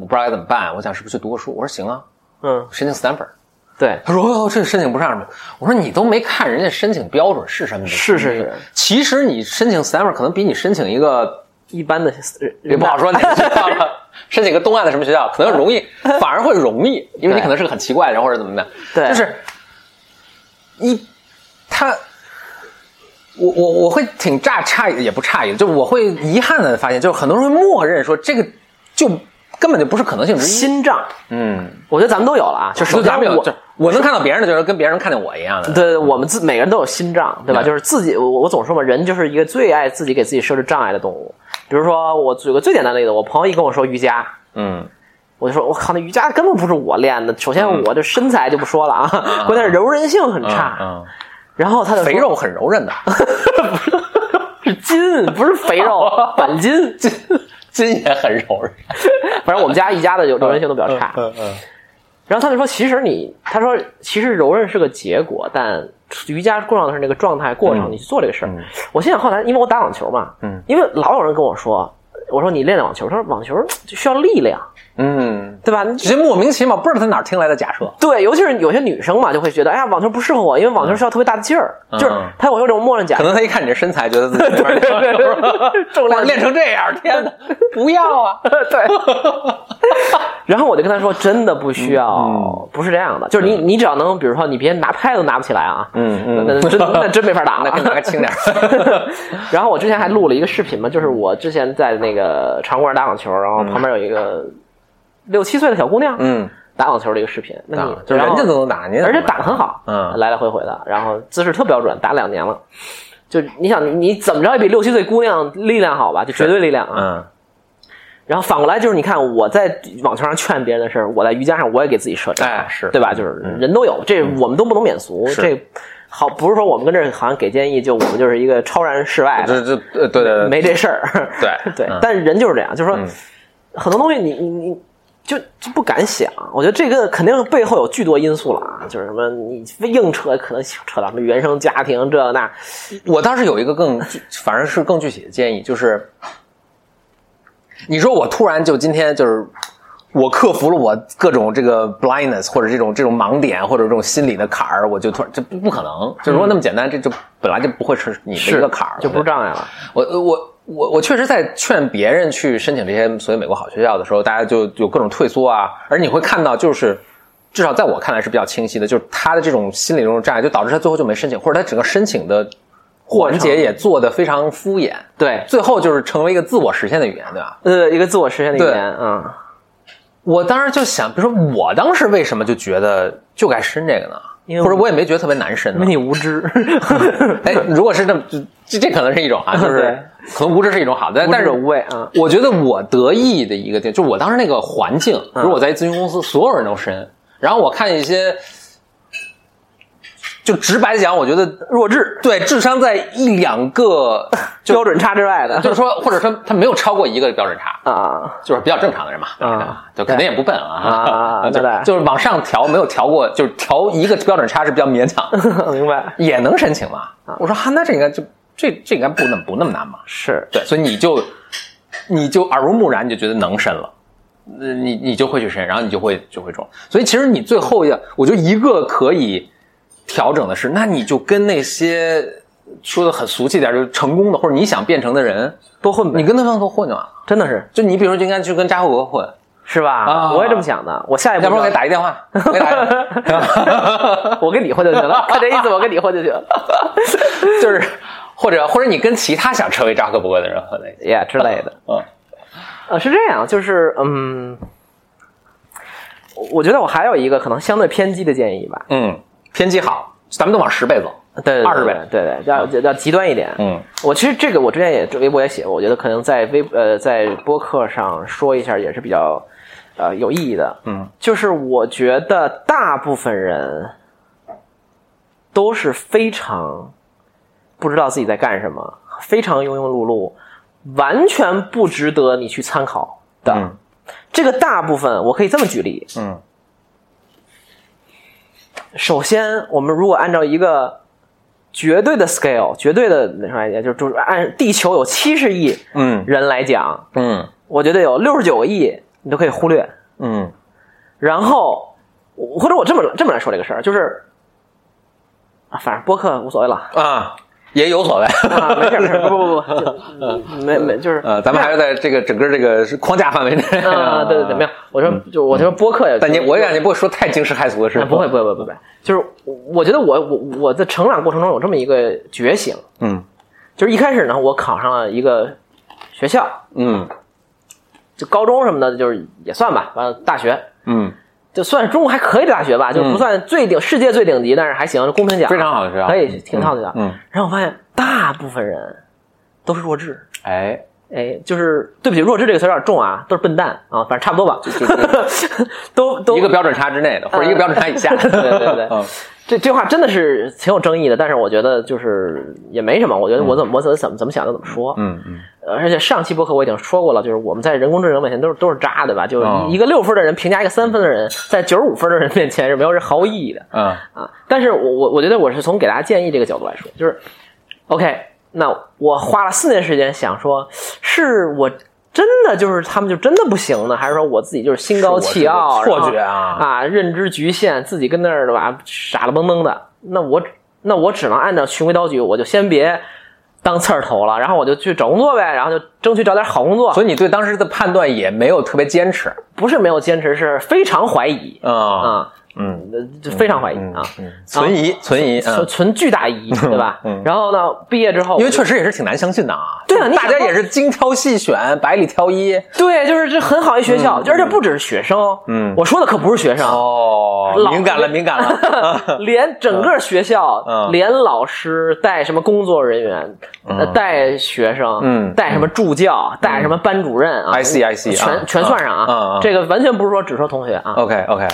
Speaker 1: 我不知道该怎么办，我想是不是去读个书？我说行啊，
Speaker 2: 嗯，
Speaker 1: 申请 Stanford。
Speaker 2: 对，
Speaker 1: 他说：“哦，这申请不上吗？”我说：“你都没看人家申请标准是什么？
Speaker 2: 是是是，
Speaker 1: 其实你申请 Stanford 可能比你申请一个
Speaker 2: 一般的
Speaker 1: 也
Speaker 2: 也
Speaker 1: 不好说哪个学校了，申请个东岸的什么学校可能 容易，反而会容易，因为你
Speaker 2: 对
Speaker 1: 可能是个很奇怪的人或者怎么的。
Speaker 2: 对
Speaker 1: 就是一他，我我我会挺诧诧异，也不诧异，就我会遗憾的发现，就是很多人会默认说这个就根本就不是可能性之一。
Speaker 2: 心脏，
Speaker 1: 嗯，
Speaker 2: 我觉得咱们都有了啊。就
Speaker 1: 就
Speaker 2: 首
Speaker 1: 咱们
Speaker 2: 先
Speaker 1: 有，
Speaker 2: 我
Speaker 1: 就我能看到别人的，就是跟别人看见我一样的。
Speaker 2: 对对，我们自每个人都有心脏，对吧？
Speaker 1: 嗯
Speaker 2: 就是自己，我我总说嘛，人就是一个最爱自己给自己设置障碍的动物。比如说，我举个最简单的例子，我朋友一跟我说瑜伽，
Speaker 1: 嗯。”
Speaker 2: 我就说，我靠，那瑜伽 根本不是我练的。首先，我这身材就不说了啊，关键是柔韧性很差。
Speaker 1: 嗯
Speaker 2: 然后他就说
Speaker 1: 肥肉很柔韧的，
Speaker 2: 是筋，不是肥肉， 板筋。
Speaker 1: 筋筋也很柔韧。
Speaker 2: 反正我们家一家的有柔韧性都比较差。
Speaker 1: 嗯嗯，
Speaker 2: 然后他就说，其实你，他说其实柔韧是个结果，但瑜伽重要的是那个状态过程，
Speaker 1: 嗯
Speaker 2: 你去做这个事儿。
Speaker 1: 嗯
Speaker 2: 我心想后来，因为我打网球嘛，
Speaker 1: 嗯
Speaker 2: 因为老有人跟我说，我说你练网球，他说网球就需要力量，
Speaker 1: 嗯，
Speaker 2: 对吧？你
Speaker 1: 这些莫名其妙不知道他哪儿听来的假设。
Speaker 2: 对，尤其是有些女生嘛，就会觉得，哎呀，网球不适合我，因为网球需要特别大的劲儿，
Speaker 1: 嗯
Speaker 2: 就是她有这种默认假
Speaker 1: 可
Speaker 2: 设，
Speaker 1: 能他一看你这身材，觉得自己没法练
Speaker 2: 重量
Speaker 1: 哇练成这样，天哪，不要 啊！
Speaker 2: 对。然后我就跟她说，真的不需要，
Speaker 1: 嗯
Speaker 2: 不是这样的，就是你你只要能，比如说你别拿拍都拿不起来啊，
Speaker 1: 嗯嗯啊
Speaker 2: 那那真那真没法打
Speaker 1: 那
Speaker 2: 了
Speaker 1: 可以。拿个轻点儿。
Speaker 2: 然后我之前还录了一个视频嘛，就是我之前在那个场馆打网球，然后旁边有一个六七岁的小姑娘，
Speaker 1: 嗯，
Speaker 2: 打网球的一个视频，那你
Speaker 1: 啊，就是人家
Speaker 2: 能。
Speaker 1: 都能打，您
Speaker 2: 而且打得很好，
Speaker 1: 嗯
Speaker 2: 来来回回的，然后姿势特标准，打两年了。就你想，你怎么着也比六七岁姑娘力量好吧？就绝对力量啊。
Speaker 1: 嗯，
Speaker 2: 然后反过来就是，你看我在网球上劝别人的事儿，我在瑜伽上我也给自己设障碍，
Speaker 1: 哎是嗯
Speaker 2: 对吧？就是人都有，这我们都不能免俗。
Speaker 1: 是
Speaker 2: 这好不是说我们跟这儿好像给建议，就我们就是一个超然世外的，
Speaker 1: 这这呃对对对
Speaker 2: 没这事儿。
Speaker 1: 对
Speaker 2: 对
Speaker 1: 嗯，
Speaker 2: 但人就是这样，就是说
Speaker 1: 嗯
Speaker 2: 很多东西你你你就就不敢想。我觉得这个肯定背后有巨多因素了啊，就是什么你硬扯，可能扯到什么原生家庭这那，
Speaker 1: 我倒是有一个更具，反而是更具体的建议，就是你说我突然就今天就是我克服了我各种这个 blindness 或者这种这种盲点或者这种心理的坎儿，我就突然这不不可能，就如果那么简单，这就本来就不会是你的一个坎儿，
Speaker 2: 就不
Speaker 1: 对
Speaker 2: 嗯是障碍了。
Speaker 1: 我呃我我我确实在劝别人去申请这些所谓美国好学校的时候，大家就有各种退缩啊，而你会看到就是。至少在我看来是比较清晰的，就是他的这种心理这种障碍，就导致他最后就没申请，或者他整个申请的环节也做得非常敷衍，
Speaker 2: 对，
Speaker 1: 最后就是成为一个自我实现的语言，对吧？
Speaker 2: 呃，一个自我实现的语言啊、
Speaker 1: 我当时就想，比如说我当时为什么就觉得就该申这个
Speaker 2: 因
Speaker 1: 呢？
Speaker 2: 为
Speaker 1: 或者我也没觉得特别难申
Speaker 2: 嗯，
Speaker 1: 呢
Speaker 2: 因为？你无 知。
Speaker 1: 哎，如果是这么，这这可能是一种 啊，就
Speaker 2: 对
Speaker 1: 是可能无知嗯是一种好的，但但是
Speaker 2: 无知者无畏啊
Speaker 1: 我觉得我得意的一个地，就我当时那个环境，比如我在一咨询公司，所有人都申，然后我看一些，就直白地讲，我觉得弱智，对，智商在一两个 就
Speaker 2: 标准差之外的，
Speaker 1: 就是说，或者说他没有超过一个标准差，
Speaker 2: 啊，
Speaker 1: 就是比较正常的人嘛，
Speaker 2: 啊
Speaker 1: 对，肯定也不笨嗯啊，
Speaker 2: 啊
Speaker 1: 就
Speaker 2: 对对
Speaker 1: 就是往上调，没有调过，就是调一个标准差是比较勉强的。
Speaker 2: 明白？
Speaker 1: 也能申请嘛？我说哈，啊那这应该就这这应该不那么不那么难嘛？
Speaker 2: 是
Speaker 1: 对，所以你就你就耳濡目染，你就觉得能申了，呃你你就会去申，然后你就会就会中。所以其实你最后要，我觉得一个可以调整的是，那你就跟那些说的很俗气点，就是成功的或者你想变成的人多混呗，你跟他们多混就完了。
Speaker 2: 真的是
Speaker 1: 就你比如说就应该去跟扎克伯格 混，
Speaker 2: 是吧、
Speaker 1: 啊
Speaker 2: 我也这么想的。我下一步
Speaker 1: 要不然我给
Speaker 2: 就
Speaker 1: 他打一电话，我 给他打一电话。
Speaker 2: 我跟你混就行了，看这意思，我跟你混就行。
Speaker 1: 就是或者或者你跟其他想成为扎克伯格的人混在一起，
Speaker 2: 也、之类的。
Speaker 1: 嗯。
Speaker 2: 呃，是这样，就是嗯，我我觉得我还有一个可能相对偏激的建议吧，
Speaker 1: 嗯，偏激好，咱们都往十倍走。
Speaker 2: 对
Speaker 1: 20呗
Speaker 2: 对对，要要极端一点。
Speaker 1: 嗯，
Speaker 2: 我其实这个我之前也微博也写过，我觉得可能在微呃在播客上说一下也是比较呃有意义的。
Speaker 1: 嗯，
Speaker 2: 就是我觉得大部分人都是非常不知道自己在干什么，非常庸庸碌碌，完全不值得你去参考的。
Speaker 1: 嗯
Speaker 2: 这个大部分我可以这么举例，
Speaker 1: 嗯
Speaker 2: 首先，我们如果按照一个绝对的 scale，绝对的那啥，也就是就是按地球有七十亿
Speaker 1: 嗯
Speaker 2: 人来讲，
Speaker 1: 嗯
Speaker 2: 我觉得有六十九个亿你都可以忽略。
Speaker 1: 嗯
Speaker 2: 然后，我或者我这么这么来说这个事儿，就是，啊，反正播客无所谓了
Speaker 1: 啊，也有所谓。
Speaker 2: 啊，没事没事，不 不不不，就没没就是
Speaker 1: 呃，咱们还是在这个整个这个是框架范围内
Speaker 2: 啊，对对对，没有，我说就我说播客也，
Speaker 1: 嗯但你我也感觉不会说太惊世骇俗的事
Speaker 2: 啊。不会，不会不会不会，就是我我觉得我我我在成长过程中有这么一个觉醒，
Speaker 1: 嗯
Speaker 2: 就是一开始呢，我考上了一个学校，
Speaker 1: 嗯
Speaker 2: 就高中什么的，就是也算吧，完了大学
Speaker 1: 嗯，
Speaker 2: 就算是中国还可以的大学吧，就不算最顶、世界最顶级，但是还行，公平奖
Speaker 1: 非常好的学校，
Speaker 2: 可以挺好的。
Speaker 1: 嗯，
Speaker 2: 然后我发现大部分人都是弱智，
Speaker 1: 哎，
Speaker 2: 哎，就是对不起，弱智这个词有点重啊，都是笨蛋啊，反正差不多吧，
Speaker 1: 就
Speaker 2: 都都
Speaker 1: 一个标准差之内的，或者一个标准差以下。
Speaker 2: 对对对对
Speaker 1: 嗯
Speaker 2: 这这话真的是挺有争议的，但是我觉得就是也没什么，我觉得我怎么、我怎么怎么怎么想就怎么说。
Speaker 1: 嗯嗯，
Speaker 2: 呃而且上期播客我已经说过了，就是我们在人工智能面前都是都是渣，对吧？就是
Speaker 1: 嗯
Speaker 2: 一个六分的人评价一个三分的人，在九十五分的人面前是没有任何毫无意义的。
Speaker 1: 嗯
Speaker 2: 啊。但是我我我觉得我是从给大家建议这个角度来说，就是 OK，那我花了四年时间想说，是我真的就是他们就真的不行呢，还是说我自己就是心高气傲，
Speaker 1: 是我这个错觉
Speaker 2: 然后
Speaker 1: 啊
Speaker 2: 啊，认知局限，自己跟那儿的吧傻了蹦登的，那我那我只能按照循规蹈矩，我就先别。当刺儿头了，然后我就去找工作呗，然后就争取找点好工作。
Speaker 1: 所以你对当时的判断也没有特别坚持
Speaker 2: 不是没有坚持，是非常怀疑
Speaker 1: 啊，
Speaker 2: 啊，
Speaker 1: 嗯，
Speaker 2: 呃就非常怀疑
Speaker 1: 嗯
Speaker 2: 啊。
Speaker 1: 嗯存疑存疑，
Speaker 2: 存
Speaker 1: 嗯
Speaker 2: 存巨大疑义，对吧？
Speaker 1: 嗯
Speaker 2: 然后呢，毕业之后，
Speaker 1: 因为确实也是挺难相信的啊。
Speaker 2: 对啊你
Speaker 1: 大
Speaker 2: 想
Speaker 1: 家
Speaker 2: 说啊
Speaker 1: 也是精挑细选，百里挑一。
Speaker 2: 对，就是这很好一学校，就而且不只是学生，哦
Speaker 1: 嗯
Speaker 2: 我说的可不是学生，
Speaker 1: 哦
Speaker 2: 老
Speaker 1: 敏感 了，敏感了。
Speaker 2: 连整个学校，
Speaker 1: 嗯
Speaker 2: 连老师带什么工作人员，呃，带学生，
Speaker 1: 嗯
Speaker 2: 带什么助教，带什么班主任啊
Speaker 1: I see, I see，啊
Speaker 2: 全全算上
Speaker 1: 嗯嗯
Speaker 2: 啊，
Speaker 1: 嗯
Speaker 2: 这个完全不是说只说同学啊，
Speaker 1: OK OK，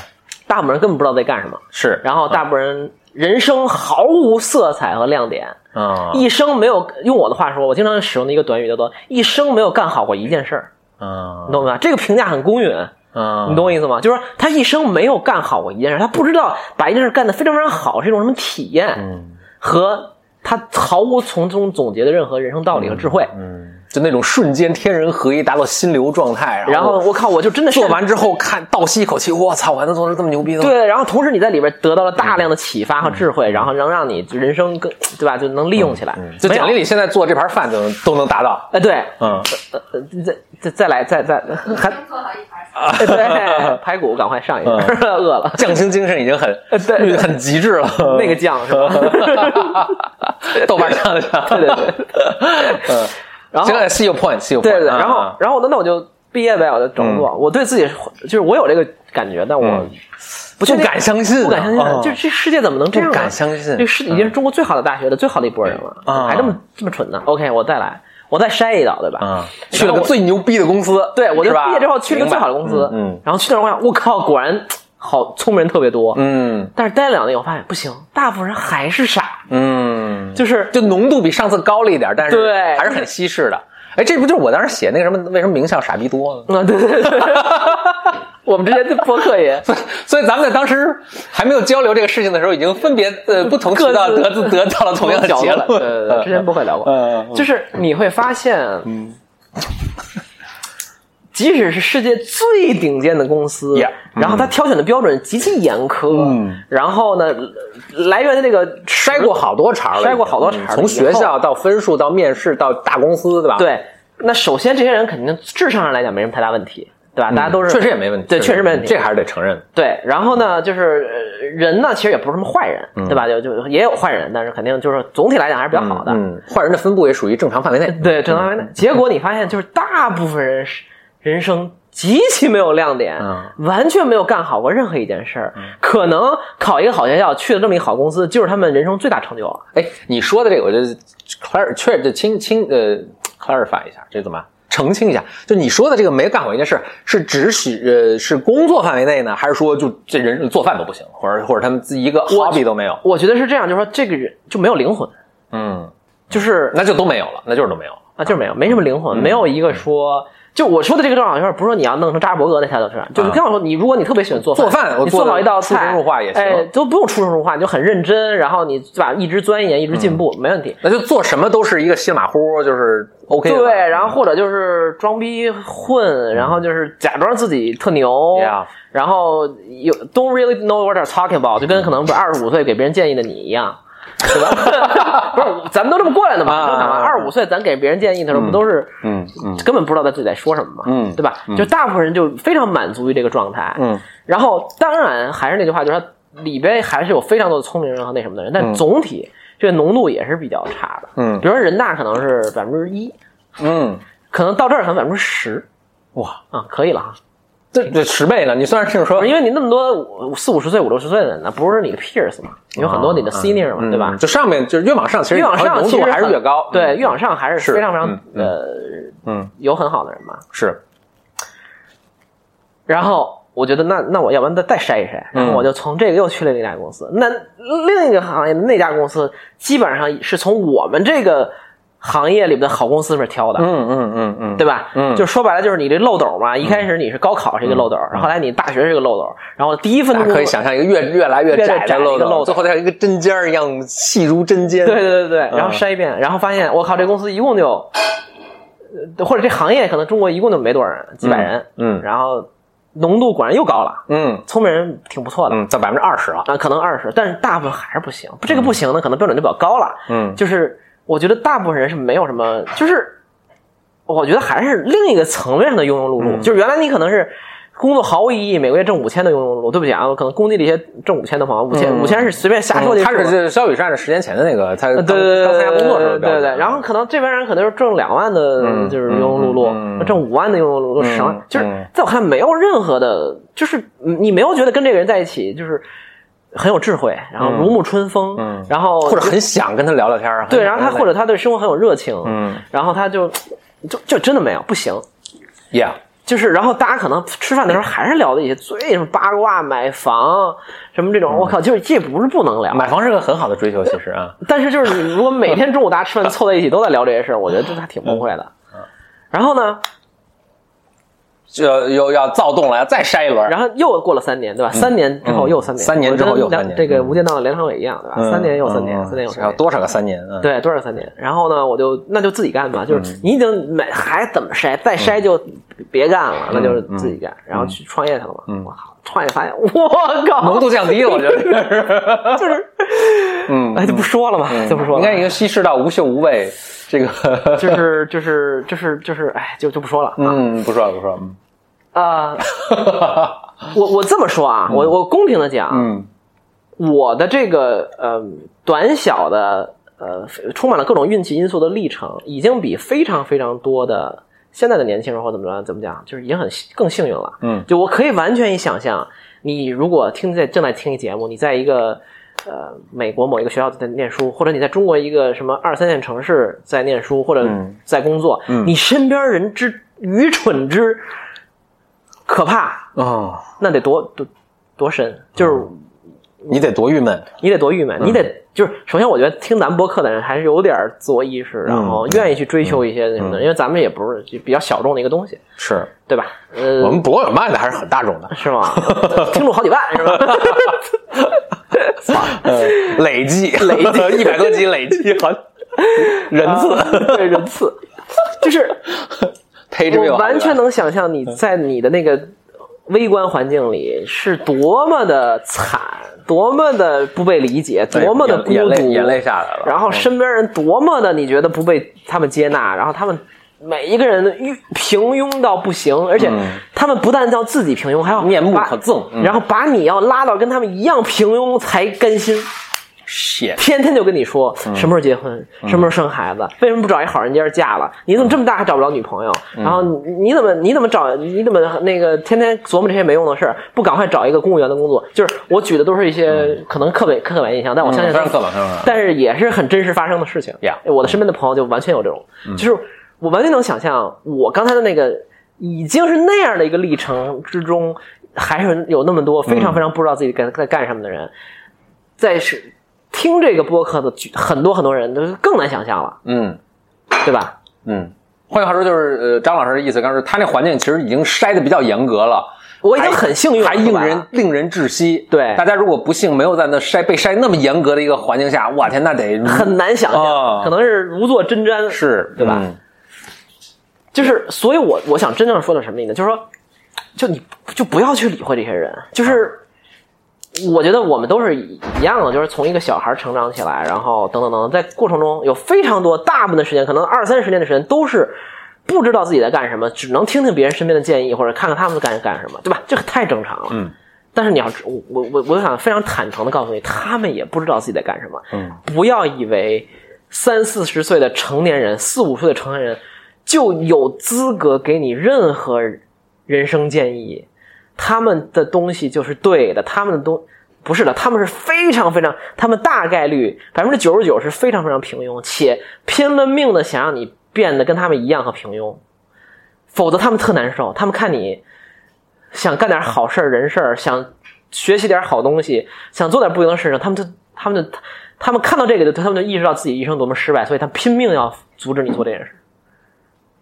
Speaker 2: 大部分人根本不知道在干什么，
Speaker 1: 是。
Speaker 2: 然后大部分人人生毫无色彩和亮点，
Speaker 1: 嗯
Speaker 2: 一生没有用我的话说，我经常使用的一个短语叫做“一生没有干好过一件事儿”，你
Speaker 1: 嗯
Speaker 2: 懂吗？这个评价很公允，
Speaker 1: 嗯，
Speaker 2: 你懂我意思吗？就是说他一生没有干好过一件事儿，他不知道把一件事儿干得非常非常好是一种什么体验，
Speaker 1: 嗯
Speaker 2: 和他毫无从中总结的任何人生道理和智慧。
Speaker 1: 嗯，就那种瞬间天人合一，达到心流状态，
Speaker 2: 然后
Speaker 1: 后
Speaker 2: 我靠，我就真的是
Speaker 1: 做完之后看倒吸一口气，我操，我还能做出这么牛逼的吗？
Speaker 2: 对，然后同时你在里边得到了大量的启发和智慧，然后能让你人生更对吧，就能利用起来。
Speaker 1: 就
Speaker 2: 没有
Speaker 1: 蒋丽丽现在做这盘饭都能都能达到。
Speaker 2: 呃，对，
Speaker 1: 嗯，
Speaker 2: 呃，再再再来，再再还
Speaker 4: 先做好一盘菜。
Speaker 2: 对排骨，赶快上一个，饿了。
Speaker 1: 匠心精神已经很
Speaker 2: 对
Speaker 1: 很极致了。
Speaker 2: 呃那个酱是吧？
Speaker 1: 豆瓣酱的酱，
Speaker 2: 对对对。
Speaker 1: 嗯，
Speaker 2: 然后
Speaker 1: 行，see your point，see your point。
Speaker 2: 对对对，然
Speaker 1: 嗯
Speaker 2: 后然后呢，那我就毕业呗，我就找工作。我对自己是就是我有这个感觉，但我
Speaker 1: 嗯
Speaker 2: 不确定
Speaker 1: 不敢相信啊
Speaker 2: 不敢相信啊，
Speaker 1: 嗯
Speaker 2: 就这世界怎么能这样啊？
Speaker 1: 不敢相信
Speaker 2: 这世已经是中国最好的大学的最好的一波人了，
Speaker 1: 嗯
Speaker 2: 还这么这么蠢呢？OK，我再来，我再筛一道，对吧？
Speaker 1: 嗯，去了个最牛逼的公司，
Speaker 2: 对，我就是
Speaker 1: 吧
Speaker 2: 毕业之后去了一个最好的公司，
Speaker 1: 明白嗯
Speaker 2: 然后去那儿我想，我靠，果然好聪明人特别多，
Speaker 1: 嗯
Speaker 2: 但是待了两年，我发现不行，大部分人还是傻，
Speaker 1: 嗯，就
Speaker 2: 就是
Speaker 1: 就浓度比上次高了一点，但是
Speaker 2: 对
Speaker 1: 还是很稀释的。哎，这不就是我当时写那个什么？为什么名校傻逼多呢？
Speaker 2: 啊，对对对，我们之前的播客也
Speaker 1: 所以， 所以咱们在当时还没有交流这个事情的时候，已经分别呃不同渠道
Speaker 2: 各自
Speaker 1: 得得到了同样的
Speaker 2: 角度
Speaker 1: 结
Speaker 2: 了对
Speaker 1: 论。
Speaker 2: 对对，之前不会聊过，
Speaker 1: 嗯嗯
Speaker 2: 就是你会发现，嗯， 即使是世界最顶尖的公司
Speaker 1: Yeah，
Speaker 2: 然后他挑选的标准极其严苛，
Speaker 1: 嗯
Speaker 2: 然后呢，来源的这个
Speaker 1: 筛过好多茬了，
Speaker 2: 筛过好多茬了
Speaker 1: 嗯从学校到分数到面试到大公司，对吧？，
Speaker 2: 对，那首先这些人肯定智商上来讲没什么太大问题，对吧？大家都
Speaker 1: 嗯
Speaker 2: 是
Speaker 1: 确实也没问题，
Speaker 2: 对，确实没问题，
Speaker 1: 这还是得承认。
Speaker 2: 对，然后呢，就是呃人呢，其实也不是什么坏人，
Speaker 1: 嗯
Speaker 2: 对吧？就就也有坏人，但是肯定就是总体来讲还是比较好的。
Speaker 1: 嗯，坏人的分布也属于正常范围内。
Speaker 2: 对，正常为内。结果你发现，就是大部分人是人生极其没有亮点，
Speaker 1: 嗯
Speaker 2: 完全没有干好过任何一件事儿。可能考一个好学校，去了这么一个好公司，就是他们人生最大成就了。
Speaker 1: 哎，你说的这个，我就 clar 确就清清呃 clarify 一下，这怎么澄清一下？就你说的这个没干好一件事，是只许呃是工作范围内呢，还是说就这人做饭都不行，或者或者他们自己一个
Speaker 2: 我
Speaker 1: hobby 都没有？
Speaker 2: 我觉得是这样，就是说这个人就没有灵魂，
Speaker 1: 嗯，
Speaker 2: 就是
Speaker 1: 那就都没有了，那就是都没有了。
Speaker 2: 啊，就是没有，没什么灵魂，
Speaker 1: 嗯
Speaker 2: 没有一个说。就我说的这个正好就是不是说你要弄成扎克伯格那态度是吧，就你
Speaker 1: 啊
Speaker 2: 跟我说你，如果你特别喜欢做
Speaker 1: 做饭我
Speaker 2: 你
Speaker 1: 做
Speaker 2: 做
Speaker 1: 得
Speaker 2: 好一道
Speaker 1: 出
Speaker 2: 菜，
Speaker 1: 神入化也行
Speaker 2: 哎，都不用出神入化，你就很认真，然后你对吧，一直钻研，一直进步，
Speaker 1: 嗯
Speaker 2: 没问题。
Speaker 1: 那就做什么都是一个稀里马虎，就是 OK 的吧。嗯
Speaker 2: 对，然后或者就是装逼混，然后就是假装自己特牛
Speaker 1: Yeah
Speaker 2: 然后有 don't really know what they're talking about，就跟可能不是二十五岁给别人建议的你一样，对吧？ 不是，咱们都这么过来的嘛。
Speaker 1: 啊
Speaker 2: 你看二十五岁咱给别人建议的时候，不都是
Speaker 1: 嗯嗯
Speaker 2: 根本不知道他自己在说什么嘛，
Speaker 1: 嗯
Speaker 2: 对吧？就大部分人就非常满足于这个状态，
Speaker 1: 嗯。
Speaker 2: 然后当然还是那句话，就是它里边还是有非常多的聪明人和那什么的人，但总体这个浓度也是比较差的，
Speaker 1: 嗯
Speaker 2: 比如说人大可能是百分之一。
Speaker 1: 嗯，
Speaker 2: 可能到这儿可能百分之十
Speaker 1: 哇，
Speaker 2: 啊，可以了哈。
Speaker 1: 这这十倍了。你虽然是说
Speaker 2: 不是因为你那么多五四五十岁、五六十岁的人呢，不是你的 peers 嘛，有很多你的 senior 嘛，
Speaker 1: 嗯
Speaker 2: 对吧？
Speaker 1: 就上面就是越往上，其实
Speaker 2: 越往上
Speaker 1: 浓
Speaker 2: 其
Speaker 1: 度
Speaker 2: 实
Speaker 1: 还是
Speaker 2: 很
Speaker 1: 越高。嗯
Speaker 2: 对，越往上还是
Speaker 1: 是
Speaker 2: 非常非常
Speaker 1: 嗯嗯
Speaker 2: 呃
Speaker 1: 嗯
Speaker 2: 有很好的人嘛。
Speaker 1: 是
Speaker 2: 然后我觉得那那我要不然再再筛一筛，
Speaker 1: 嗯
Speaker 2: 然后我就从这个又去了另一家公司。那另一个行业那家公司基本上是从我们这个行业里边的好公司里面挑的，
Speaker 1: 嗯嗯嗯嗯，
Speaker 2: 对吧？
Speaker 1: 嗯
Speaker 2: 就说白了就是你这漏斗嘛，一开始你是高考是一个漏斗，然后后来你大学是一个漏斗，然后第一份
Speaker 1: 大家
Speaker 2: 工作
Speaker 1: 可以想象一个越越来越
Speaker 2: 越来
Speaker 1: 窄
Speaker 2: 越
Speaker 1: 的
Speaker 2: 窄
Speaker 1: 漏
Speaker 2: 一个漏
Speaker 1: 斗，
Speaker 2: 斗
Speaker 1: 最后它像一个针尖儿一样细如针尖。
Speaker 2: 对对对对，
Speaker 1: 嗯
Speaker 2: 然后筛一遍，然后发现我靠，这公司一共就，呃或者这行业可能中国一共就没多少人，几百人，
Speaker 1: 嗯
Speaker 2: 然后浓度果然又高了，
Speaker 1: 嗯
Speaker 2: 聪明人挺不错的。
Speaker 1: 嗯，到百分之二十了。
Speaker 2: 啊，可能二十，但是大部分还是不行。这个不行呢，可能标准就比较高了。
Speaker 1: 嗯
Speaker 2: 就是我觉得大部分人是没有什么，就是我觉得还是另一个层面上的庸庸碌
Speaker 1: 嗯
Speaker 2: 碌。就是原来你可能是工作毫无意义，每个月挣五千的庸庸碌碌。对不起啊，可能工地里些挣五千的朋友，五千
Speaker 1: 嗯
Speaker 2: 五千是随便瞎说
Speaker 1: 嗯
Speaker 2: 的一
Speaker 1: 他
Speaker 2: 数了。
Speaker 1: 是这肖宇是按照十年前的那个，他刚
Speaker 2: 对呃对对
Speaker 1: 刚参加
Speaker 2: 对
Speaker 1: 工作的时候的
Speaker 2: 对
Speaker 1: 标
Speaker 2: 对
Speaker 1: 准
Speaker 2: 对，然后可能这边人可能是挣两万的，
Speaker 1: 嗯
Speaker 2: 就是庸庸碌碌，
Speaker 1: 嗯嗯嗯
Speaker 2: 那挣五万的庸庸碌碌，
Speaker 1: 嗯
Speaker 2: 什么？就是
Speaker 1: 嗯
Speaker 2: 在我看来没有任何的，就是你没有觉得跟这个人在一起就是很有智慧，然后如沐春风，
Speaker 1: 嗯
Speaker 2: 然后
Speaker 1: 或者很想跟他聊聊天儿。啊
Speaker 2: 对，
Speaker 1: 很
Speaker 2: 然后他或者他对生活很有热情，
Speaker 1: 嗯
Speaker 2: 然后他就就就真的没有不行，
Speaker 1: ，yeah，
Speaker 2: 就是，然后大家可能吃饭的时候还是聊的一些最什么八卦、买房什么这种，我靠，就是这不是不能聊，
Speaker 1: 嗯买房是个很好的追求，其实啊，
Speaker 2: 但是就是你如果每天中午大家吃饭凑在一起都在聊这些事儿，我觉得这还挺崩溃的。
Speaker 1: 嗯
Speaker 2: 嗯然后呢，
Speaker 1: 就又要躁动了，要再筛一轮儿。
Speaker 2: 然后又过了三年，对吧？三年之后又三年，
Speaker 1: 嗯三年之后又三年
Speaker 2: 我跟这个《
Speaker 1: 嗯
Speaker 2: 无间道》的梁朝伟一样，对吧？
Speaker 1: 嗯
Speaker 2: 三年又三年，
Speaker 1: 嗯
Speaker 2: 三年又三
Speaker 1: 要
Speaker 2: 年，
Speaker 1: 多少个三年啊？嗯，
Speaker 2: 对，多少个三年？然后呢，我就那就自己干吧，就是你已经买还怎么筛，再筛就别干了，那就是自己干，然后去创业去了嘛。我靠，创业发现，我
Speaker 1: 浓
Speaker 2: 靠，
Speaker 1: 度降低了，我 觉得是。
Speaker 2: 就是
Speaker 1: 嗯，
Speaker 2: 哎，就不说了嘛，就不说了。
Speaker 1: 应该 已经稀释到无嗅无味，这个
Speaker 2: 就是就是就是就是，哎，就就不说了啊。
Speaker 1: 嗯，不说了，不说了。嗯
Speaker 2: 啊，我我这么说啊，我我公平的讲，
Speaker 1: 嗯
Speaker 2: 我的这个呃短小的呃充满了各种运气因素的历程，已经比非常非常多的现在的年轻人或怎么着怎么讲，就是已经很幸更幸运了。
Speaker 1: 嗯
Speaker 2: 就我可以完全一想象，你如果听在正在听一节目，你在一个呃美国某一个学校在念书，或者你在中国一个什么二三线城市在念书或者
Speaker 1: 嗯
Speaker 2: 在工作，你身边人之愚蠢之可怕，
Speaker 1: 哦，
Speaker 2: 那得多多多深，就是。
Speaker 1: 你得多郁闷。
Speaker 2: 你得多郁闷，你得
Speaker 1: 嗯
Speaker 2: 就是首先，我觉得听咱们播客的人还是有点自我意识，然后
Speaker 1: 嗯
Speaker 2: 愿意去追求一些什么的，因为咱们也不是就比较小众的一个东西，
Speaker 1: 是
Speaker 2: 对吧？呃，
Speaker 1: 我们博尔曼的还是很大众 的，
Speaker 2: 是吗？听众好几万 是吧？
Speaker 1: 累计嗯累计 一百多集累计，啊好像 人次
Speaker 2: 对人次，就是
Speaker 1: 配置
Speaker 2: 我完全能想象你在你的那个微观环境里是多么的惨，多么的不被理解，多么的孤独，
Speaker 1: 眼泪眼泪下来了。嗯
Speaker 2: 然后身边人多么的你觉得不被他们接纳，然后他们每一个人的庸平庸到不行，而且他们不但要自己平庸，还要
Speaker 1: 嗯面目
Speaker 2: 把
Speaker 1: 可憎嗯
Speaker 2: 然后把你要拉到跟他们一样平庸才甘心，
Speaker 1: shit，
Speaker 2: 天天就跟你说
Speaker 1: 嗯
Speaker 2: 什么时候结婚，什么时候生孩子，为什么不找一好人家嫁了？你怎么这么大还找不着女朋友？
Speaker 1: 嗯
Speaker 2: 然后你你怎么你怎么找你怎么那个天天琢磨这些没用的事儿，不赶快找一个公务员的工作？就是我举的都是一些
Speaker 1: 嗯
Speaker 2: 可能刻板刻板印象，但我相信
Speaker 1: 非
Speaker 2: 他
Speaker 1: 常嗯刻板刻板。
Speaker 2: 但是也是很真实发生的事情。
Speaker 1: Yeah 嗯
Speaker 2: 我的身边的朋友就完全有这种，就是我完全能想象，我刚才的那个已经是那样的一个历程之中，还是有那么多非常非常不知道自己干在干什么的
Speaker 1: 嗯
Speaker 2: 人，在是听这个播客的举很多很多人都更难想象了，
Speaker 1: 嗯。
Speaker 2: 对吧？
Speaker 1: 嗯，换句话说，就是呃，张老师的意思，刚是他那环境其实已经筛的比较严格了，
Speaker 2: 我已经很幸运了，
Speaker 1: 还令
Speaker 2: 是
Speaker 1: 人
Speaker 2: 吧
Speaker 1: 令人窒息。
Speaker 2: 对
Speaker 1: 大家如果不幸没有在那筛被筛那么严格的一个环境下，我天，那得
Speaker 2: 很难想
Speaker 1: 哦
Speaker 2: 象，可能是如坐针毡，
Speaker 1: 是
Speaker 2: 对吧？
Speaker 1: 嗯
Speaker 2: 就是，所以我我想真正说的什么意思，就是说，就你就不要去理会这些人，就是。我觉得我们都是一样的，就是从一个小孩成长起来，然后等等等等，在过程中有非常多大部分的时间，可能二三十年的时间都是不知道自己在干什么，只能听听别人身边的建议或者看看他们干干什么，对吧？这个太正常了。
Speaker 1: 嗯。
Speaker 2: 但是你要知，我我我我想非常坦诚的告诉你，他们也不知道自己在干什么。嗯。不要以为三四十岁的成年人、四五岁的成年人就有资格给你任何人生建议，他们的东西就是对的，他们的东不是的，他们是非常非常，他们大概率百分之九十九是非常非常平庸，且拼了命的想让你变得跟他们一样和平庸，否则他们特难受，他们看你想干点好事儿、人事儿，想学习点好东西，想做点不一样的事情，他们就他们就他们看到这个就他们就意识到自己一生多么失败，所以他拼命要阻止你做这件事。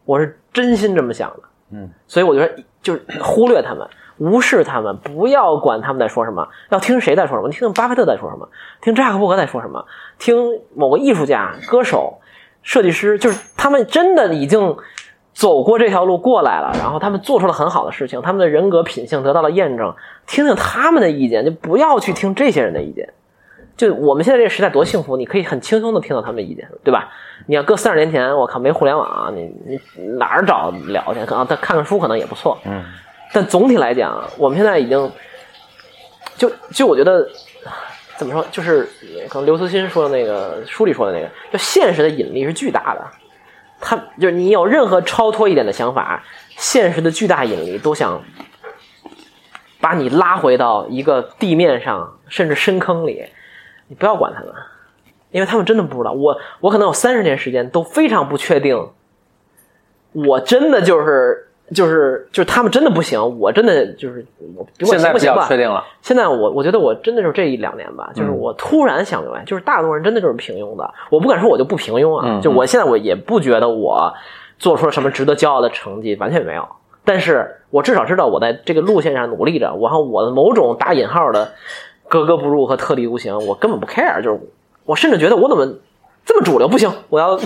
Speaker 2: 我是真心这么想的，
Speaker 1: 嗯，
Speaker 2: 所以我觉得就是忽略他们，无视他们，不要管他们在说什么，要听谁在说什么，听巴菲特在说什么，听扎克伯格在说什么，听某个艺术家、歌手、设计师，就是他们真的已经走过这条路过来了，然后他们做出了很好的事情，他们的人格品性得到了验证，听听他们的意见，就不要去听这些人的意见。就我们现在这个时代多幸福，你可以很轻松的听到他们的意见，对吧？你要搁三十年前，我靠，没互联网，啊你你哪儿找聊去？可能他看看书可能也不错，
Speaker 1: 嗯，
Speaker 2: 但总体来讲，我们现在已经就就我觉得怎么说，就是可能刘慈欣说的那个书里说的那个，就现实的引力是巨大的，他就是你有任何超脱一点的想法，现实的巨大引力都想把你拉回到一个地面上，甚至深坑里。你不要管他们，因为他们真的不知道。我我可能有三十年时间都非常不确定，我真的就是就是就是他们真的不行，我真的就是我比我
Speaker 1: 现在
Speaker 2: 行不
Speaker 1: 比
Speaker 2: 行
Speaker 1: 较
Speaker 2: 吧
Speaker 1: 确？定了，
Speaker 2: 现在我我觉得我真的是这一两年
Speaker 1: 嗯
Speaker 2: 吧，就是我突然想明白，就是大多数人真的就是平庸的。我不敢说我就不平庸啊，
Speaker 1: 嗯
Speaker 2: 就我现在我也不觉得我做出了什么值得骄傲的成绩，完全没有。但是我至少知道我在这个路线上努力着，我和我的某种打引号的格格不入和特立独行，我根本不 care，就是我甚至觉得我怎么这么主流不行，我要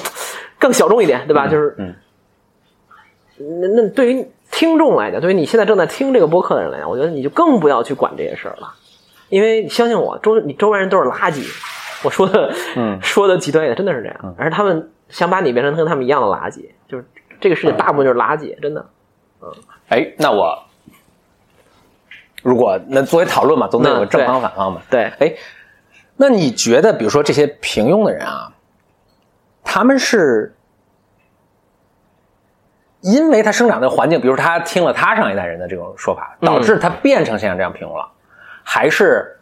Speaker 2: 更小众一点，对吧？就是
Speaker 1: 嗯
Speaker 2: 那那对于听众来讲，对于你现在正在听这个播客的人来讲，我觉得你就更不要去管这些事儿了，因为相信我，周你周围人都是垃圾。我说的，
Speaker 1: 嗯
Speaker 2: 说的极端一点，真的是这样。而他们想把你变成跟他们一样的垃圾，就是这个世界大部分就是垃圾，真的。
Speaker 1: 哎，那我如果那作为讨论嘛，总得有个
Speaker 2: 那
Speaker 1: 正
Speaker 2: 对
Speaker 1: 方反方嘛。
Speaker 2: 对，
Speaker 1: 哎，那你觉得，比如说这些平庸的人啊，他们是因为他生长的环境，比如他听了他上一代人的这种说法，
Speaker 2: 嗯
Speaker 1: 导致他变成现在这样平庸了，还是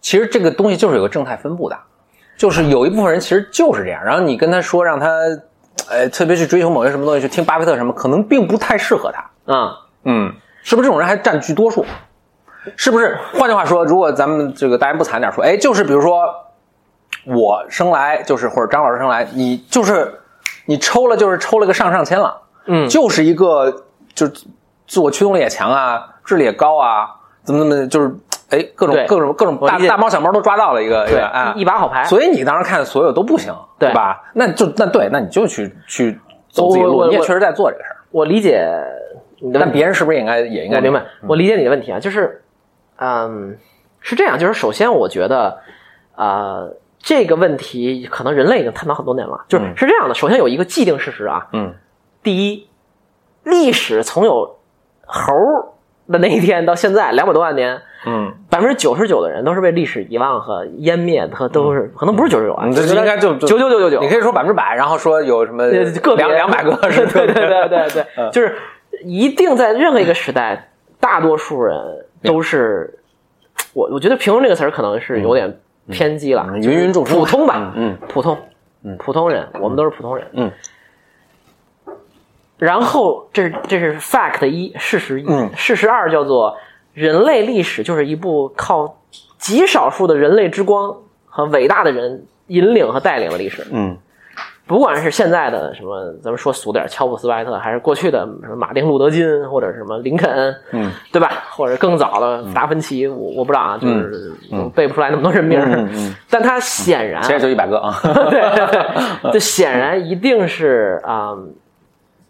Speaker 1: 其实这个东西就是有个正态分布的，就是有一部分人其实就是这样，然后你跟他说让他。呃，特别去追求某些什么东西，去听巴菲特什么，可能并不太适合他。
Speaker 2: 啊、
Speaker 1: 嗯，是不是这种人还占据多数？是不是？换句话说，如果咱们这个大家不惨点说，哎，就是比如说我生来就是，或者张老师生来，你就是你抽了就是抽了个上上签了，
Speaker 2: 嗯
Speaker 1: 就是一个就是自我驱动力也强啊，智力也高啊，怎么怎么就是哎各种
Speaker 2: 对
Speaker 1: 各种各种
Speaker 2: 我
Speaker 1: 大
Speaker 2: 理解
Speaker 1: 大猫小猫都抓到了一个一
Speaker 2: 对
Speaker 1: 个啊，，
Speaker 2: 一把好牌。
Speaker 1: 所以你当时看所有都不行，
Speaker 2: 对
Speaker 1: 吧？那就那对，那你就去去走自己的
Speaker 2: 我
Speaker 1: 路，
Speaker 2: 我
Speaker 1: 你也
Speaker 2: 我
Speaker 1: 确实在做这个事儿，
Speaker 2: 我理解你的问
Speaker 1: 但
Speaker 2: 题，
Speaker 1: 别人是不是也应该也应该
Speaker 2: 我明白
Speaker 1: 这样，
Speaker 2: 我理解你的问题啊，就是，嗯，是这样，就是首先我觉得，呃，这个问题可能人类已经探讨很多年了，就是
Speaker 1: 嗯
Speaker 2: 是这样的，首先有一个既定事实啊，
Speaker 1: 嗯
Speaker 2: 第一，历史从有猴儿的那一天到现在两百多万年，
Speaker 1: 嗯。
Speaker 2: 百分之九十九的人都是被历史遗忘和湮灭的，和都是可能不是九十九啊，
Speaker 1: 你这嗯应该就
Speaker 2: 九九九九九，
Speaker 1: 你可以说百分之百，然后说有什么
Speaker 2: 呃个别
Speaker 1: 两两百个是
Speaker 2: 对对对对对
Speaker 1: 嗯
Speaker 2: 对，就是一定在任何一个时代，大多数人都是，我我觉得“平庸”这个词儿可能是有点偏激了，
Speaker 1: 嗯芸芸众生
Speaker 2: 普通啊吧，
Speaker 1: 嗯嗯，
Speaker 2: 普通，普通人，我们都是普通人，
Speaker 1: 嗯。
Speaker 2: 然后这是这是 fact 一，事实一，
Speaker 1: 嗯
Speaker 2: 事实二叫做人类历史就是一部靠极少数的人类之光和伟大的人引领和带领的历史，
Speaker 1: 嗯
Speaker 2: 不管是现在的什么，咱们说俗点，乔布斯巴菲特，还是过去的什么马丁路德金，或者什么林肯，
Speaker 1: 嗯，
Speaker 2: 对吧？或者更早的达芬奇，我我不知道啊，就是背不出来那么多人名儿，
Speaker 1: 嗯嗯
Speaker 2: 但他显然
Speaker 1: 其实就一百个啊，
Speaker 2: 对， 这显然一定是啊、嗯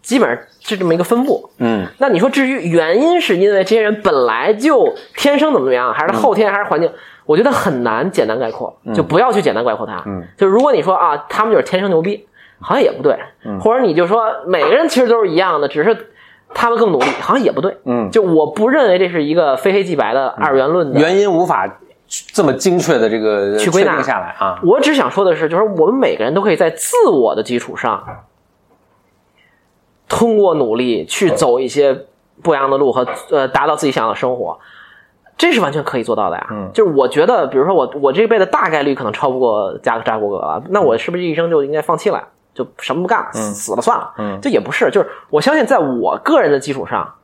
Speaker 2: 基本上是这么一个分布。
Speaker 1: 嗯
Speaker 2: 那你说至于原因是因为这些人本来就天生怎么样，还是后
Speaker 1: 嗯
Speaker 2: 天还是环境，我觉得很难简单概括，就不要去简单概括它。
Speaker 1: 嗯，
Speaker 2: 就如果你说啊，他们就是天生牛逼，好像也不对，
Speaker 1: 嗯
Speaker 2: 或者你就说每个人其实都是一样的，只是。他们更努力，好像也不对。
Speaker 1: 嗯
Speaker 2: 就我不认为这是一个非黑即白的二元论的
Speaker 1: 原因无法这么精确的这个
Speaker 2: 去归纳
Speaker 1: 确定下来啊，
Speaker 2: 我只想说的是，就是我们每个人都可以在自我的基础上，通过努力去走一些不一样的路和呃达到自己想要的生活，这是完全可以做到的呀。
Speaker 1: 嗯
Speaker 2: 就是我觉得，比如说我我这辈子大概率可能超不过加扎伯格了，那我是不是一生就应该放弃了，就什么不干了，死了算了？
Speaker 1: 嗯
Speaker 2: 这也不是，就是我相信在我个人的基础上。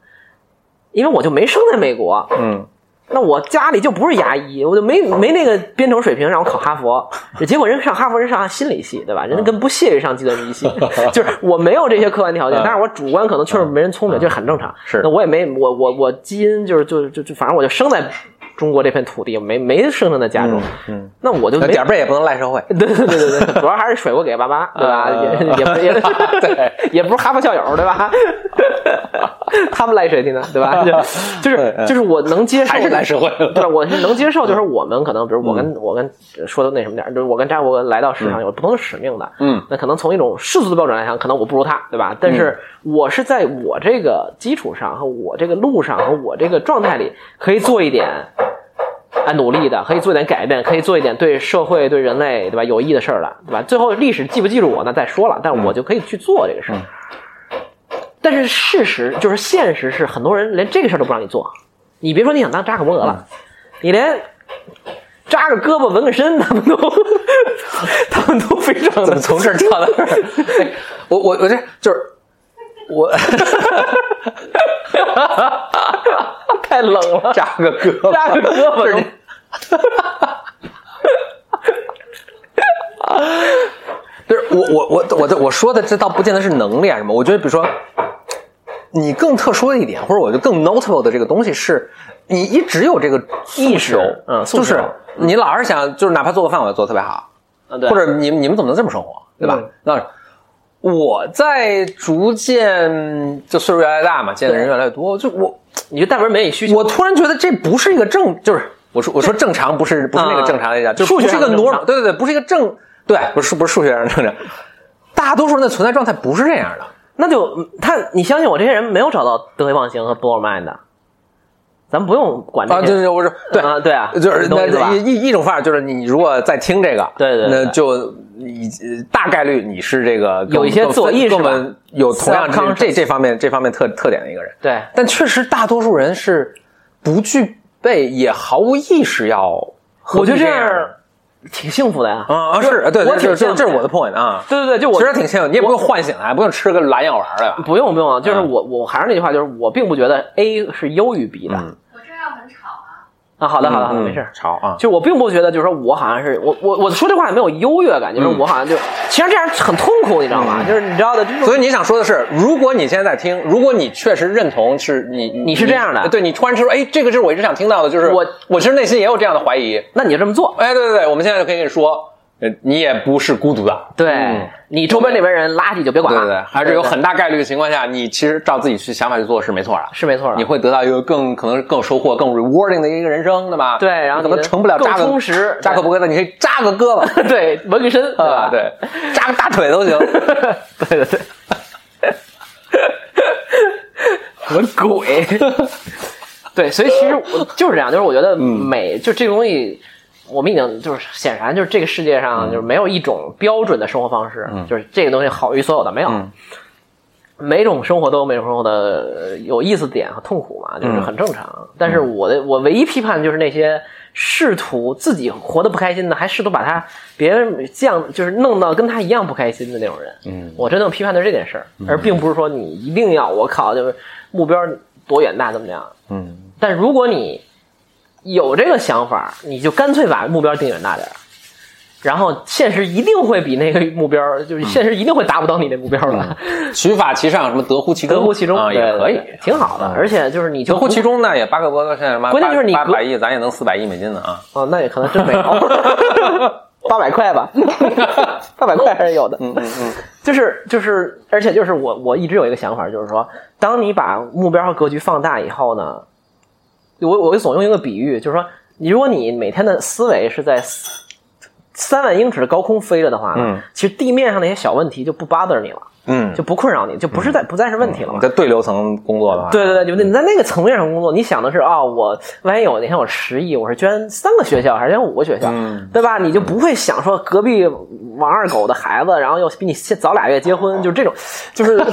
Speaker 2: 因为我就没生在美国，
Speaker 1: 嗯，
Speaker 2: 那我家里就不是牙医，我就没没那个编程水平让我考哈佛，结果人上哈佛人上心理系，对吧？人家跟不屑于上计算机系，就是我没有这些客观条件
Speaker 1: 嗯，
Speaker 2: 但是我主观可能确实没人聪明，这很正常。
Speaker 1: 是
Speaker 2: 那我也没我我我基因就是就就就反正我就生在中国这片土地，没没生长在加州，
Speaker 1: 嗯，
Speaker 2: 那我就
Speaker 1: 那
Speaker 2: 没
Speaker 1: 点儿背也不能赖社会，
Speaker 2: 对对对对对，主要还是水果给爸妈，对吧？
Speaker 1: 啊
Speaker 2: 也也不也
Speaker 1: 对
Speaker 2: 也不是哈佛校友，对吧？ 他们赖谁去呢？对吧？就就
Speaker 1: 对嗯
Speaker 2: 是就是我能接受，
Speaker 1: 还是赖社会了。嗯
Speaker 2: 对吧？我是能接受，就是我们可能，比如我跟我跟说的那什么点儿，就是我跟扎国来到市场有不同的使命的，
Speaker 1: 嗯，
Speaker 2: 那可能从一种世俗的标准来讲，可能我不如他，对吧？但是我是在我这个基础上和我这个路上和我这个状态里，可以做一点。啊，努力的可以做一点改变，可以做一点对社会、对人类，对吧，有益的事儿了，对吧？最后历史记不记住我，那再说了，但我就可以去做这个事儿。但是事实就是现实是，很多人连这个事儿都不让你做。你别说你想当扎克伯格了，
Speaker 1: 嗯
Speaker 2: 你连扎个胳膊纹个身，他们都他们都非常
Speaker 1: 怎
Speaker 2: 的
Speaker 1: 么从这儿跳到那儿？ 哎我我我这就是我
Speaker 2: 太冷了，
Speaker 1: 扎个胳膊，
Speaker 2: 扎个胳膊都。
Speaker 1: 不是我我我我的我说的这倒不见得是能力啊什么，我觉得比如说，你更特殊的一点，或者我觉得更 notable 的这个东西是，你一直有这个
Speaker 2: 意
Speaker 1: 意
Speaker 2: 识
Speaker 1: 识，
Speaker 2: 嗯诉求
Speaker 1: 就是你老是想，就是哪怕做个饭我也做得特别好，
Speaker 2: 啊，对，
Speaker 1: 或者你们你们怎么能这么生活，对吧
Speaker 2: 嗯？
Speaker 1: 那、我在逐渐就岁数越来越大嘛，见的人越来越多，就我
Speaker 2: 你就带文没需求，
Speaker 1: 我突然觉得这不是一个正，就是我说我说正常不是不是那个正常的家，就
Speaker 2: 啊数
Speaker 1: 不
Speaker 2: 学
Speaker 1: 是一个
Speaker 2: 上的正
Speaker 1: normal，
Speaker 2: 常
Speaker 1: 对对对，不是一个正，对，不是不是数学上的正常，大多数人的存在状态不是这样的。
Speaker 2: 那就嗯他，你相信我，这些人没有找到德黑望行和波尔曼的，咱们不用管这
Speaker 1: 啊，
Speaker 2: 些。
Speaker 1: 就是我说对
Speaker 2: 啊对啊
Speaker 1: 就是
Speaker 2: 你懂我意思吧
Speaker 1: 那一一种方法就是你如果在听这个，
Speaker 2: 对对对
Speaker 1: 那就以呃大概率你是这个跟
Speaker 2: 有一些
Speaker 1: 跟
Speaker 2: 自我意识
Speaker 1: 跟我
Speaker 2: 吧
Speaker 1: 们有同样这
Speaker 2: Self-conscious
Speaker 1: 这这方面这方面特特点的一个人，
Speaker 2: 对，
Speaker 1: 但确实大多数人是不具备也毫无意识要，
Speaker 2: 我觉得这
Speaker 1: 样的
Speaker 2: 样挺幸福的呀。
Speaker 1: 啊啊是，啊对
Speaker 2: 我
Speaker 1: 对，这
Speaker 2: 挺羡
Speaker 1: 这
Speaker 2: 慕
Speaker 1: 这是我的 point 啊。
Speaker 2: 对对对，就我
Speaker 1: 其实挺幸运，你也不用唤醒来，不用吃个蓝药丸儿了吧？
Speaker 2: 不用不用，就是
Speaker 1: 嗯
Speaker 2: 我我还是那句话，就是我并不觉得 A 是优于 B 的。
Speaker 1: 嗯
Speaker 4: 我这要很吵啊！
Speaker 2: 啊，好的好的好的，
Speaker 1: 嗯
Speaker 2: 没事。
Speaker 1: 吵啊。
Speaker 2: 就我并不觉得，就是说我好像是我我我说这话也没有优越感，就是
Speaker 1: 嗯
Speaker 2: 我好像就其实这样很痛苦，你知道吗？
Speaker 1: 嗯
Speaker 2: 就是你知道的，就是
Speaker 1: 所以你想说的是，如果你现在在听，如果你确实认同是你你
Speaker 2: 你是这样的
Speaker 1: 对你突然说，哎，这个是我一直想听到的，就是
Speaker 2: 我
Speaker 1: 我其实内心也有这样的怀疑。
Speaker 2: 那你就这么做，
Speaker 1: 哎，对对对，我们现在就可以跟你说，呃，你也不是孤独的，
Speaker 2: 对、
Speaker 1: 嗯
Speaker 2: 你周边那边人垃圾就别管
Speaker 1: 对
Speaker 2: 了，
Speaker 1: 对对，还是有很大概率的情况下，你其实照自己去想法去做是没错的。
Speaker 2: 是没错的。
Speaker 1: 你会得到一个更可能是更有收获、更 rewarding 的一个人生，对吧？
Speaker 2: 对然
Speaker 1: 你
Speaker 2: 后
Speaker 1: 可
Speaker 2: 你
Speaker 1: 能
Speaker 2: 的
Speaker 1: 成不了
Speaker 2: 更
Speaker 1: 扎个
Speaker 2: 充实
Speaker 1: 扎克伯格的，你可以扎个胳膊，
Speaker 2: 对纹个身，对
Speaker 1: 啊，
Speaker 2: 吧？
Speaker 1: 对，扎个大腿都 行。
Speaker 2: 对对对，我 鬼。对，所以其实我就是这样，就是我觉得美、就这个东西，我们已经就是显然就是这个世界上就是没有一种标准的生活方式，就是这个东西好于所有的没有。
Speaker 1: 嗯
Speaker 2: 每种生活都有每种生活的呃有意思点和痛苦嘛，就是很正常。但是我的我唯一批判就是那些试图自己活得不开心的，还试图把他别人降，就是弄到跟他一样不开心的那种人。嗯，我真正批判的是这件事儿，而并不是说你一定要我靠，就是目标多远大怎么样。
Speaker 1: 嗯，
Speaker 2: 但如果你有这个想法，你就干脆把目标定远大点儿，然后现实一定会比那个目标，就是现实一定会达不到你那目标的。
Speaker 1: 取法其上，什么得乎其中，
Speaker 2: 得乎其中
Speaker 1: 啊，
Speaker 2: 对
Speaker 1: 也可以嗯
Speaker 2: 对，挺好的。而且就是你就
Speaker 1: 得乎
Speaker 2: 不
Speaker 1: 其中呢，也巴克伯格现在什么八，
Speaker 2: 关键就是你
Speaker 1: 八
Speaker 2: 隔
Speaker 1: 百亿，咱也能四百亿美金呢啊。
Speaker 2: 哦，那也可能真 没有，八百块吧，八百块还是有的。
Speaker 1: 嗯嗯，
Speaker 2: 就是就是，而且就是我我一直有一个想法，就是说，当你把目标和格局放大以后呢，我我总用一个比喻，就是说，你如果你每天的思维是在三三万英尺的高空飞着的话呢，
Speaker 1: 嗯
Speaker 2: 其实地面上那些小问题就不 bother 你了，
Speaker 1: 嗯，
Speaker 2: 就不困扰你，就不是在、不再是问题了嘛
Speaker 1: 你。在对流层工作的话，
Speaker 2: 对对对，就你在那个层面上工作，你想的是啊、我万一有哪天我十亿，我是捐三个学校还是捐五个学校，
Speaker 1: 嗯
Speaker 2: 对吧？你就不会想说隔壁王二狗的孩子，然后又比你先早俩月结婚，就这种， 就是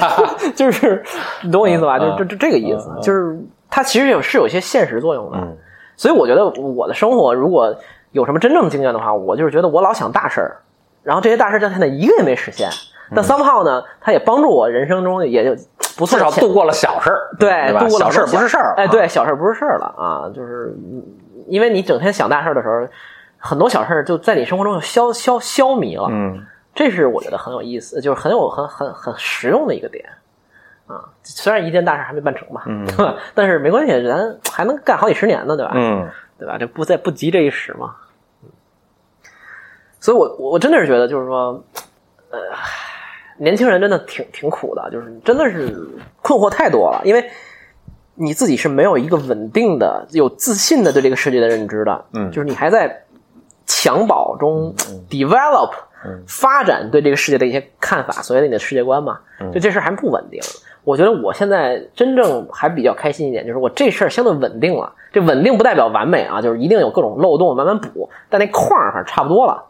Speaker 2: 就是，你懂我意思吧？
Speaker 1: 嗯嗯
Speaker 2: 就就就这个意思，就是它其实有是有一些现实作用的。
Speaker 1: 嗯
Speaker 2: 所以我觉得我的生活如果有什么真正的经验的话，我就是觉得我老想大事儿，
Speaker 1: 嗯
Speaker 2: 然后这些大事儿到现在一个也没实现。但 somehow 呢，它也帮助我人生中也就不
Speaker 1: 至
Speaker 2: 算
Speaker 1: 少
Speaker 2: 前
Speaker 1: 度过了小事儿，
Speaker 2: 对，
Speaker 1: 吧
Speaker 2: 度过了
Speaker 1: 小事儿
Speaker 2: 很
Speaker 1: 不是事儿，
Speaker 2: 哎，
Speaker 1: 啊
Speaker 2: 对，，小事儿不是事儿了啊，就是嗯因为你整天想大事儿的时候，很多小事儿就在你生活中就消消消弭了，
Speaker 1: 嗯，
Speaker 2: 这是我觉得很有意思，就是很有很很很实用的一个点啊。虽然一件大事还没办成吧，
Speaker 1: 嗯
Speaker 2: 对吧？ 但是没关系，咱还能干好几十年呢，对吧？
Speaker 1: 嗯
Speaker 2: 对吧？这不在不急这一时嘛。嗯所以我，我我真的是觉得，就是说，呃，年轻人真的挺挺苦的，就是真的是困惑太多了，因为你自己是没有一个稳定的、有自信的对这个世界的认知的，
Speaker 1: 嗯
Speaker 2: 就是你还在襁褓中 develop、发展对这个世界的一些看法，所谓的你的世界观嘛，就这事儿还不稳定。我觉得我现在真正还比较开心一点，就是我这事儿相对稳定了。这稳定不代表完美啊，就是一定有各种漏洞慢慢补，但那框儿反正差不多了。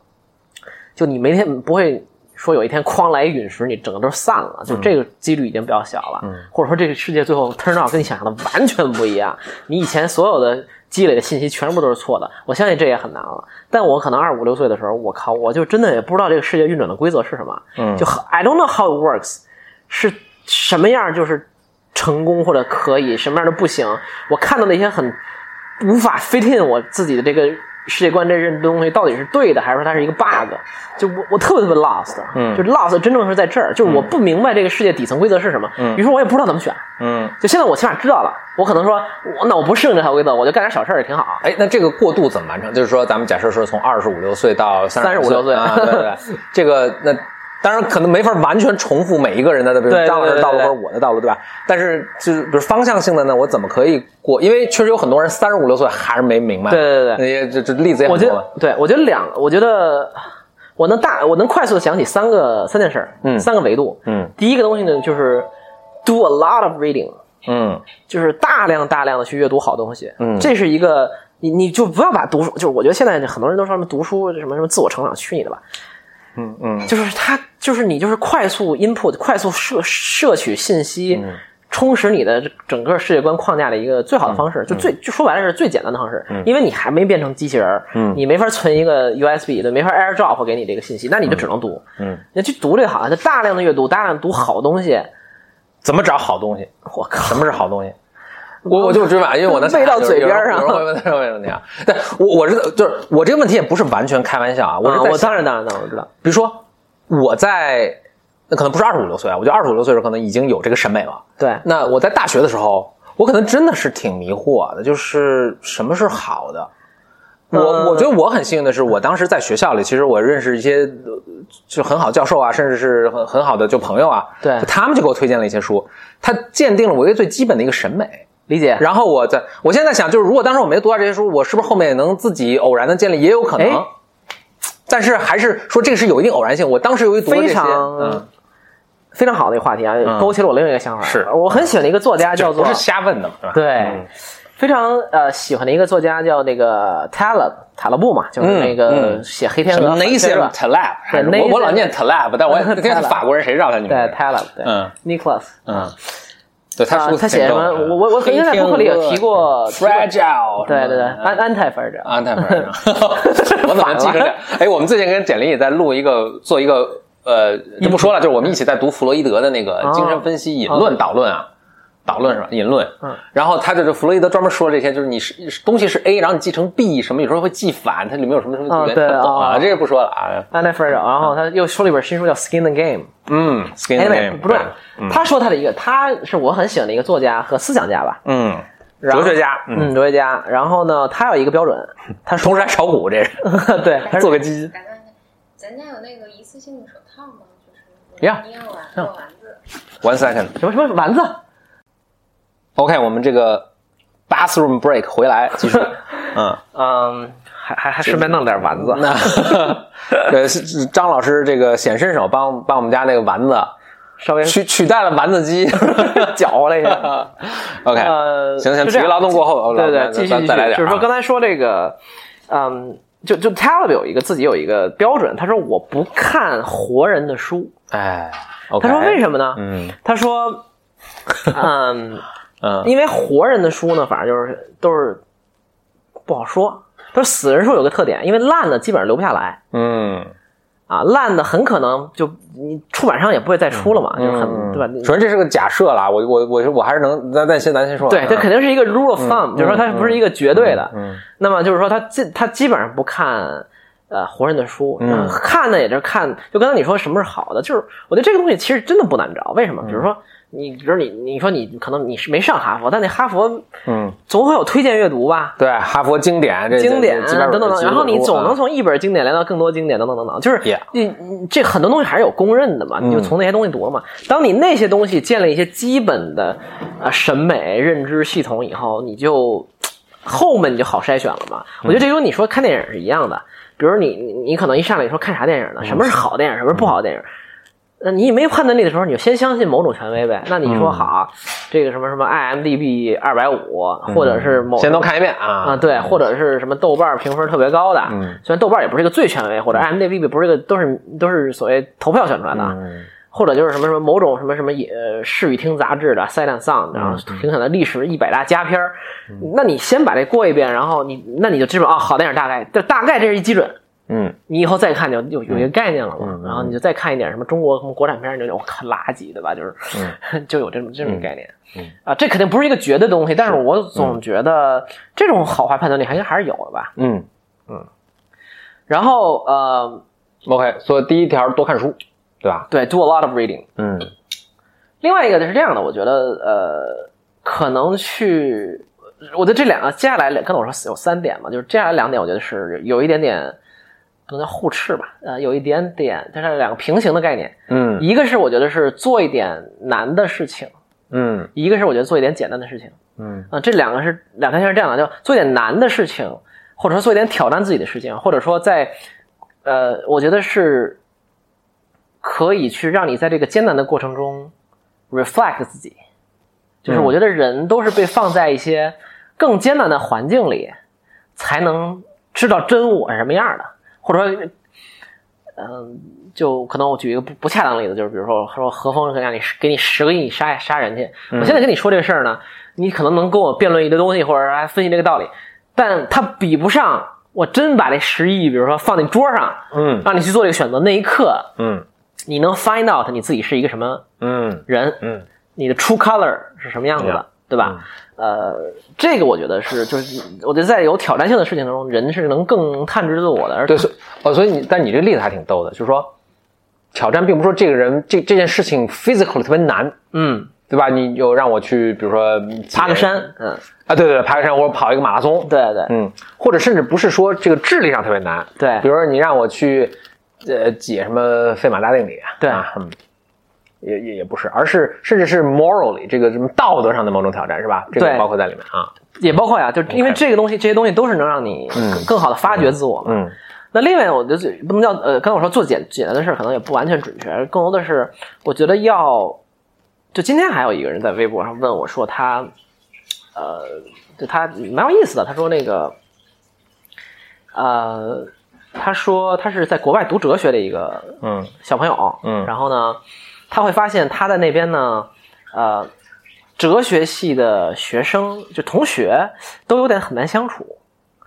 Speaker 2: 就你每天不会说有一天哐来一陨石，你整个都散了，就这个几率已经比较小了。或者说这个世界最后 turn out 跟你想象的完全不一样，你以前所有的积累的信息全部都是错的，我相信这也很难了。但我可能二五六岁的时候，我靠，我就真的也不知道这个世界运转的规则是什么，
Speaker 1: 嗯
Speaker 2: 就很 I don't know how it works，是什么样就是成功或者可以，什么样的不行。我看到那些很无法 fit in 我自己的这个世界观这认东西到底是对的，还是说它是一个 bug？就我我特别特别 lost，
Speaker 1: 嗯
Speaker 2: 就 lost 真正是在这儿，就是我不明白这个世界底层规则是什么，
Speaker 1: 嗯
Speaker 2: 于是我也不知道怎么选。
Speaker 1: 嗯，
Speaker 2: 就现在我起码知道了，我可能说，我那我不适应这条规则，我就干点小事儿也挺好。
Speaker 1: 哎，那这个过渡怎么完成？就是说，咱们假设说从二十五六岁到三
Speaker 2: 35六岁
Speaker 1: 啊，对对 对，这个那当然可能没法完全重复每一个人的，比如
Speaker 2: 对对
Speaker 1: 张老师的道路
Speaker 2: 对
Speaker 1: 或
Speaker 2: 对
Speaker 1: 者我的道路，对吧？但是就是比如方向性的呢，我怎么可以过？因为确实有很多人三十五六岁还是没明白，
Speaker 2: 对对对
Speaker 1: 那些这这例子也
Speaker 2: 我
Speaker 1: 很
Speaker 2: 觉
Speaker 1: 多嘛
Speaker 2: 得，对我觉得两，我觉得我能大，我能快速的想起三个三件事儿，
Speaker 1: 嗯
Speaker 2: 三个维度。
Speaker 1: 嗯
Speaker 2: 第一个东西呢，就是 do a lot of reading，
Speaker 1: 嗯
Speaker 2: 就是大量大量的去阅读好东西。
Speaker 1: 嗯
Speaker 2: 这是一个你你就不要把读书，就是我觉得现在很多人都说什么读书什么什么自我成长，去你的吧！
Speaker 1: 嗯嗯
Speaker 2: 就是他就是你就是快速 input 快速摄摄取信息。
Speaker 1: 嗯
Speaker 2: 充实你的整个世界观框架的一个最好
Speaker 1: 嗯
Speaker 2: 的方式，就最就说白了是最简单的方式，因为你还没变成机器人儿，
Speaker 1: 嗯
Speaker 2: 你没法存一个 USB 对，没法 AirDrop 给你这个信息，那你就只能读，
Speaker 1: 嗯，
Speaker 2: 你去读这个好，就大量的阅读，大量地读好东西，
Speaker 1: 怎么找好东西？
Speaker 2: 我靠，
Speaker 1: 什么是好东西？我我就追问，因为我能
Speaker 2: 喂到嘴边
Speaker 1: 有
Speaker 2: 儿
Speaker 1: 人
Speaker 2: 啊
Speaker 1: 有人会问这个问题啊。但我我是就是我这个问题也不是完全开玩笑啊，我是
Speaker 2: 啊
Speaker 1: 在
Speaker 2: 我
Speaker 1: 想
Speaker 2: 当然当然当然我知道，
Speaker 1: 比如说我在那可能不是二十五六岁啊，我觉得二十五六岁的时候可能已经有这个审美了。
Speaker 2: 对，
Speaker 1: 那我在大学的时候，我可能真的是挺迷惑的，就是什么是好的。我
Speaker 2: 嗯
Speaker 1: 我觉得我很幸运的是，我当时在学校里，其实我认识一些呃就很好教授啊，甚至是很很好的就朋友啊，
Speaker 2: 对
Speaker 1: 就他们就给我推荐了一些书，他鉴定了我一个最基本的一个审美。
Speaker 2: 理解，
Speaker 1: 然后我在我现在想，就是如果当时我没读到这些书，我是不是后面也能自己偶然的建立？也有可能
Speaker 2: 哎，
Speaker 1: 但是还是说这个是有一定偶然性。我当时由于读了这些，
Speaker 2: 非常
Speaker 1: 嗯，
Speaker 2: 非常好的一个话题啊，勾起了我另外一个想法，
Speaker 1: 是
Speaker 2: 我很喜欢的一个作家叫
Speaker 1: 不
Speaker 2: 做
Speaker 1: 是瞎问的，是吧？
Speaker 2: 对，
Speaker 1: 嗯
Speaker 2: 非常呃喜欢的一个作家叫那个塔勒塔勒布嘛，就是那
Speaker 1: 嗯
Speaker 2: 个
Speaker 1: 嗯
Speaker 2: 写《黑天
Speaker 1: 什
Speaker 2: 鹅
Speaker 1: 么》
Speaker 2: 反黑
Speaker 1: Nathan
Speaker 2: 了
Speaker 1: Taleb，还是
Speaker 2: 对
Speaker 1: 我
Speaker 2: Nathan-
Speaker 1: 我老念 Taleb，但我 也
Speaker 2: Taleb
Speaker 1: 这是法国人，谁知道他你
Speaker 2: 对
Speaker 1: 们？
Speaker 2: 塔勒对
Speaker 1: 嗯
Speaker 2: Nicholas
Speaker 1: 嗯，对他
Speaker 2: 啊
Speaker 1: 书，
Speaker 2: 他写什么？我我我应该在博客里有提过提过
Speaker 1: fragile，嗯
Speaker 2: 对对对，
Speaker 1: 什么的
Speaker 2: 安安泰菲尔
Speaker 1: 啊，太烦了！ 我怎么记着点？哎，我们最近跟简林也在录一个，做一个呃，就不说了，就是我们一起在读弗洛伊德的那个精神分析引论导论啊，导论是吧？引论。
Speaker 2: 哦嗯。
Speaker 1: 然后他就是弗洛伊德专门说这些，就是你是东西是 A，然后你记成 B，什么有时候会记反，它里面有什么什么
Speaker 2: 啊
Speaker 1: 原
Speaker 2: 对
Speaker 1: 它懂啊，
Speaker 2: 啊
Speaker 1: 这个不说了啊。
Speaker 2: 安泰菲尔，然后他又出了一本新书叫《Skin the Game》。
Speaker 1: 嗯，skin
Speaker 2: a
Speaker 1: name，
Speaker 2: y 不重要。
Speaker 1: 嗯
Speaker 2: 他说他的一个，他是我很喜欢的一个作家和思想家吧，
Speaker 1: 嗯，
Speaker 2: 然后
Speaker 1: 哲学家，嗯，
Speaker 2: 嗯，哲学家。然后呢，他有一个标准，他说
Speaker 1: 同时还炒股，这是
Speaker 2: 对，他是
Speaker 1: 做个基金。
Speaker 4: 打断一下，咱家有那个一次性的手套吗？就是我
Speaker 1: 呀
Speaker 4: 捏完做丸子。
Speaker 1: One second。
Speaker 2: 什么什么丸子，
Speaker 1: OK，我们这个 bathroom break 回来继 续。嗯。
Speaker 2: 嗯，还还还顺便弄点丸子。
Speaker 1: 那呃，是是张老师这个显身手帮帮我们家那个丸子
Speaker 2: 稍微
Speaker 1: 取取代了丸子 鸡。
Speaker 2: 搅和了一下。
Speaker 1: OK，
Speaker 2: 呃，
Speaker 1: 哎行行，体
Speaker 2: 就这
Speaker 1: 育
Speaker 2: 样
Speaker 1: 劳动过后，咱
Speaker 2: 对对，继续
Speaker 1: 咱
Speaker 2: 继续
Speaker 1: 再来点啊。
Speaker 2: 就是说刚才说这个，嗯，就就 Taleb 有一个自己有一个标准，他说我不看活人的书，
Speaker 1: 哎，OK，
Speaker 2: 他说为什么呢？
Speaker 1: 嗯
Speaker 2: 他说，嗯，
Speaker 1: 嗯
Speaker 2: 因为活人的书呢，反正就是都是不好说。他说死人书有个特点，因为烂的基本上留不下来
Speaker 1: 嗯
Speaker 2: 啊，烂的很可能就你出版商也不会再出了嘛，
Speaker 1: 嗯
Speaker 2: 就是很对吧？你
Speaker 1: 主要这是个假设啦，我我我我还是能，咱咱先咱先说完
Speaker 2: 对，
Speaker 1: 啊，
Speaker 2: 这肯定是一个 rule of thumb，、
Speaker 1: 嗯
Speaker 2: 就是说它不是一个绝对的。
Speaker 1: 嗯
Speaker 2: 那么就是说他基他基本上不看呃活人的书，
Speaker 1: 嗯
Speaker 2: 然后看呢也就是看，就刚才你说什么是好的，就是我觉得这个东西其实真的不难找。为什
Speaker 1: 嗯
Speaker 2: 么？比如说你，比如你你说你可能你是没上哈佛，但那哈佛
Speaker 1: 嗯，
Speaker 2: 总会有推荐阅读吧。
Speaker 1: 对，哈佛经典这
Speaker 2: 经典
Speaker 1: 这这几百
Speaker 2: 等
Speaker 1: 本
Speaker 2: 等等，
Speaker 1: 几百
Speaker 2: 然后你
Speaker 1: 本书
Speaker 2: 总
Speaker 1: 啊
Speaker 2: 能从一本经典来到更多经典等等等等，就是
Speaker 1: Yeah 嗯
Speaker 2: 你你这很多东西还是有公认的嘛，你就从那些东西读了嘛。当你那些东西建立一些基本的啊审美认知系统以后，你就后面你就好筛选了嘛。我觉得
Speaker 1: 嗯
Speaker 2: 这跟你说看电影是一样的，比如你你你可能一上来你说看啥电影呢？什么是
Speaker 1: 嗯
Speaker 2: 好电影？什么是不好电影？那你没有判断力的时候，你就先相信某种权威呗。那你
Speaker 1: 嗯
Speaker 2: 说好，这个什么什么 IMDB 二百五，或者是某
Speaker 1: 嗯先都看一遍啊
Speaker 2: 啊，对，或者是什么豆瓣儿评分特别高的，
Speaker 1: 嗯
Speaker 2: 虽然豆瓣儿也不是一个最权威，或者 IMDB 不是一个都是都是所谓投票选出来的，啊，
Speaker 1: 嗯
Speaker 2: 或者就是什么什么某种什么什么也呃视与听杂志的 Silent Sound，然后
Speaker 1: 嗯
Speaker 2: 评选的历史一百大佳片儿，那你先把这过一遍，然后你那你就知道啊，好电影大概这大概这是一基准，
Speaker 1: 嗯
Speaker 2: 你以后再看就有有一个概念了嘛，
Speaker 1: 嗯嗯
Speaker 2: 然后你就再看一点什么中国什么国产片儿，你就觉得我靠垃圾，对吧？就是、 就有这种这种概念、
Speaker 1: 嗯
Speaker 2: 啊，这肯定不是一个绝对的东西，但是我总觉得这种好坏判断力还是还是有的吧。
Speaker 1: 嗯
Speaker 2: 然后呃，
Speaker 1: ，OK，所以第一条多看书，对吧？
Speaker 2: 对，do a lot of reading。
Speaker 1: 嗯
Speaker 2: 另外一个是这样的，我觉得呃，可能去，我觉得这两个接下来两，刚才我说有三点嘛，就是接下来两点，我觉得是有一点点不能叫互斥吧，呃，有一点点，但是两个平行的概念。
Speaker 1: 嗯
Speaker 2: 一个是我觉得是做一点难的事情，
Speaker 1: 嗯
Speaker 2: 一个是我觉得做一点简单的事情。
Speaker 1: 嗯
Speaker 2: 啊、这两个是两条线是这样的，就做一点难的事情，或者说做一点挑战自己的事情，或者说在呃，我觉得是可以去让你在这个艰难的过程中 reflect 自己。就是
Speaker 1: 嗯
Speaker 2: 我觉得人都是被放在一些更艰难的环境里，才能知道真我是什么样的，或者说，嗯、就可能我举一个不不恰当的例子，就是比如说说何峰让你给你十个亿你杀杀人去，我
Speaker 1: 嗯
Speaker 2: 现在跟你说这个事儿呢，你可能能跟我辩论一堆东西，或者还分析这个道理，但它比不上我真把这十亿，比如说放你桌上，
Speaker 1: 嗯
Speaker 2: 让你去做这个选择那一刻，
Speaker 1: 嗯
Speaker 2: 你能 find out 你自己是一个什么
Speaker 1: 嗯
Speaker 2: 人，
Speaker 1: 嗯
Speaker 2: 你的 true color 是什么样子的，对吧？呃，这个我觉得是，就是我觉得在有挑战性的事情中，人是能更探知自我的，而
Speaker 1: 对，所以哦，所以你但你这个例子还挺逗的，就是说挑战并不是说这个人这这件事情 physically 特别难，
Speaker 2: 嗯，
Speaker 1: 对吧？你有让我去，比如说
Speaker 2: 爬个山，嗯，
Speaker 1: 啊，对对对，爬个山或者跑一个马拉松，
Speaker 2: 对对
Speaker 1: 嗯，或者甚至不是说这个智力上特别难，比
Speaker 2: 对
Speaker 1: 如说你让我去呃解什么费马大定理，
Speaker 2: 对
Speaker 1: 啊，嗯也也也不是，而是甚至是 morally 这个什么道德上的某种挑战是吧？这个
Speaker 2: 对
Speaker 1: 包括在里面啊，
Speaker 2: 也包括呀，就因为这个东西，这些东西都是能让你
Speaker 1: 嗯
Speaker 2: 更好的发掘自我嘛。
Speaker 1: 嗯
Speaker 2: 那另外，我觉得最不能叫呃，刚才我说做简简单的事儿，可能也不完全准确，更多的是我觉得要，就今天还有一个人在微博上问我说他，呃，就他蛮有意思的，他说那个，呃，他说他是在国外读哲学的一个
Speaker 1: 嗯
Speaker 2: 小朋友，
Speaker 1: 嗯
Speaker 2: 然后呢，他会发现他在那边呢，呃，哲学系的学生就同学都有点很难相处，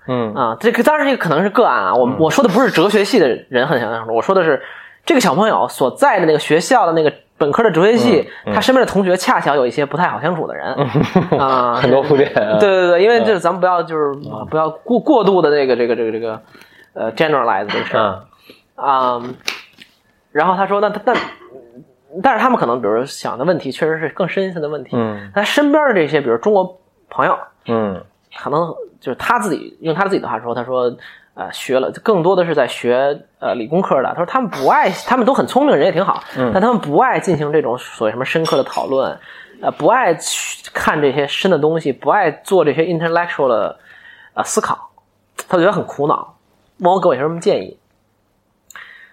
Speaker 1: 嗯
Speaker 2: 啊，这个当然这个可能是个案啊，我、我说的不是哲学系的人很想我说的是这个小朋友所在的那个学校的那个本科的哲学系，他身边的同学恰巧有一些不太好相处的人、啊，
Speaker 1: 很多铺 垫，啊
Speaker 2: 对对对，因为这咱们不要就是不要过过度的这个这个这个这个呃 generalize 这个事儿
Speaker 1: 嗯
Speaker 2: 啊、然后他说，那他但但是他们可能比如说想的问题确实是更深层的问题，
Speaker 1: 嗯
Speaker 2: 他身边的这些比如中国朋友。
Speaker 1: 嗯
Speaker 2: 可能就是他自己用他自己的话说，他说，呃，学了更多的是在学呃理工科的。他说他们不爱，他们都很聪明，人也挺好，但他们不爱进行这种所谓什么深刻的讨论，呃，不爱去看这些深的东西，不爱做这些 intellectual 的呃思考，他觉得很苦恼，问我给我一些什么建议。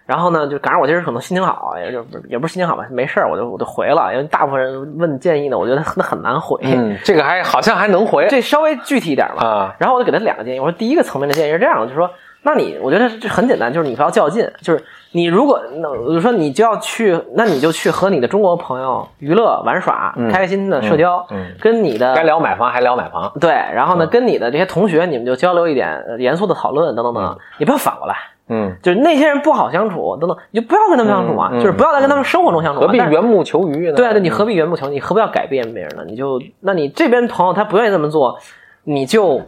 Speaker 2: 然后呢，就赶上我今儿可能心情好，也就也不是心情好吧，没事儿，我就我就回了，因为大部分人问建议呢，我觉得那很难 回，
Speaker 1: 嗯，这个还好像还能回
Speaker 2: 这稍微具体一点吧。
Speaker 1: 啊，
Speaker 2: 然后我就给他两个建议，我说第一个层面的建议是这样的，就是说，那你我觉得这很简单，就是你不要较劲，就是你如果那我就说你就要去，那你就去和你的中国朋友娱乐玩耍，
Speaker 1: 嗯
Speaker 2: 开开心心的社交，
Speaker 1: 嗯嗯
Speaker 2: 跟你的
Speaker 1: 该聊嗯买房还聊买房，
Speaker 2: 对，然后呢，跟你的这些同学你们就交流一点呃严肃的讨论等等等等，你不要反过来，
Speaker 1: 嗯，
Speaker 2: 就是那些人不好相处，等等，你就不要跟他们相处嘛，
Speaker 1: 嗯嗯
Speaker 2: 就是不要再跟他们生活中相处嘛。
Speaker 1: 何必
Speaker 2: 但是
Speaker 1: 缘木求鱼呢？
Speaker 2: 对啊，对，你何必缘木求？你何必要改变别人呢？你就，那你这边朋友他不愿意这么做，你就，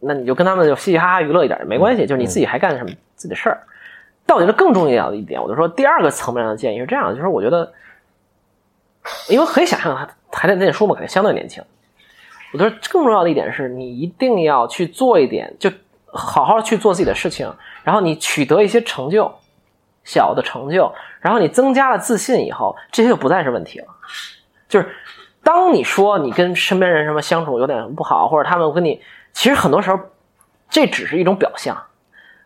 Speaker 2: 那你就跟他们就嘻嘻哈哈娱乐一点也没关系，就是你自己还干什么自己的事儿。但我觉得更重要的一点，我就说第二个层面上的建议是这样的，就是我觉得，因为可以想象他还在念书嘛，肯定相对年轻。我觉得更重要的一点是你一定要去做一点，就好好去做自己的事情，然后你取得一些成就，小的成就，然后你增加了自信以后，这些就不再是问题了。就是当你说你跟身边人什么相处有点不好，或者他们跟你，其实很多时候这只是一种表象，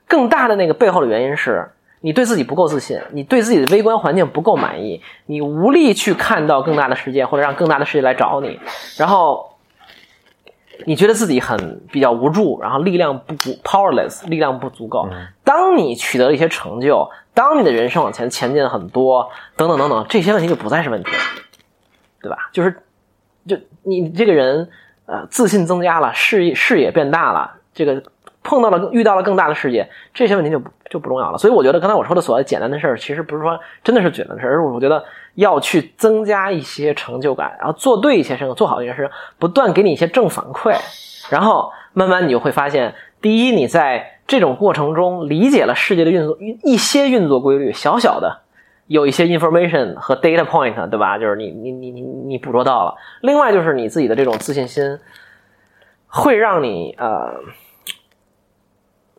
Speaker 2: 更大的那个背后的原因是你对自己不够自信，你对自己的微观环境不够满意，你无力去看到更大的世界，或者让更大的世界来找你，然后。你觉得自己很比较无助，然后力量不足，powerless，力量不足够。当你取得了一些成就，当你的人生往前前进很多，等等等等，这些问题就不再是问题了。对吧？就是，就你这个人，呃，自信增加了，视野视野变大了，这个碰到了遇到了更大的世界，这些问题就不就不重要了。所以我觉得刚才我说的所谓简单的事儿，其实不是说真的是简单的事儿，而是我觉得要去增加一些成就感，然后做对一些事情，做好一些事情，不断给你一些正反馈，然后慢慢你就会发现，第一，你在这种过程中理解了世界的运作一些运作规律，小小的。有一些 information 和 data point，对吧？就是你你你你你捕捉到了。另外就是你自己的这种自信心，会让你呃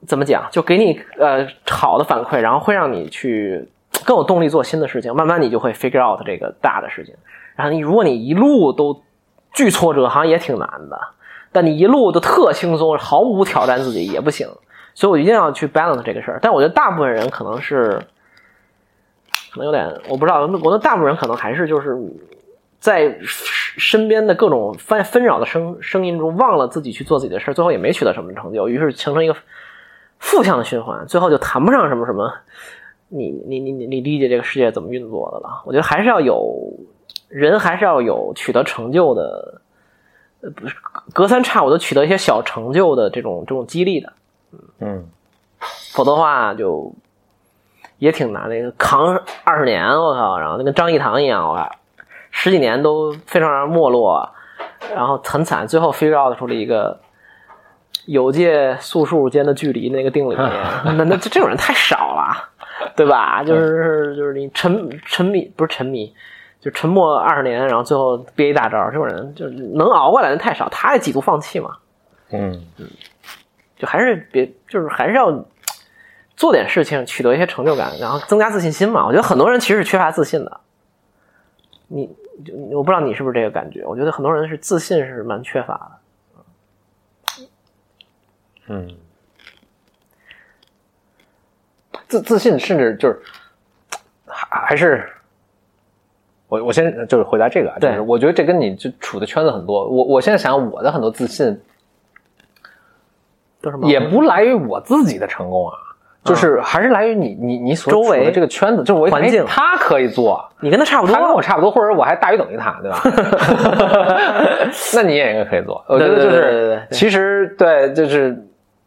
Speaker 2: 怎么讲，就给你呃好的反馈，然后会让你去更有动力做新的事情。慢慢你就会 figure out 这个大的事情。然后你如果你一路都巨挫折，好像也挺难的。但你一路都特轻松，毫无挑战自己也不行。所以我一定要去 balance 这个事儿。但我觉得大部分人可能是。可能有点，我不知道，我觉得大部分人可能还是就是在身边的各种纷纷扰的声声音中，忘了自己去做自己的事儿，最后也没取得什么成就，于是形成一个负向的循环，最后就谈不上什么什么你你你你你理解这个世界怎么运作的了。我觉得还是要有人，还是要有取得成就的，呃，不是隔三差五的取得一些小成就的这种这种激励的。
Speaker 1: 嗯，
Speaker 2: 否则的话就也挺难的，扛二十年，我靠，然后就跟张一堂一样，我靠，十几年都非常让人没落，然后很惨，最后 figure out 出了一个有界素数间的距离那个定理，那那这这种人太少了，对吧？就是就是你沉沉迷不是沉迷。就沉默二十年，然后最后憋一大招，这种人就是能熬过来的太少，他也几度放弃嘛。
Speaker 1: 嗯，
Speaker 2: 就还是别，就是还是要做点事情，取得一些成就感，然后增加自信心嘛。我觉得很多人其实是缺乏自信的，你就我不知道你是不是这个感觉。我觉得很多人是自信是蛮缺乏的。
Speaker 1: 嗯，自自信甚至就是还还是我我先就是回答这个啊，就
Speaker 2: 对
Speaker 1: 是我觉得这跟你就处的圈子很多，我我现在想我的很多自信
Speaker 2: 都是
Speaker 1: 也不来于我自己的成功啊。就是还是来于你你你所
Speaker 2: 周
Speaker 1: 处的
Speaker 2: 围
Speaker 1: 这个圈子，就是我一看
Speaker 2: 环境
Speaker 1: 哎他可以做，
Speaker 2: 你跟他差不多
Speaker 1: 他跟我差不多，或者我还大于等于他，对 吧？那你也应该可以做。我觉得就
Speaker 2: 对对对对
Speaker 1: 是
Speaker 2: 对，
Speaker 1: 其实对，就是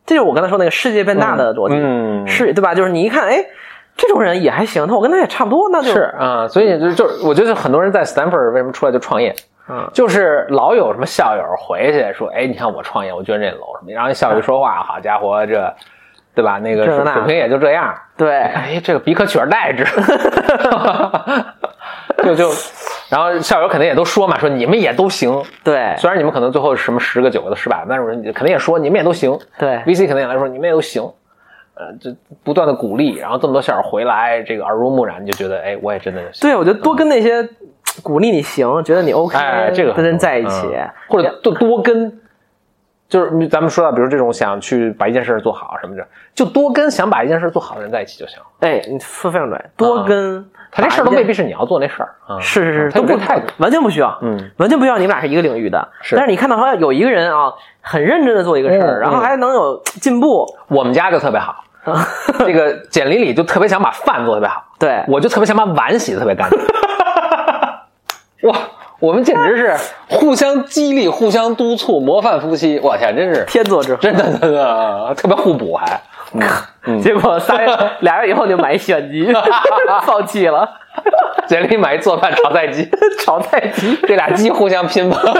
Speaker 2: 这就是我刚才说那个世界变大的逻辑，
Speaker 1: 嗯，
Speaker 2: 是对吧？就是你一看，哎，这种人也还行，那我跟他也差不多，那就是
Speaker 1: 啊、所以就就是我觉得很多人在 Stanford 为什么出来就创业，
Speaker 2: 嗯，
Speaker 1: 就是老有什么校友回去说，哎，你看我创业，我捐这楼什么，然后校友一说话，好家伙，这对吧？那个
Speaker 2: 这
Speaker 1: 水
Speaker 2: 那
Speaker 1: 水平也就这样，
Speaker 2: 对，
Speaker 1: 哎，这个鼻科取而 代之，就就，然后校友肯定也都说嘛，说你们也都行，
Speaker 2: 对，
Speaker 1: 虽然你们可能最后什么十个九个都失败了，但是你肯定也说你们也都行。
Speaker 2: 对
Speaker 1: ，VC 肯定也来说你们也都行。呃，这不断的鼓励，然后这么多校友回来，这个耳濡目染，你就觉得，哎，我也真的行。
Speaker 2: 对，我觉得多跟那些鼓励你行，觉得你 OK
Speaker 1: 哎，这个
Speaker 2: 的
Speaker 1: 很
Speaker 2: 人
Speaker 1: 重要
Speaker 2: 在一起，
Speaker 1: 嗯或者多多跟，就是咱们说到，比如这种想去把一件事儿做好什么的，就多跟想把一件事儿做好的人在一起就行了。
Speaker 2: 哎，你说非常对，多
Speaker 1: 嗯
Speaker 2: 跟
Speaker 1: 他这事儿都
Speaker 2: 把一
Speaker 1: 未
Speaker 2: 件
Speaker 1: 必是你要做那事儿啊，
Speaker 2: 是是
Speaker 1: 嗯
Speaker 2: 是，
Speaker 1: 他
Speaker 2: 都
Speaker 1: 有这
Speaker 2: 不
Speaker 1: 态度。
Speaker 2: 完全不需要，
Speaker 1: 嗯，
Speaker 2: 完全不需要你们俩是一个领域的。
Speaker 1: 是
Speaker 2: 但是你看到好像有一个人啊，很认真的做一个事儿，
Speaker 1: 嗯
Speaker 2: 然后
Speaker 1: 嗯
Speaker 2: 还能有进步，
Speaker 1: 我们家就特别 好，这个简里里就特别想把饭做得特别好，
Speaker 2: 对，
Speaker 1: 我就特别想把碗洗得特别干净。哇，我们简直是互相激励、互相督促，模范夫妻。我天，真是
Speaker 2: 天作之合。
Speaker 1: 真的真的特别互补还。嗯
Speaker 2: 结果仨月俩月以后就买一洗碗机， 放弃了，
Speaker 1: 简历买一做饭炒菜机，
Speaker 2: 炒菜机。
Speaker 1: 这俩鸡互相拼吧，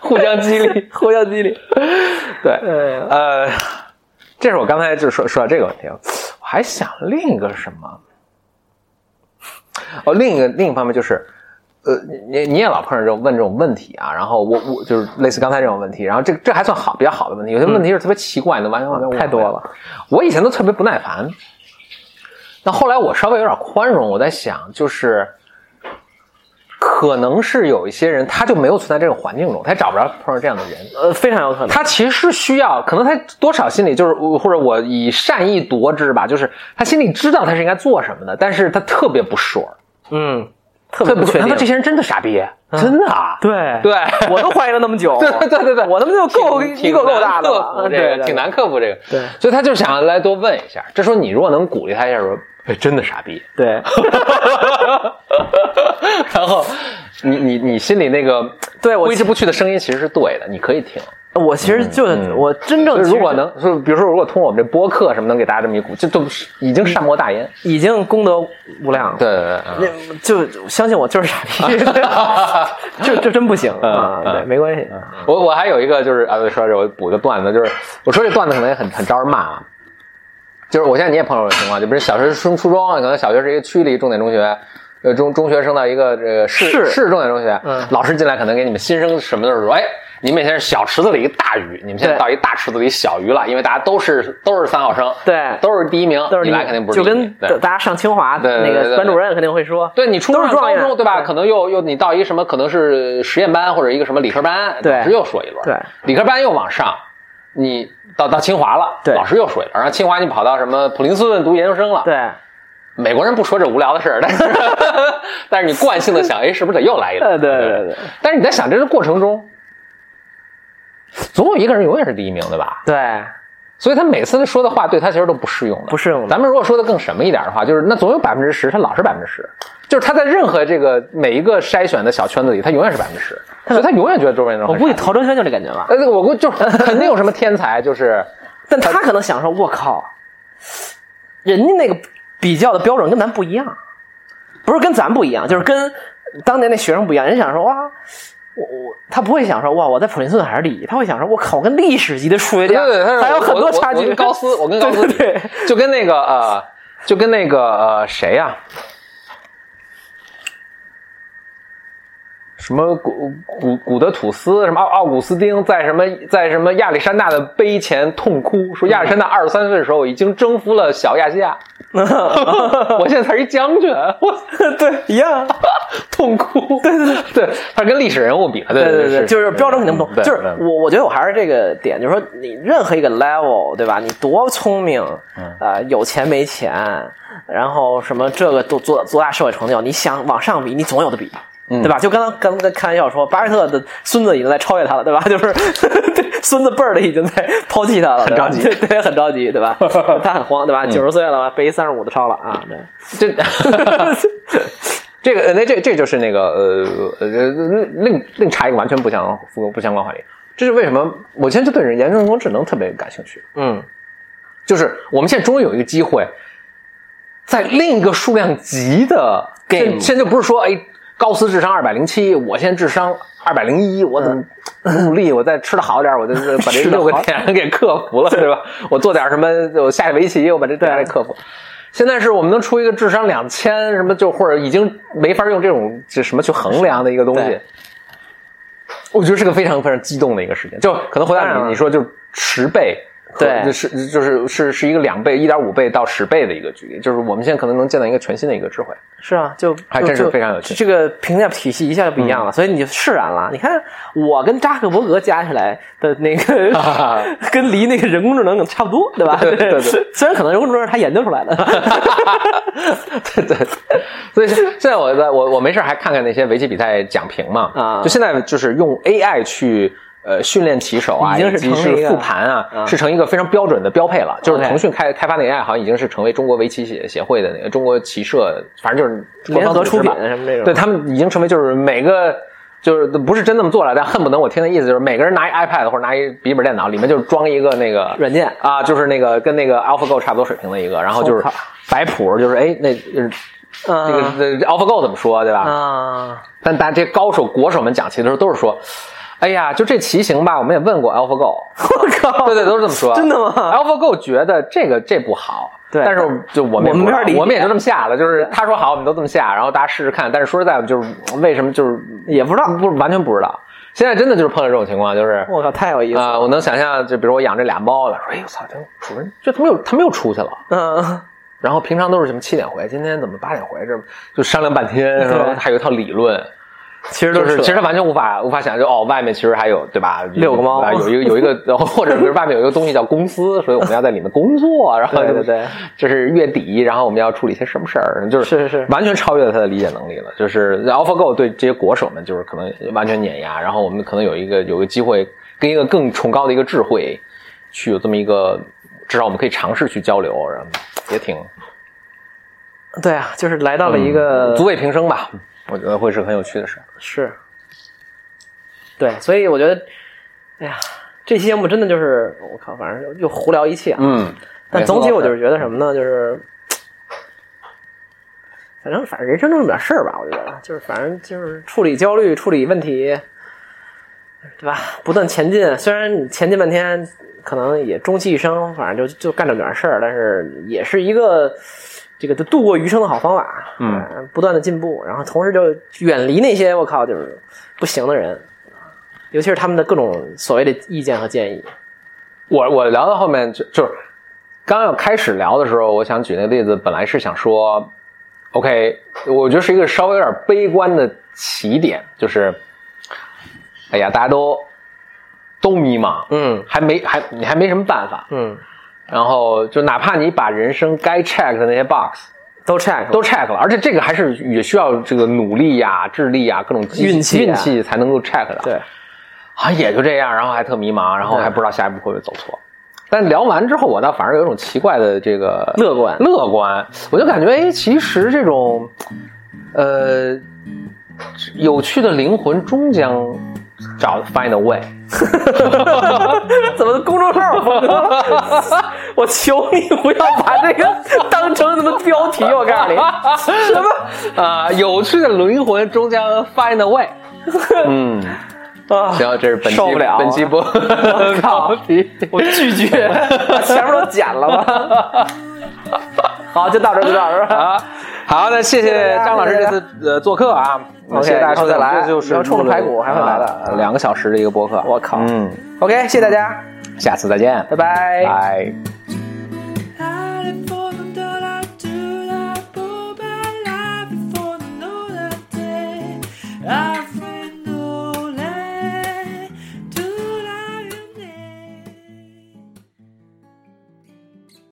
Speaker 1: 互相激励。
Speaker 2: 互相激励，
Speaker 1: 对，
Speaker 2: 哎呀
Speaker 1: 呃，这是我刚才就说说到这个问题，啊我还想另一个什么？哦，另一个另一方面就是，呃，你你你也老碰上这种问这种问题啊，然后我我就是类似刚才这种问题，然后这这还算好比较好的问题，有些问题是特别奇怪的，完全完全无法
Speaker 2: 嗯太多了。
Speaker 1: 我以前都特别不耐烦，但后来我稍微有点宽容，我在想就是。可能是有一些人，他就没有存在这种环境中，他也找不着碰上这样的人。
Speaker 2: 呃，非常有可能。
Speaker 1: 他其实是需要，可能他多少心里就是，我或者我以善意夺之吧，就是他心里知道他是应该做什么的，但是他特别不 sure，
Speaker 2: 嗯，特
Speaker 1: 特
Speaker 2: 别
Speaker 1: 别
Speaker 2: 不
Speaker 1: 不
Speaker 2: 确
Speaker 1: sure。难道
Speaker 2: 定。
Speaker 1: 这些人真的傻逼？
Speaker 2: 嗯
Speaker 1: 真的啊？
Speaker 2: 对
Speaker 1: 对，
Speaker 2: 我都怀疑了那么久。
Speaker 1: 对对对对对，
Speaker 2: 我他妈就够一够够大的
Speaker 1: 克
Speaker 2: 了。嗯
Speaker 1: 服
Speaker 2: 对
Speaker 1: 这
Speaker 2: 对
Speaker 1: 个挺难克服这个，
Speaker 2: 对
Speaker 1: 所以他就想来多问一下。这时候你如果能鼓励他一下，说，哎，真的傻逼，
Speaker 2: 对，
Speaker 1: 然后你你你心里那个
Speaker 2: 对我
Speaker 1: 挥之不去的声音其实是对的，你可以听。
Speaker 2: 我其实就
Speaker 1: 嗯嗯
Speaker 2: 我真正
Speaker 1: 所以
Speaker 2: 其实
Speaker 1: 如果能，就比如说，如果通过我们这播客什么能给大家这么一鼓，这都是已经善莫大焉。
Speaker 2: 已经功德无量了。
Speaker 1: 嗯对对嗯对，
Speaker 2: 那就相信我就是傻逼，
Speaker 1: 啊
Speaker 2: 这这真不行
Speaker 1: 嗯
Speaker 2: 啊！
Speaker 1: 嗯
Speaker 2: 对，没关系，
Speaker 1: 我我还有一个就是啊，对，说到这我补个段子，就是我说这段子可能也很很招人骂啊。就是我现在你也碰到这种情况，就比如小学升初中，可能小学是一个区里重点中学，呃中中学升到一个这个市
Speaker 2: 市
Speaker 1: 市重点中学，
Speaker 2: 嗯
Speaker 1: 老师进来可能给你们新生什么的时候说，哎，你们以前是小池子里一大鱼，你们现在
Speaker 2: 对
Speaker 1: 到一大池子里小鱼了，因为大家都是都是三好生，
Speaker 2: 对
Speaker 1: 都是第一名，
Speaker 2: 都是
Speaker 1: 你
Speaker 2: 你
Speaker 1: 来肯定不是
Speaker 2: 就
Speaker 1: 第一
Speaker 2: 跟
Speaker 1: 名对
Speaker 2: 大家上清华
Speaker 1: 对对对
Speaker 2: 那
Speaker 1: 对对
Speaker 2: 个班主任肯定会说，
Speaker 1: 对你初
Speaker 2: 都
Speaker 1: 中、
Speaker 2: 是状
Speaker 1: 高
Speaker 2: 元
Speaker 1: 中，对吧？
Speaker 2: 对
Speaker 1: 可能又又你到一什么，可能是实验班或者一个什么理科班，
Speaker 2: 对
Speaker 1: 老师又说一轮，
Speaker 2: 对，
Speaker 1: 理科班又往上，你到到清华了，
Speaker 2: 对
Speaker 1: 老师又说一轮，然后清华你跑到什么普林斯顿读研究生了，，
Speaker 2: 对，
Speaker 1: 美国人不说这无聊的事儿，但 是但是你惯性的想，哎，是不是得又来一
Speaker 2: 呃，
Speaker 1: 轮？
Speaker 2: 对对对
Speaker 1: 但是你在想这个过程中，总有一个人永远是第一名，对吧？
Speaker 2: 对，
Speaker 1: 所以他每次说的话对他其实都不适用的，
Speaker 2: 不适用的
Speaker 1: 咱们如果说的更什么一点的话，就是那总有百分之十，他老是百分之十，就是他在任何这个每一个筛选的小圈子里，他永远是百分之十，所以他永远觉得周围人都
Speaker 2: 我
Speaker 1: 很
Speaker 2: 估计
Speaker 1: 傻逼
Speaker 2: 陶哲轩就这感觉吧，
Speaker 1: 呃，这个我估计就是肯定有什么天才，就是
Speaker 2: 但他可能想说，我靠，人家那个比较的标准跟咱不一样，不是跟咱不一样，就是跟当年那学生不一样。人家想说哇，我我他不会想说哇，我在普林斯顿还是第一，他会想说我靠，我跟历史级的数学
Speaker 1: 对
Speaker 2: 家
Speaker 1: 对，他是
Speaker 2: 还有
Speaker 1: 我
Speaker 2: 很
Speaker 1: 我
Speaker 2: 多差
Speaker 1: 我我
Speaker 2: 距。
Speaker 1: 跟高斯，我跟高斯
Speaker 2: 对
Speaker 1: 比，
Speaker 2: 对对
Speaker 1: 就跟那个呃，就跟那个呃谁呀、什么古古古德吐斯，什么奥奥古斯丁，在什么在什么亚历山大的碑前痛哭，说亚历山大二十三岁的时候已经征服了小亚细 亚，我现在才是一将军，啊我
Speaker 2: 对一样，
Speaker 1: 痛哭，对对对，他跟历史人物比了，对
Speaker 2: 对
Speaker 1: 对
Speaker 2: 对对，就是标准肯定不同。
Speaker 1: 对
Speaker 2: 就是
Speaker 1: 对
Speaker 2: 我我觉得我还是这个点，就是说你任何一个 level，对吧？你多聪明，
Speaker 1: 嗯
Speaker 2: 呃，有钱没钱，然后什么这个多做做大社会成就，你想往上比，你总有的比。
Speaker 1: 嗯
Speaker 2: 对吧？就刚刚刚刚开玩笑说，巴菲特的孙子已经在超越他了，对吧？ 就是对孙子辈儿的已经在抛弃他了，很
Speaker 1: 着急嗯
Speaker 2: 对对，很着急，对吧？ 他很慌，对吧？九十岁了，被一三十五的超了啊！对，
Speaker 1: 这这个呃那这这就是那个呃呃另另另查一个完全不相不不相关话题，这是为什么我现在就对人研究人工智能特别感兴趣，
Speaker 2: 嗯，
Speaker 1: 就是我们现在终于有一个机会，在另一个数量级的
Speaker 2: Game
Speaker 1: 现现在就不是说哎高斯智商二百零七，我现在智商二百零一，我怎么努力，我再吃的好点 儿，我就是把这
Speaker 2: 嗯吃得
Speaker 1: 六个
Speaker 2: 好
Speaker 1: 点给克服了，对吧？我做点什么，我下围棋，我把
Speaker 2: 啊
Speaker 1: 这点给克服。现在是我们能出一个智商两千什么就或者已经没法用这种这什么去衡量的一个东西
Speaker 2: 对，
Speaker 1: 我觉得是个非常非常激动的一个事情。就可能回
Speaker 2: 当
Speaker 1: 答
Speaker 2: 然
Speaker 1: 你
Speaker 2: 了
Speaker 1: 你说就是十倍和，
Speaker 2: 对
Speaker 1: 就是就是是是一个两倍、一点五倍到十倍的一个距离，就是我们现在可能能见到一个全新的一个 智慧。
Speaker 2: 是啊，就
Speaker 1: 还
Speaker 2: 就
Speaker 1: 真是
Speaker 2: 就
Speaker 1: 非常有趣嗯
Speaker 2: 这个评价体系一下就不一样了，所以你就释然了。你看，我跟扎克伯格加起来的那个， 跟离那个人工智能差不多，对吧？
Speaker 1: 对对对对
Speaker 2: 虽然可能人工智能是他研究出来的，
Speaker 1: 对 对，所以现现在我在我我没事还看看那些围棋比赛讲评嘛，
Speaker 2: 啊
Speaker 1: 就现在就是用 AI 去。呃，训练棋手啊，
Speaker 2: 已经
Speaker 1: 以
Speaker 2: 是
Speaker 1: 及
Speaker 2: 成为
Speaker 1: 是
Speaker 2: 一个
Speaker 1: 复盘啊，
Speaker 2: 啊
Speaker 1: 是成一个非常标准的标配了。就是
Speaker 2: OK
Speaker 1: 腾讯开开发那 AI，好像已经是成为中国围棋协协会的那个中国棋社，反正就是官
Speaker 2: 联
Speaker 1: 方组
Speaker 2: 合
Speaker 1: 织
Speaker 2: 出品
Speaker 1: 吧
Speaker 2: 什么这种。
Speaker 1: 对他们已经成为就是每个就是不是真那么做了，但恨不得我听的意思就是每个人拿一 iPad 或者拿一笔记本电脑，里面就是装一个那个
Speaker 2: 软件
Speaker 1: 啊，就是那个跟那个 AlphaGo 差不多水平的一个，然后就是
Speaker 2: 好看
Speaker 1: 摆谱，就是哎那就是这个、
Speaker 2: 啊
Speaker 1: 这 AlphaGo 怎么说对吧？
Speaker 2: 啊，
Speaker 1: 但大家这些高手国手们讲棋的时候都是说，哎呀，就这棋形吧，我们也问过 AlphaGo，
Speaker 2: 我 靠，
Speaker 1: 对对，都是这么说，
Speaker 2: 真的吗？
Speaker 1: AlphaGo 觉得这个这不好，
Speaker 2: 对
Speaker 1: 但是就我
Speaker 2: 我
Speaker 1: 们
Speaker 2: 们
Speaker 1: 也
Speaker 2: 没法理解
Speaker 1: 我们也就这么下了，就是他说好，我们都这么下，然后大家试试看。但是说实在，就是为什么就是
Speaker 2: 也不知道，
Speaker 1: 不完全不知道。现在真的就是碰到这种情况，就是
Speaker 2: 嗯我靠，太有意思了。
Speaker 1: 啊、我能想象，就比如我养这俩猫了，说哎呦我操，这主人这他们又他们又出去了，
Speaker 2: 嗯，
Speaker 1: 然后平常都是什么七点回，今天怎么八点回，这就商量半天，然后
Speaker 2: 对
Speaker 1: 还有一套理论。
Speaker 2: 其实
Speaker 1: 就
Speaker 2: 都
Speaker 1: 是
Speaker 2: 是
Speaker 1: 其实他完全无法无法想象，就哦，外面其实还有对吧？
Speaker 2: 遛个猫
Speaker 1: 啊有一个有一个，然后或者是外面有一个东西叫公司，所以我们要在里面工作，然后
Speaker 2: 对
Speaker 1: 啊就
Speaker 2: 对对，
Speaker 1: 这是月底，然后我们要处理些什么事儿，就是
Speaker 2: 是是是
Speaker 1: 完全超越了他的理解能力了。就是 AlphaGo 对这些国手们就是可能完全碾压，然后我们可能有一个有一个机会跟一个更崇高的一个智慧去有这么一个，至少我们可以尝试去交流，然后也挺
Speaker 2: 对啊，就是来到了一个、
Speaker 1: 嗯呃足为平生吧，我觉得会是很有趣的事儿。
Speaker 2: 是，对，所以我觉得，哎呀，这期节目真的就是我靠，反正又胡聊一气啊。
Speaker 1: 嗯，
Speaker 2: 但总体我就是是觉得什么呢，就是。反正反正人生就这么点事儿吧，我觉得就是反正就是处理焦虑、处理问题，对吧？不断前进，虽然你前进半天，可能也终其一生，反正就就干这么点事儿，但是也是一个这个就度过余生的好方法。
Speaker 1: 嗯
Speaker 2: 呃，不断的进步，然后同时就远离那些我靠就是不行的人，尤其是他们的各种所谓的意见和建议。
Speaker 1: 我我聊到后面就就是刚要开始聊的时候，我想举那个例子，本来是想说，OK，我觉得是一个稍微有点悲观的起点，就是，哎呀，大家都都迷茫，
Speaker 2: 嗯
Speaker 1: 还没还你还没什么办法，
Speaker 2: 嗯，
Speaker 1: 然后就哪怕你把人生该 check 的那些 box
Speaker 2: 都 check
Speaker 1: 都 check 了，而且这个还是也需要这个努力呀、智力呀、各种机
Speaker 2: 运气啊
Speaker 1: 运气才能够 check 的，
Speaker 2: 对，
Speaker 1: 好啊像也就这样，然后还特迷茫，然后还不知道下一步会不会走错。但聊完之后，我倒反而有一种奇怪的这个
Speaker 2: 乐观
Speaker 1: 乐观，我就感觉哎，其实这种呃有趣的灵魂终将找 find a way。
Speaker 2: 怎么公众号风格了？我求你不要把这个当成什么标题，我告诉 你，啊 什么
Speaker 1: 啊、有趣的灵魂终将 find a way。嗯，
Speaker 2: 啊？
Speaker 1: 行，这是本期
Speaker 2: 受不了啊
Speaker 1: 本期播
Speaker 2: 我靠
Speaker 1: 标题。
Speaker 2: 我拒绝， 把前面都剪了吧。 好，就到这儿，就到这儿 啊。
Speaker 1: 啊， 好，那谢谢张老师这次呃做客啊，
Speaker 2: OK，
Speaker 1: 谢谢大家收
Speaker 2: 以后再
Speaker 1: 听，
Speaker 2: 来
Speaker 1: 这就是
Speaker 2: 要冲着排骨还会来的
Speaker 1: 啊两个小时的一个播客，
Speaker 2: 我靠
Speaker 1: 嗯，
Speaker 2: OK，谢谢大家，
Speaker 1: 下次再见，
Speaker 2: 拜拜。
Speaker 1: 拜。
Speaker 3: Hiding for